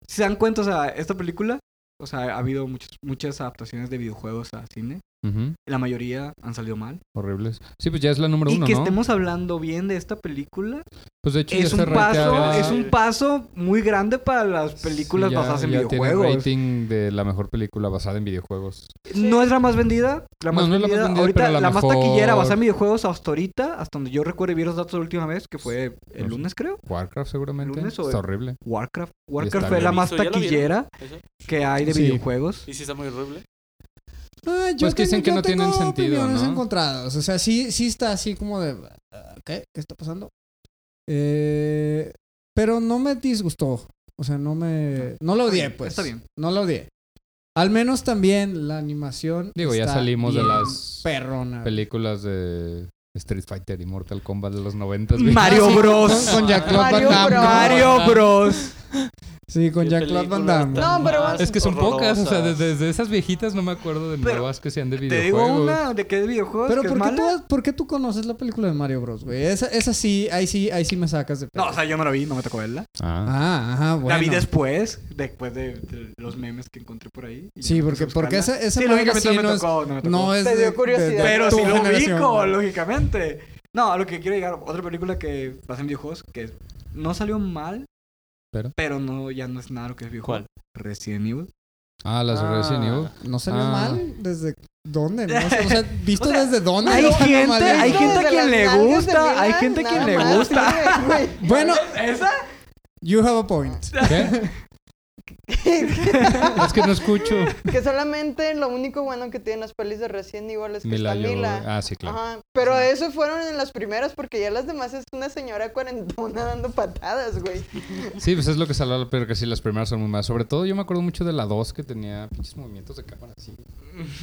[SPEAKER 2] Si se dan cuenta, o sea, esta película, o sea, ha habido muchas muchas adaptaciones de videojuegos a cine.
[SPEAKER 5] Ujú,
[SPEAKER 2] La mayoría han salido mal.
[SPEAKER 5] Horribles. Sí, pues ya es la número
[SPEAKER 2] y
[SPEAKER 5] uno,
[SPEAKER 2] que
[SPEAKER 5] ¿no?
[SPEAKER 2] estemos hablando bien de esta película
[SPEAKER 5] Pues de hecho ya
[SPEAKER 2] es un
[SPEAKER 5] está
[SPEAKER 2] paso,
[SPEAKER 5] rankeada-
[SPEAKER 2] es un paso muy grande para las
[SPEAKER 5] Sí,
[SPEAKER 2] películas
[SPEAKER 5] ya-
[SPEAKER 2] basadas en
[SPEAKER 5] ya tiene
[SPEAKER 2] videojuegos.
[SPEAKER 5] rating de la mejor película basada en videojuegos.
[SPEAKER 2] No es la más vendida, la
[SPEAKER 5] No,
[SPEAKER 2] más
[SPEAKER 5] no es la más
[SPEAKER 2] vendida,
[SPEAKER 5] vendida,
[SPEAKER 2] ahorita
[SPEAKER 5] pero
[SPEAKER 2] la,
[SPEAKER 5] la
[SPEAKER 2] más
[SPEAKER 5] mejor.
[SPEAKER 2] taquillera basada en videojuegos hasta ahorita, hasta donde yo recuerdo y vi los datos la última vez, que fue el
[SPEAKER 5] No sé.
[SPEAKER 2] lunes creo.
[SPEAKER 5] Warcraft seguramente.
[SPEAKER 2] ¿Lunes o
[SPEAKER 5] Está
[SPEAKER 2] el-
[SPEAKER 5] horrible.
[SPEAKER 2] Warcraft.
[SPEAKER 5] está
[SPEAKER 2] Warcraft fue
[SPEAKER 5] bien.
[SPEAKER 2] la más
[SPEAKER 4] Eso ya lo vieron.
[SPEAKER 2] taquillera
[SPEAKER 4] Eso.
[SPEAKER 2] que hay de
[SPEAKER 1] Sí.
[SPEAKER 2] videojuegos.
[SPEAKER 4] Y sí está muy horrible.
[SPEAKER 1] Ah, yo
[SPEAKER 5] Pues que dicen
[SPEAKER 1] tengo-
[SPEAKER 5] que
[SPEAKER 1] yo
[SPEAKER 5] no tienen
[SPEAKER 1] tengo
[SPEAKER 5] sentido,
[SPEAKER 1] opiniones
[SPEAKER 5] ¿no?
[SPEAKER 1] encontrados. O sea, sí, sí está así como de ah, ¿qué? ¿Qué está pasando? Eh, pero no me disgustó. O sea, no me. No la odié,
[SPEAKER 2] bien,
[SPEAKER 1] pues.
[SPEAKER 2] está bien.
[SPEAKER 1] No la odié. Al menos también la animación.
[SPEAKER 5] Digo, ya
[SPEAKER 1] está
[SPEAKER 5] salimos de
[SPEAKER 1] bien
[SPEAKER 5] las
[SPEAKER 1] Perrona.
[SPEAKER 5] películas de Street Fighter y Mortal Kombat de los 90.
[SPEAKER 2] Mario
[SPEAKER 1] Ah, sí,
[SPEAKER 2] Bros.
[SPEAKER 1] Con, con Jean-Claude
[SPEAKER 3] Mario
[SPEAKER 1] Van Damme.
[SPEAKER 3] Bros.
[SPEAKER 1] ¿no?
[SPEAKER 2] Mario Bros.
[SPEAKER 1] Sí, con
[SPEAKER 4] Qué
[SPEAKER 1] Jean-Claude Van
[SPEAKER 4] película
[SPEAKER 1] Damme.
[SPEAKER 4] tan
[SPEAKER 3] No, pero
[SPEAKER 4] más
[SPEAKER 5] Es que son pocas, o sea,
[SPEAKER 4] horrorosas.
[SPEAKER 5] desde, desde esas viejitas no me acuerdo de
[SPEAKER 2] Pero,
[SPEAKER 5] nuevas que sean de
[SPEAKER 2] Te
[SPEAKER 5] videojuegos.
[SPEAKER 2] digo una de que es videojuegos,
[SPEAKER 1] Pero
[SPEAKER 2] que
[SPEAKER 1] ¿por
[SPEAKER 2] es
[SPEAKER 1] qué,
[SPEAKER 2] mala.
[SPEAKER 1] tú, ¿por qué tú conoces la película de Mario Bros, güey? Esa, esa sí, ahí sí, ahí sí me sacas de pedo.
[SPEAKER 2] No, o sea, yo no la vi, no me tocó verla.
[SPEAKER 5] Ah.
[SPEAKER 1] Ah, ajá, bueno.
[SPEAKER 2] La vi después, después de, de los memes que encontré por ahí. y
[SPEAKER 1] Sí,
[SPEAKER 2] ya
[SPEAKER 1] porque,
[SPEAKER 2] empecé a
[SPEAKER 1] porque
[SPEAKER 2] buscarla.
[SPEAKER 1] esa, esa
[SPEAKER 2] Sí,
[SPEAKER 1] marca
[SPEAKER 2] lógicamente
[SPEAKER 1] sí
[SPEAKER 2] no
[SPEAKER 1] no
[SPEAKER 2] me
[SPEAKER 1] es,
[SPEAKER 2] tocó, no me tocó.
[SPEAKER 1] no es
[SPEAKER 3] Te dio curiosidad.
[SPEAKER 2] Pero
[SPEAKER 1] tu
[SPEAKER 2] sí lo
[SPEAKER 1] generación,
[SPEAKER 2] ubico,
[SPEAKER 1] güey.
[SPEAKER 2] lógicamente. No, a lo que quiero llegar, otra película que pasa en videojuegos que no salió mal,
[SPEAKER 5] Pero.
[SPEAKER 2] no, ya no es nada lo que es videojuego. Resident Evil.
[SPEAKER 5] Ah, las de Resident
[SPEAKER 4] Ah.
[SPEAKER 5] Evil.
[SPEAKER 1] No salió
[SPEAKER 5] Ah.
[SPEAKER 1] mal. ¿Desde dónde? No sé, o sea, ¿visto desde dónde?
[SPEAKER 2] hay
[SPEAKER 1] no salió
[SPEAKER 2] gente-
[SPEAKER 1] mal?
[SPEAKER 2] hay
[SPEAKER 3] Esto
[SPEAKER 2] gente
[SPEAKER 3] desde
[SPEAKER 2] a quien
[SPEAKER 3] las
[SPEAKER 2] le
[SPEAKER 3] nalgas de
[SPEAKER 2] gusta, hay
[SPEAKER 3] Milan,
[SPEAKER 2] gente a quien
[SPEAKER 3] nada
[SPEAKER 2] le
[SPEAKER 3] más,
[SPEAKER 2] gusta.
[SPEAKER 3] sí, güey.
[SPEAKER 1] Bueno,
[SPEAKER 2] ¿Esa? Ah.
[SPEAKER 1] you have a point.
[SPEAKER 5] ¿Qué? es que no escucho.
[SPEAKER 3] que solamente lo único bueno que tienen las pelis de recién igual es que
[SPEAKER 5] Mila,
[SPEAKER 3] está
[SPEAKER 5] yo-
[SPEAKER 3] Mila.
[SPEAKER 5] Ah, sí, claro.
[SPEAKER 3] Ajá, pero eso fueron en las primeras porque ya las demás es una señora cuarentona dando patadas, güey.
[SPEAKER 5] Sí, pues es lo que salió la pero que sí, las primeras son muy malas. Sobre todo yo me acuerdo mucho de la 2 que tenía pinches movimientos de cámara así,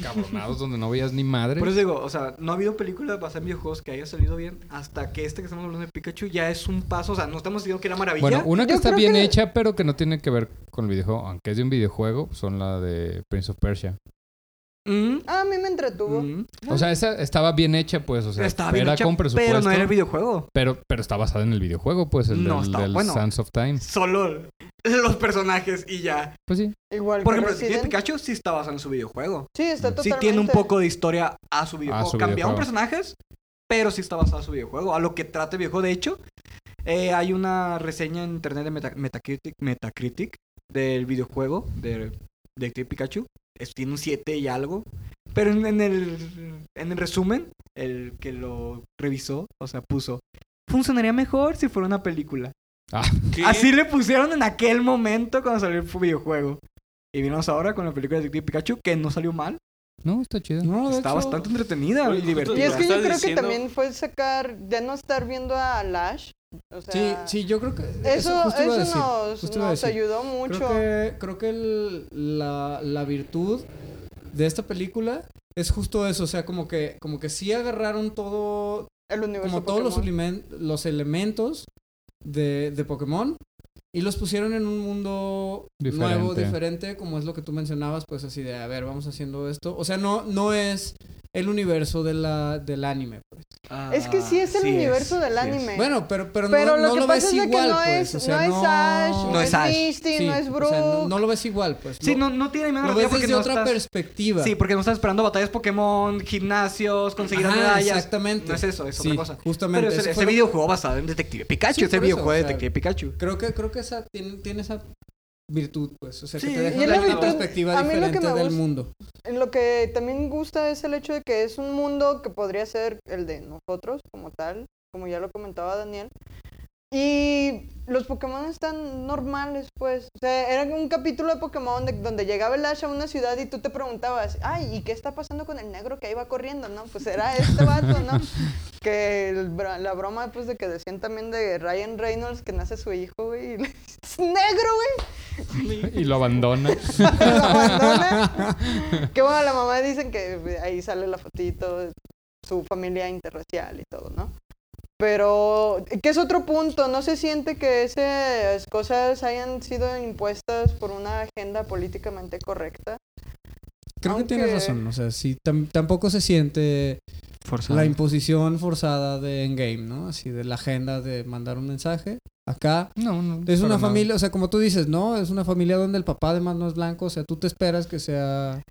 [SPEAKER 5] cabronados, donde no veías ni madre.
[SPEAKER 2] Por eso digo, o sea, no ha habido película basada en videojuegos que haya salido bien hasta que esta que estamos hablando de Pikachu ya es un paso. O sea, no estamos diciendo que era maravilla.
[SPEAKER 5] bueno, una que
[SPEAKER 3] Yo
[SPEAKER 5] está
[SPEAKER 3] creo
[SPEAKER 5] bien
[SPEAKER 3] que-
[SPEAKER 5] hecha, pero que no tiene que ver con el videojuego, aunque es de un videojuego, son la de Prince of Persia.
[SPEAKER 2] Mm,
[SPEAKER 3] Ah, a mí me entretuvo.
[SPEAKER 2] mm.
[SPEAKER 5] O sea, esa estaba bien hecha, pues, o sea,
[SPEAKER 2] estaba bien
[SPEAKER 5] era
[SPEAKER 2] hecha,
[SPEAKER 5] con presupuesto.
[SPEAKER 2] pero no era videojuego.
[SPEAKER 5] Pero, pero está basada en el videojuego, pues, el
[SPEAKER 2] No,
[SPEAKER 5] del,
[SPEAKER 2] está
[SPEAKER 5] del
[SPEAKER 2] bueno.
[SPEAKER 5] Sands of Time.
[SPEAKER 2] Solo los personajes y ya.
[SPEAKER 5] Pues sí.
[SPEAKER 3] Igual
[SPEAKER 2] Por
[SPEAKER 3] que
[SPEAKER 2] ejemplo,
[SPEAKER 3] Resident.
[SPEAKER 2] Detective Pikachu sí está basado en su videojuego.
[SPEAKER 3] Sí, está
[SPEAKER 5] Sí
[SPEAKER 3] totalmente.
[SPEAKER 2] Sí tiene un poco de historia a su videojuego.
[SPEAKER 5] su
[SPEAKER 2] Cambiaron
[SPEAKER 5] videojuego.
[SPEAKER 2] personajes, pero sí está basado en su videojuego. A lo que trata el videojuego. De hecho, eh, hay una reseña en internet de Meta- Metacritic, Metacritic del videojuego de Detective Pikachu. Es- tiene un 7 y algo. Pero en, en el, en el resumen, el que lo revisó, o sea, puso... Funcionaría mejor si fuera una película.
[SPEAKER 4] ¿Qué?
[SPEAKER 1] Ah,
[SPEAKER 2] Así le pusieron en aquel momento cuando salió el videojuego. Y vinimos ahora con la película de Detective Pikachu, que no salió mal.
[SPEAKER 5] No, está chida.
[SPEAKER 2] Está bastante entretenida
[SPEAKER 4] Oye,
[SPEAKER 2] y
[SPEAKER 4] justo-
[SPEAKER 2] divertida.
[SPEAKER 3] Y es
[SPEAKER 4] Lo
[SPEAKER 3] que yo
[SPEAKER 4] estás
[SPEAKER 3] creo que
[SPEAKER 4] diciendo-
[SPEAKER 3] también fue sacar, ya no estar viendo a Lash. O
[SPEAKER 1] Sí,
[SPEAKER 3] sea,
[SPEAKER 1] sí, yo creo que.
[SPEAKER 3] Eso,
[SPEAKER 1] justo iba a
[SPEAKER 3] eso
[SPEAKER 1] decir,
[SPEAKER 3] nos,
[SPEAKER 1] justo iba a
[SPEAKER 3] nos
[SPEAKER 1] decir.
[SPEAKER 3] ayudó mucho.
[SPEAKER 1] Creo que, creo que el- la, la virtud de esta película es justo eso. O sea, como que, como que sí agarraron todo,
[SPEAKER 3] el universo
[SPEAKER 1] como todos los,
[SPEAKER 3] Pokémon.
[SPEAKER 1] elimen- los elementos de, de Pokémon y los pusieron en un mundo nuevo,
[SPEAKER 5] Diferente.
[SPEAKER 1] diferente, como es lo que tú mencionabas, pues así de, a ver, vamos haciendo esto. O sea, no, no es el universo de la, del anime. pues.
[SPEAKER 3] Es que sí es el universo del anime.
[SPEAKER 1] Bueno, pero, pero,
[SPEAKER 3] Pero
[SPEAKER 1] no,
[SPEAKER 3] lo
[SPEAKER 1] no
[SPEAKER 3] que
[SPEAKER 1] lo
[SPEAKER 3] pasa
[SPEAKER 1] ves
[SPEAKER 3] es de que
[SPEAKER 1] igual,
[SPEAKER 3] no
[SPEAKER 1] pues.
[SPEAKER 3] es,
[SPEAKER 1] o sea,
[SPEAKER 3] no es Ash, no,
[SPEAKER 2] No es
[SPEAKER 3] es
[SPEAKER 2] Ash,
[SPEAKER 3] Misty,
[SPEAKER 1] Sí,
[SPEAKER 3] no es Brooke.
[SPEAKER 1] O sea, no, no lo ves igual, pues.
[SPEAKER 2] Sí,
[SPEAKER 1] Lo-
[SPEAKER 2] no, no tiene la
[SPEAKER 1] Lo
[SPEAKER 2] misma narrativa
[SPEAKER 1] ves
[SPEAKER 2] porque
[SPEAKER 1] desde
[SPEAKER 2] no
[SPEAKER 1] otra
[SPEAKER 2] estás...
[SPEAKER 1] perspectiva.
[SPEAKER 2] Sí, porque no estás esperando batallas Pokémon, gimnasios, conseguir
[SPEAKER 1] Ajá,
[SPEAKER 2] medallas.
[SPEAKER 1] Exactamente.
[SPEAKER 2] No es eso, es
[SPEAKER 1] Sí,
[SPEAKER 2] otra cosa.
[SPEAKER 1] Justamente.
[SPEAKER 2] Pero ese,
[SPEAKER 1] eso
[SPEAKER 2] ese
[SPEAKER 1] fue lo-
[SPEAKER 2] videojuego basado en Detective Pikachu,
[SPEAKER 1] Sí,
[SPEAKER 2] ese
[SPEAKER 1] por eso,
[SPEAKER 2] videojuego de
[SPEAKER 1] o sea,
[SPEAKER 2] Detective Pikachu.
[SPEAKER 1] Creo que, creo que esa tiene, tiene esa virtud, pues. O sea,
[SPEAKER 2] Sí,
[SPEAKER 1] que te
[SPEAKER 2] y
[SPEAKER 1] deja
[SPEAKER 2] es la
[SPEAKER 1] ver una
[SPEAKER 2] virtud-
[SPEAKER 1] perspectiva
[SPEAKER 3] a mí lo que
[SPEAKER 1] diferente
[SPEAKER 3] me
[SPEAKER 1] del
[SPEAKER 3] gusta-
[SPEAKER 1] mundo.
[SPEAKER 3] Lo que también gusta es el hecho de que es un mundo que podría ser el de nosotros como tal, como ya lo comentaba Daniel. Y los Pokémon están normales, pues. O sea, era un capítulo de Pokémon de- donde llegaba el Ash a una ciudad y tú te preguntabas, ay, ¿y qué está pasando con el negro que ahí va corriendo, no? Pues era este vato, ¿no? que el bra- la broma, pues, de que decían también de Ryan Reynolds que nace su hijo, güey. y le- ¡Es negro, güey!
[SPEAKER 5] Y lo abandona.
[SPEAKER 3] que lo abandona. Que bueno, la mamá dicen que ahí sale la fotito, su familia interracial y todo, ¿no? Pero, que es otro punto, no se siente que esas cosas hayan sido impuestas por una agenda políticamente correcta.
[SPEAKER 1] Creo
[SPEAKER 3] Aunque-
[SPEAKER 1] que tienes razón. O sea, sí, tam- tampoco se siente la imposición forzada de Endgame, ¿no? Así de la agenda de mandar un mensaje. Acá
[SPEAKER 5] No, no.
[SPEAKER 1] es
[SPEAKER 5] para
[SPEAKER 1] una
[SPEAKER 5] nada.
[SPEAKER 1] familia, o sea, como tú dices, ¿no? Es una familia donde el papá además no es blanco. O sea, tú te esperas que sea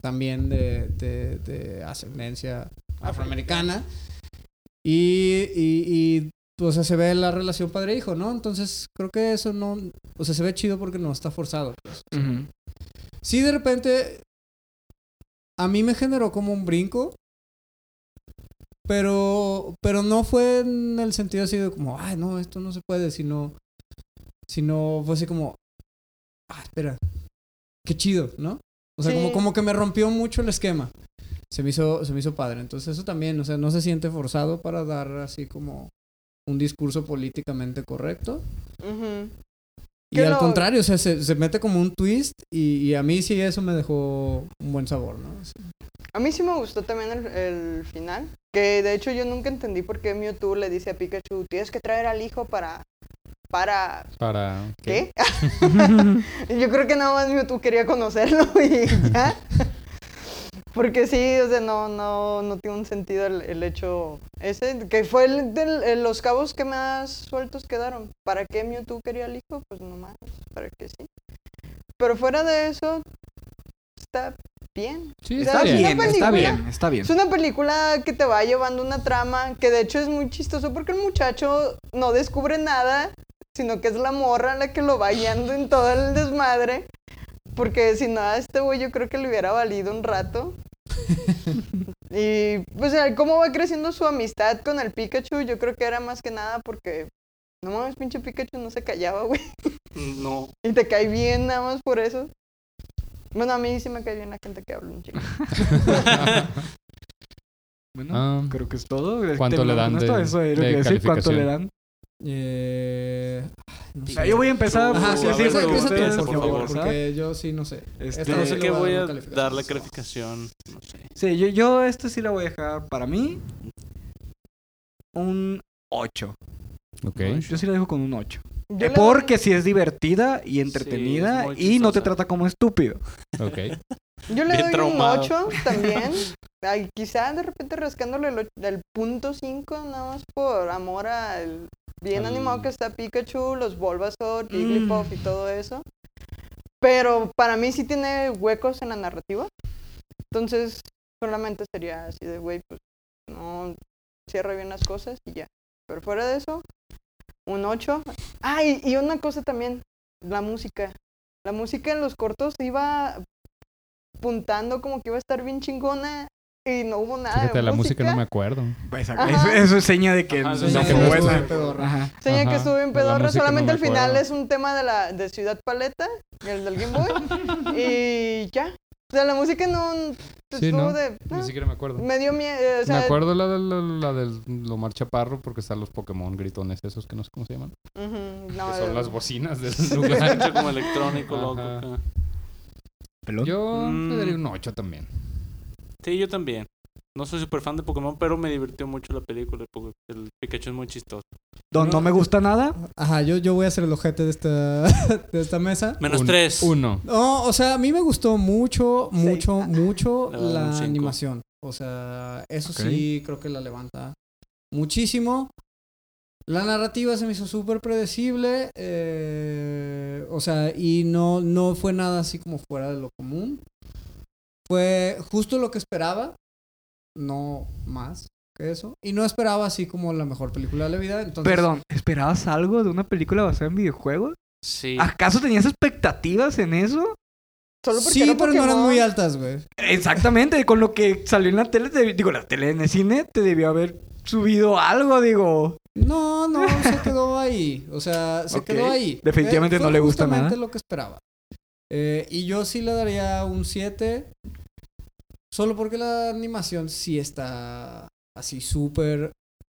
[SPEAKER 1] también de, de- de ascendencia afroamericana. Y, y, y, o sea, se ve la relación padre-hijo, ¿no? Entonces, creo que eso no... O sea, se ve chido porque no está forzado. pues.
[SPEAKER 2] Ujú.
[SPEAKER 1] Sí, de repente, a mí me generó como un brinco. Pero, pero no fue en el sentido así de como, ay, no, esto no se puede, sino, sino fue así como, ah, espera, qué chido, ¿no? O sea, como,
[SPEAKER 3] Sí.
[SPEAKER 1] como que me rompió mucho el esquema. Se me, hizo, se me hizo padre. Entonces eso también, o sea, no se siente forzado para dar así como un discurso políticamente correcto.
[SPEAKER 3] Ujú.
[SPEAKER 1] Y
[SPEAKER 3] Que
[SPEAKER 1] al
[SPEAKER 3] lo-
[SPEAKER 1] contrario, o sea, se, se mete como un twist y, y a mí sí eso me dejó un buen sabor, ¿no? O sea,
[SPEAKER 3] A mí sí me gustó también el, el final, que de hecho yo nunca entendí por qué Mewtwo le dice a Pikachu, tienes que traer al hijo para... para...
[SPEAKER 5] Para.
[SPEAKER 3] ¿Qué? Yo creo que nada más Mewtwo quería conocerlo y ya. Porque sí, o sea, no, no, no tiene un sentido el, el hecho ese, que fue el de los cabos que más sueltos quedaron. ¿Para qué Mewtwo quería al hijo? Pues nomás, para que sí. Pero fuera de eso, está bien.
[SPEAKER 5] Sí,
[SPEAKER 3] Está
[SPEAKER 5] está
[SPEAKER 3] bien.
[SPEAKER 5] bien.
[SPEAKER 2] está
[SPEAKER 3] película.
[SPEAKER 2] bien, está bien.
[SPEAKER 3] Es una película que te va llevando una trama, que de hecho es muy chistoso porque el muchacho no descubre nada, sino que es la morra la que lo va guiando en todo el desmadre. Porque si no, a este güey yo creo que le hubiera valido un rato. y pues el cómo va creciendo su amistad con el Pikachu, yo creo que era más que nada porque No mames, pinche Pikachu no se callaba, güey.
[SPEAKER 4] No.
[SPEAKER 3] Y te cae bien nada más por eso. Bueno, a mí sí me cae bien la gente que habla un chingo.
[SPEAKER 2] Bueno,
[SPEAKER 5] Ah.
[SPEAKER 2] creo que es todo.
[SPEAKER 5] ¿Cuánto le dan
[SPEAKER 2] de,
[SPEAKER 5] de-
[SPEAKER 2] eso era lo
[SPEAKER 5] de
[SPEAKER 2] que decir, ¿Cuánto
[SPEAKER 5] calificación?
[SPEAKER 2] le dan?
[SPEAKER 1] Eh, ay, no
[SPEAKER 2] O
[SPEAKER 1] sé.
[SPEAKER 2] sea, yo voy a empezar.
[SPEAKER 1] Ajá, sí,
[SPEAKER 4] Uh, a
[SPEAKER 1] sí,
[SPEAKER 4] ver,
[SPEAKER 1] empieza,
[SPEAKER 4] tú,
[SPEAKER 1] empieza tú,
[SPEAKER 4] empieza,
[SPEAKER 1] por
[SPEAKER 4] por
[SPEAKER 1] favor,
[SPEAKER 4] favor.
[SPEAKER 1] porque yo sí no sé.
[SPEAKER 2] Este,
[SPEAKER 1] Esta no se
[SPEAKER 4] ¿Qué
[SPEAKER 1] le va a dar
[SPEAKER 4] voy a
[SPEAKER 1] una calificación.
[SPEAKER 4] dar la calificación? No sé.
[SPEAKER 2] Sí, yo, yo este sí la voy a dejar para mí. Un 8.
[SPEAKER 5] Ok.
[SPEAKER 2] Yo sí la dejo con un 8.
[SPEAKER 3] Yo le doy-
[SPEAKER 2] Porque si es divertida y
[SPEAKER 4] es
[SPEAKER 2] entretenida
[SPEAKER 4] muy
[SPEAKER 2] y no te
[SPEAKER 4] chistosa.
[SPEAKER 2] trata como estúpido.
[SPEAKER 5] Ok.
[SPEAKER 3] Yo le
[SPEAKER 4] Bien
[SPEAKER 3] doy
[SPEAKER 4] traumado.
[SPEAKER 3] un 8 también. Ay, quizá de repente rascándole el, och- el punto 5 nada más por amor al bien
[SPEAKER 4] Al- Mm.
[SPEAKER 3] animado que está Pikachu, los Bulbasaur, Jigglypuff y todo eso. Pero para mí sí tiene huecos en la narrativa. Entonces solamente sería así de, güey, pues no cierra bien las cosas y ya. Pero fuera de eso, un 8. Ah, y, y una cosa también, la música. La música en los cortos iba puntando como que iba a estar bien chingona y no hubo
[SPEAKER 1] Ah,
[SPEAKER 3] nada
[SPEAKER 5] Fíjate,
[SPEAKER 3] de
[SPEAKER 5] la música no me acuerdo.
[SPEAKER 2] Pues,
[SPEAKER 3] Ajá.
[SPEAKER 2] eso, eso es seña de que
[SPEAKER 4] Ajá,
[SPEAKER 2] no
[SPEAKER 4] eso es
[SPEAKER 1] seña
[SPEAKER 2] fue
[SPEAKER 1] de que
[SPEAKER 2] buena.
[SPEAKER 1] estuvo pedorra.
[SPEAKER 2] Ajá.
[SPEAKER 3] Seña que
[SPEAKER 5] Ajá,
[SPEAKER 3] estuve en
[SPEAKER 5] de la
[SPEAKER 3] pedorra,
[SPEAKER 5] música no
[SPEAKER 3] solamente
[SPEAKER 5] me
[SPEAKER 3] al final
[SPEAKER 5] acuerdo.
[SPEAKER 3] es un tema de la de Ciudad Paleta, el del Game Boy, y ya. O sea, la música no
[SPEAKER 5] Sí,
[SPEAKER 3] estuvo
[SPEAKER 5] ¿no?
[SPEAKER 3] de... ah,
[SPEAKER 5] Ni siquiera me acuerdo.
[SPEAKER 3] me dio miedo, eh, o sea,
[SPEAKER 5] me acuerdo la, de- la, la del Lomar Chaparro porque están los Pokémon gritones esos que no sé cómo se llaman.
[SPEAKER 3] ujú,
[SPEAKER 1] Ah,
[SPEAKER 3] no,
[SPEAKER 5] que son
[SPEAKER 3] eh,
[SPEAKER 5] las bocinas del lugar.
[SPEAKER 4] Hecho como electrónico, loco.
[SPEAKER 5] Ajá.
[SPEAKER 4] acá.
[SPEAKER 2] Pelón.
[SPEAKER 5] Yo le
[SPEAKER 4] Mm.
[SPEAKER 5] daría un 8 también.
[SPEAKER 4] Sí, yo también. No soy súper fan de Pokémon, pero me divirtió mucho la película. porque El Pikachu es muy chistoso.
[SPEAKER 2] Don, no me gusta nada.
[SPEAKER 1] Ajá, yo, yo voy a ser el ojete de esta, de esta mesa.
[SPEAKER 4] Menos
[SPEAKER 5] Un-
[SPEAKER 4] tres.
[SPEAKER 5] Uno.
[SPEAKER 1] No, o sea, a mí me gustó mucho,
[SPEAKER 3] Sí. Ah.
[SPEAKER 1] mucho, mucho
[SPEAKER 4] Le voy a dar un
[SPEAKER 1] la
[SPEAKER 4] cinco.
[SPEAKER 1] animación. O sea, eso
[SPEAKER 5] Ok.
[SPEAKER 1] sí creo que la levanta muchísimo. La narrativa se me hizo súper predecible. eh, o sea, y no, no fue nada así como fuera de lo común. Fue justo lo que esperaba, no más que eso. Y no esperaba así como la mejor película de la vida. Entonces,
[SPEAKER 2] Perdón, ¿esperabas algo de una película basada en videojuegos?
[SPEAKER 4] Sí.
[SPEAKER 1] Ah.
[SPEAKER 2] ¿Acaso tenías expectativas en eso?
[SPEAKER 3] solo porque
[SPEAKER 1] Sí,
[SPEAKER 3] era
[SPEAKER 1] pero no eran
[SPEAKER 3] Pokémon.
[SPEAKER 1] muy altas, güey.
[SPEAKER 2] Exactamente, con lo que salió en la tele, te- digo, la tele en el cine, te debió haber subido algo, digo.
[SPEAKER 1] No, no, se quedó ahí. O sea, se
[SPEAKER 2] Ok.
[SPEAKER 1] quedó ahí. Eh,
[SPEAKER 2] Definitivamente
[SPEAKER 1] fue
[SPEAKER 2] no le gusta nada.
[SPEAKER 1] justamente lo que esperaba. Eh, y yo sí le daría un 7. Solo porque la animación sí está así súper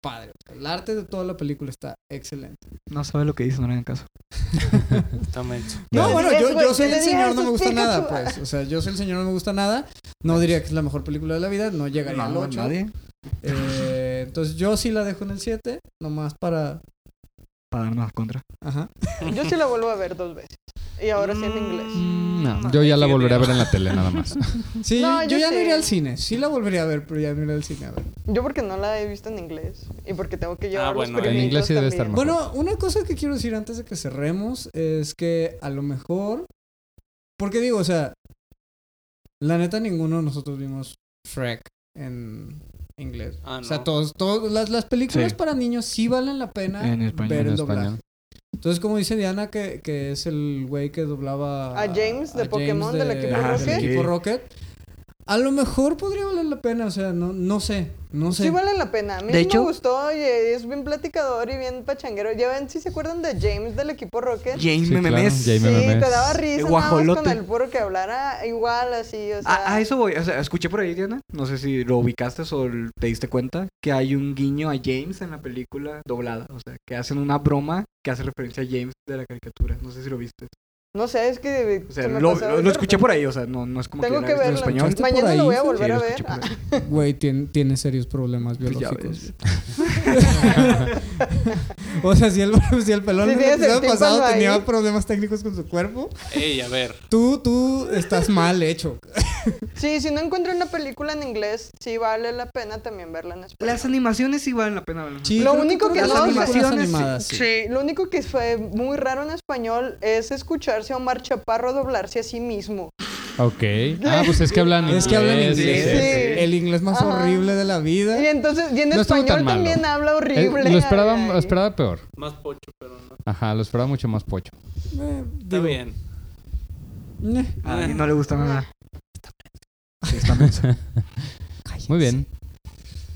[SPEAKER 1] padre. O sea, El arte de toda la película está excelente.
[SPEAKER 2] No sabe lo que dice, no le hagan caso.
[SPEAKER 4] Exactamente.
[SPEAKER 1] No,
[SPEAKER 3] le
[SPEAKER 1] bueno,
[SPEAKER 3] digas,
[SPEAKER 1] yo,
[SPEAKER 3] güey,
[SPEAKER 1] yo soy
[SPEAKER 3] no le
[SPEAKER 1] el señor,
[SPEAKER 3] digas,
[SPEAKER 1] no me gusta
[SPEAKER 3] Pikachu.
[SPEAKER 1] nada, pues. O sea, yo soy el señor, no me gusta nada. No diría que es la mejor película de la vida, no llegaría al
[SPEAKER 2] No,
[SPEAKER 1] 8.
[SPEAKER 2] nadie.
[SPEAKER 1] Eh, entonces yo sí la dejo en el 7, nomás para...
[SPEAKER 2] Para darnos contra.
[SPEAKER 1] Ajá.
[SPEAKER 3] Yo sí la vuelvo a ver dos veces. Y ahora sí en inglés.
[SPEAKER 5] Mm, no,
[SPEAKER 4] Mm,
[SPEAKER 5] yo ya la
[SPEAKER 4] fíjate.
[SPEAKER 5] volveré a ver en la tele nada más.
[SPEAKER 1] Sí,
[SPEAKER 3] No,
[SPEAKER 1] yo,
[SPEAKER 3] yo
[SPEAKER 1] ya no
[SPEAKER 3] sé.
[SPEAKER 1] iría al cine. Sí la volvería a ver, pero ya no iré al cine a ver.
[SPEAKER 3] Yo porque no la he visto en inglés. Y porque tengo que llevar
[SPEAKER 4] Ah,
[SPEAKER 3] los
[SPEAKER 4] bueno, en
[SPEAKER 3] permisos
[SPEAKER 5] inglés sí debe estar
[SPEAKER 3] también.
[SPEAKER 5] mejor.
[SPEAKER 1] Bueno, una cosa que quiero decir antes de que cerremos es que a lo mejor. Porque digo, o sea. La neta, ninguno de nosotros vimos Shrek en inglés.
[SPEAKER 4] Ah,
[SPEAKER 1] O
[SPEAKER 4] no.
[SPEAKER 1] sea, todos, todos, las, las películas
[SPEAKER 2] Sí.
[SPEAKER 1] para niños sí valen la pena
[SPEAKER 2] En español,
[SPEAKER 1] ver
[SPEAKER 5] en
[SPEAKER 1] el doblaje.
[SPEAKER 5] español.
[SPEAKER 1] Entonces, como dice Diana, que, que es el güey que doblaba
[SPEAKER 3] A James de Pokémon, del equipo
[SPEAKER 1] ajá,
[SPEAKER 2] Rocket.
[SPEAKER 1] equipo Rocket. A lo mejor podría valer la pena, o sea, no, no sé, no sé.
[SPEAKER 3] Sí vale la pena. A mí
[SPEAKER 2] De
[SPEAKER 3] sí
[SPEAKER 2] hecho-
[SPEAKER 3] me gustó y es bien platicador y bien pachanguero. Ya ven, si se acuerdan de James del equipo Rocket.
[SPEAKER 2] James
[SPEAKER 5] Sí, claro,
[SPEAKER 2] Memes.
[SPEAKER 5] Jaime
[SPEAKER 3] sí,
[SPEAKER 5] Memes.
[SPEAKER 3] te daba risa nada más con
[SPEAKER 2] guajolote. Ah,
[SPEAKER 3] el puro que hablara igual así, o sea.
[SPEAKER 2] A, a eso voy. O sea, escuché por ahí, Diana. No sé si lo ubicaste o l- te diste cuenta que hay un guiño a James en la película doblada. O sea, que hacen una broma que hace referencia a James de la caricatura. No sé si lo viste.
[SPEAKER 3] No sé, es que
[SPEAKER 2] O sea,
[SPEAKER 3] se me
[SPEAKER 2] lo,
[SPEAKER 3] pasó
[SPEAKER 2] lo-
[SPEAKER 3] de
[SPEAKER 2] lo escuché
[SPEAKER 3] repente.
[SPEAKER 2] por ahí. O sea, no, no es como
[SPEAKER 3] Tengo
[SPEAKER 2] que,
[SPEAKER 3] que
[SPEAKER 2] la viste en
[SPEAKER 3] verlo.
[SPEAKER 2] español.
[SPEAKER 1] ¿Escuchaste
[SPEAKER 3] Mañana
[SPEAKER 1] por
[SPEAKER 3] lo voy
[SPEAKER 1] ahí?
[SPEAKER 3] a volver
[SPEAKER 2] Sí,
[SPEAKER 3] a
[SPEAKER 2] lo
[SPEAKER 3] ver.
[SPEAKER 2] escuché por ahí.
[SPEAKER 1] Güey, tiene, tiene serios problemas
[SPEAKER 2] Pues ya
[SPEAKER 1] biológicos. O sea, si el, si el pelón
[SPEAKER 3] Si
[SPEAKER 1] en el
[SPEAKER 3] tienes el
[SPEAKER 1] episodio
[SPEAKER 3] tímpano
[SPEAKER 1] pasado tenía
[SPEAKER 3] ahí.
[SPEAKER 1] problemas técnicos con su cuerpo,
[SPEAKER 4] Ey, a ver.
[SPEAKER 1] tú, tú estás mal hecho.
[SPEAKER 3] Sí, si no encuentro una película en inglés, sí vale la pena también verla en español.
[SPEAKER 2] Las animaciones sí valen la pena verlas.
[SPEAKER 1] Sí,
[SPEAKER 3] Lo
[SPEAKER 1] creo
[SPEAKER 3] único que
[SPEAKER 1] todas las
[SPEAKER 3] no-
[SPEAKER 1] películas
[SPEAKER 2] animaciones,
[SPEAKER 1] animadas, sí.
[SPEAKER 3] Sí, lo único que fue muy raro en español es escucharse a Omar Chaparro doblarse a sí mismo.
[SPEAKER 5] Ok. Ah, pues es que hablan
[SPEAKER 1] Es que hablan
[SPEAKER 5] inglés,
[SPEAKER 1] inglés.
[SPEAKER 5] sí, sí, sí.
[SPEAKER 1] El inglés más
[SPEAKER 3] Ajá.
[SPEAKER 1] horrible de la vida. Eh,
[SPEAKER 3] Y entonces, y en
[SPEAKER 5] No estuvo
[SPEAKER 3] español
[SPEAKER 5] tan malo.
[SPEAKER 3] también habla
[SPEAKER 5] Eh,
[SPEAKER 3] horrible.
[SPEAKER 5] lo, esperaba,
[SPEAKER 3] ay,
[SPEAKER 5] lo
[SPEAKER 3] ay.
[SPEAKER 5] esperaba peor.
[SPEAKER 4] Más pocho, pero no.
[SPEAKER 5] Ajá, lo esperaba mucho más pocho.
[SPEAKER 1] Eh,
[SPEAKER 4] Está
[SPEAKER 1] digo,
[SPEAKER 4] bien.
[SPEAKER 1] eh.
[SPEAKER 2] A alguien no le gusta nada. Sí, está mensa.
[SPEAKER 5] Muy bien.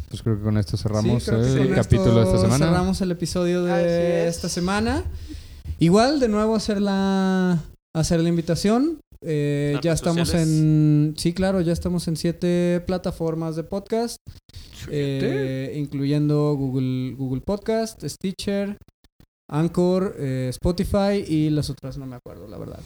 [SPEAKER 5] pues creo que con esto cerramos
[SPEAKER 1] Sí, creo que
[SPEAKER 5] el
[SPEAKER 1] con
[SPEAKER 5] capítulo de esta
[SPEAKER 1] esto
[SPEAKER 5] semana.
[SPEAKER 1] Cerramos el episodio de
[SPEAKER 3] Así es.
[SPEAKER 1] esta semana. Igual, de nuevo, hacer la, hacer la invitación. Eh,
[SPEAKER 4] Las
[SPEAKER 1] ya
[SPEAKER 4] redes
[SPEAKER 1] estamos
[SPEAKER 4] sociales.
[SPEAKER 1] en. Sí, claro, ya estamos en siete plataformas de podcast.
[SPEAKER 2] Este,
[SPEAKER 1] eh, incluyendo Google, Google Podcast, Stitcher, Anchor, eh, Spotify y las otras no me acuerdo, la verdad.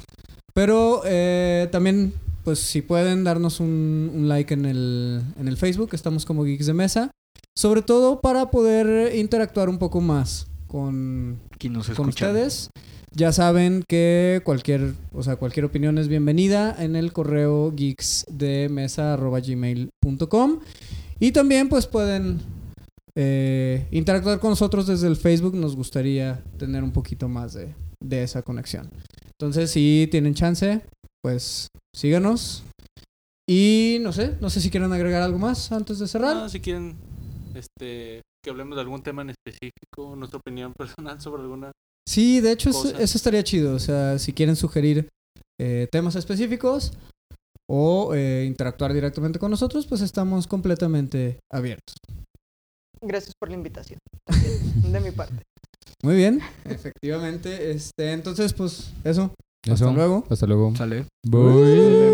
[SPEAKER 1] Pero eh, también, pues si pueden darnos un, un like en el, en el Facebook, estamos como Geeks de Mesa. Sobre todo para poder interactuar un poco más con,
[SPEAKER 2] Quien nos
[SPEAKER 1] con
[SPEAKER 2] escucha.
[SPEAKER 1] ustedes. Ya saben que cualquier, o sea, cualquier opinión es bienvenida en el correo geeksdemesa@gmail.com y también pues pueden eh, interactuar con nosotros desde el Facebook. Nos gustaría tener un poquito más de, de esa conexión. Entonces, si tienen chance, pues síganos. Y no sé, no sé si quieren agregar algo más antes de cerrar.
[SPEAKER 4] No, Ah, si quieren este, que hablemos de algún tema en específico, nuestra opinión personal sobre alguna.
[SPEAKER 1] Sí, de hecho, eso,
[SPEAKER 4] cosa.
[SPEAKER 1] eso estaría chido. O sea, si quieren sugerir eh, temas específicos o eh, interactuar directamente con nosotros, pues estamos completamente abiertos.
[SPEAKER 3] Gracias por la invitación. también, de mi parte.
[SPEAKER 1] Muy bien. Efectivamente. Este, entonces, pues eso.
[SPEAKER 5] Eso.
[SPEAKER 1] Hasta luego.
[SPEAKER 5] Hasta luego.
[SPEAKER 2] Sale.
[SPEAKER 5] Bye.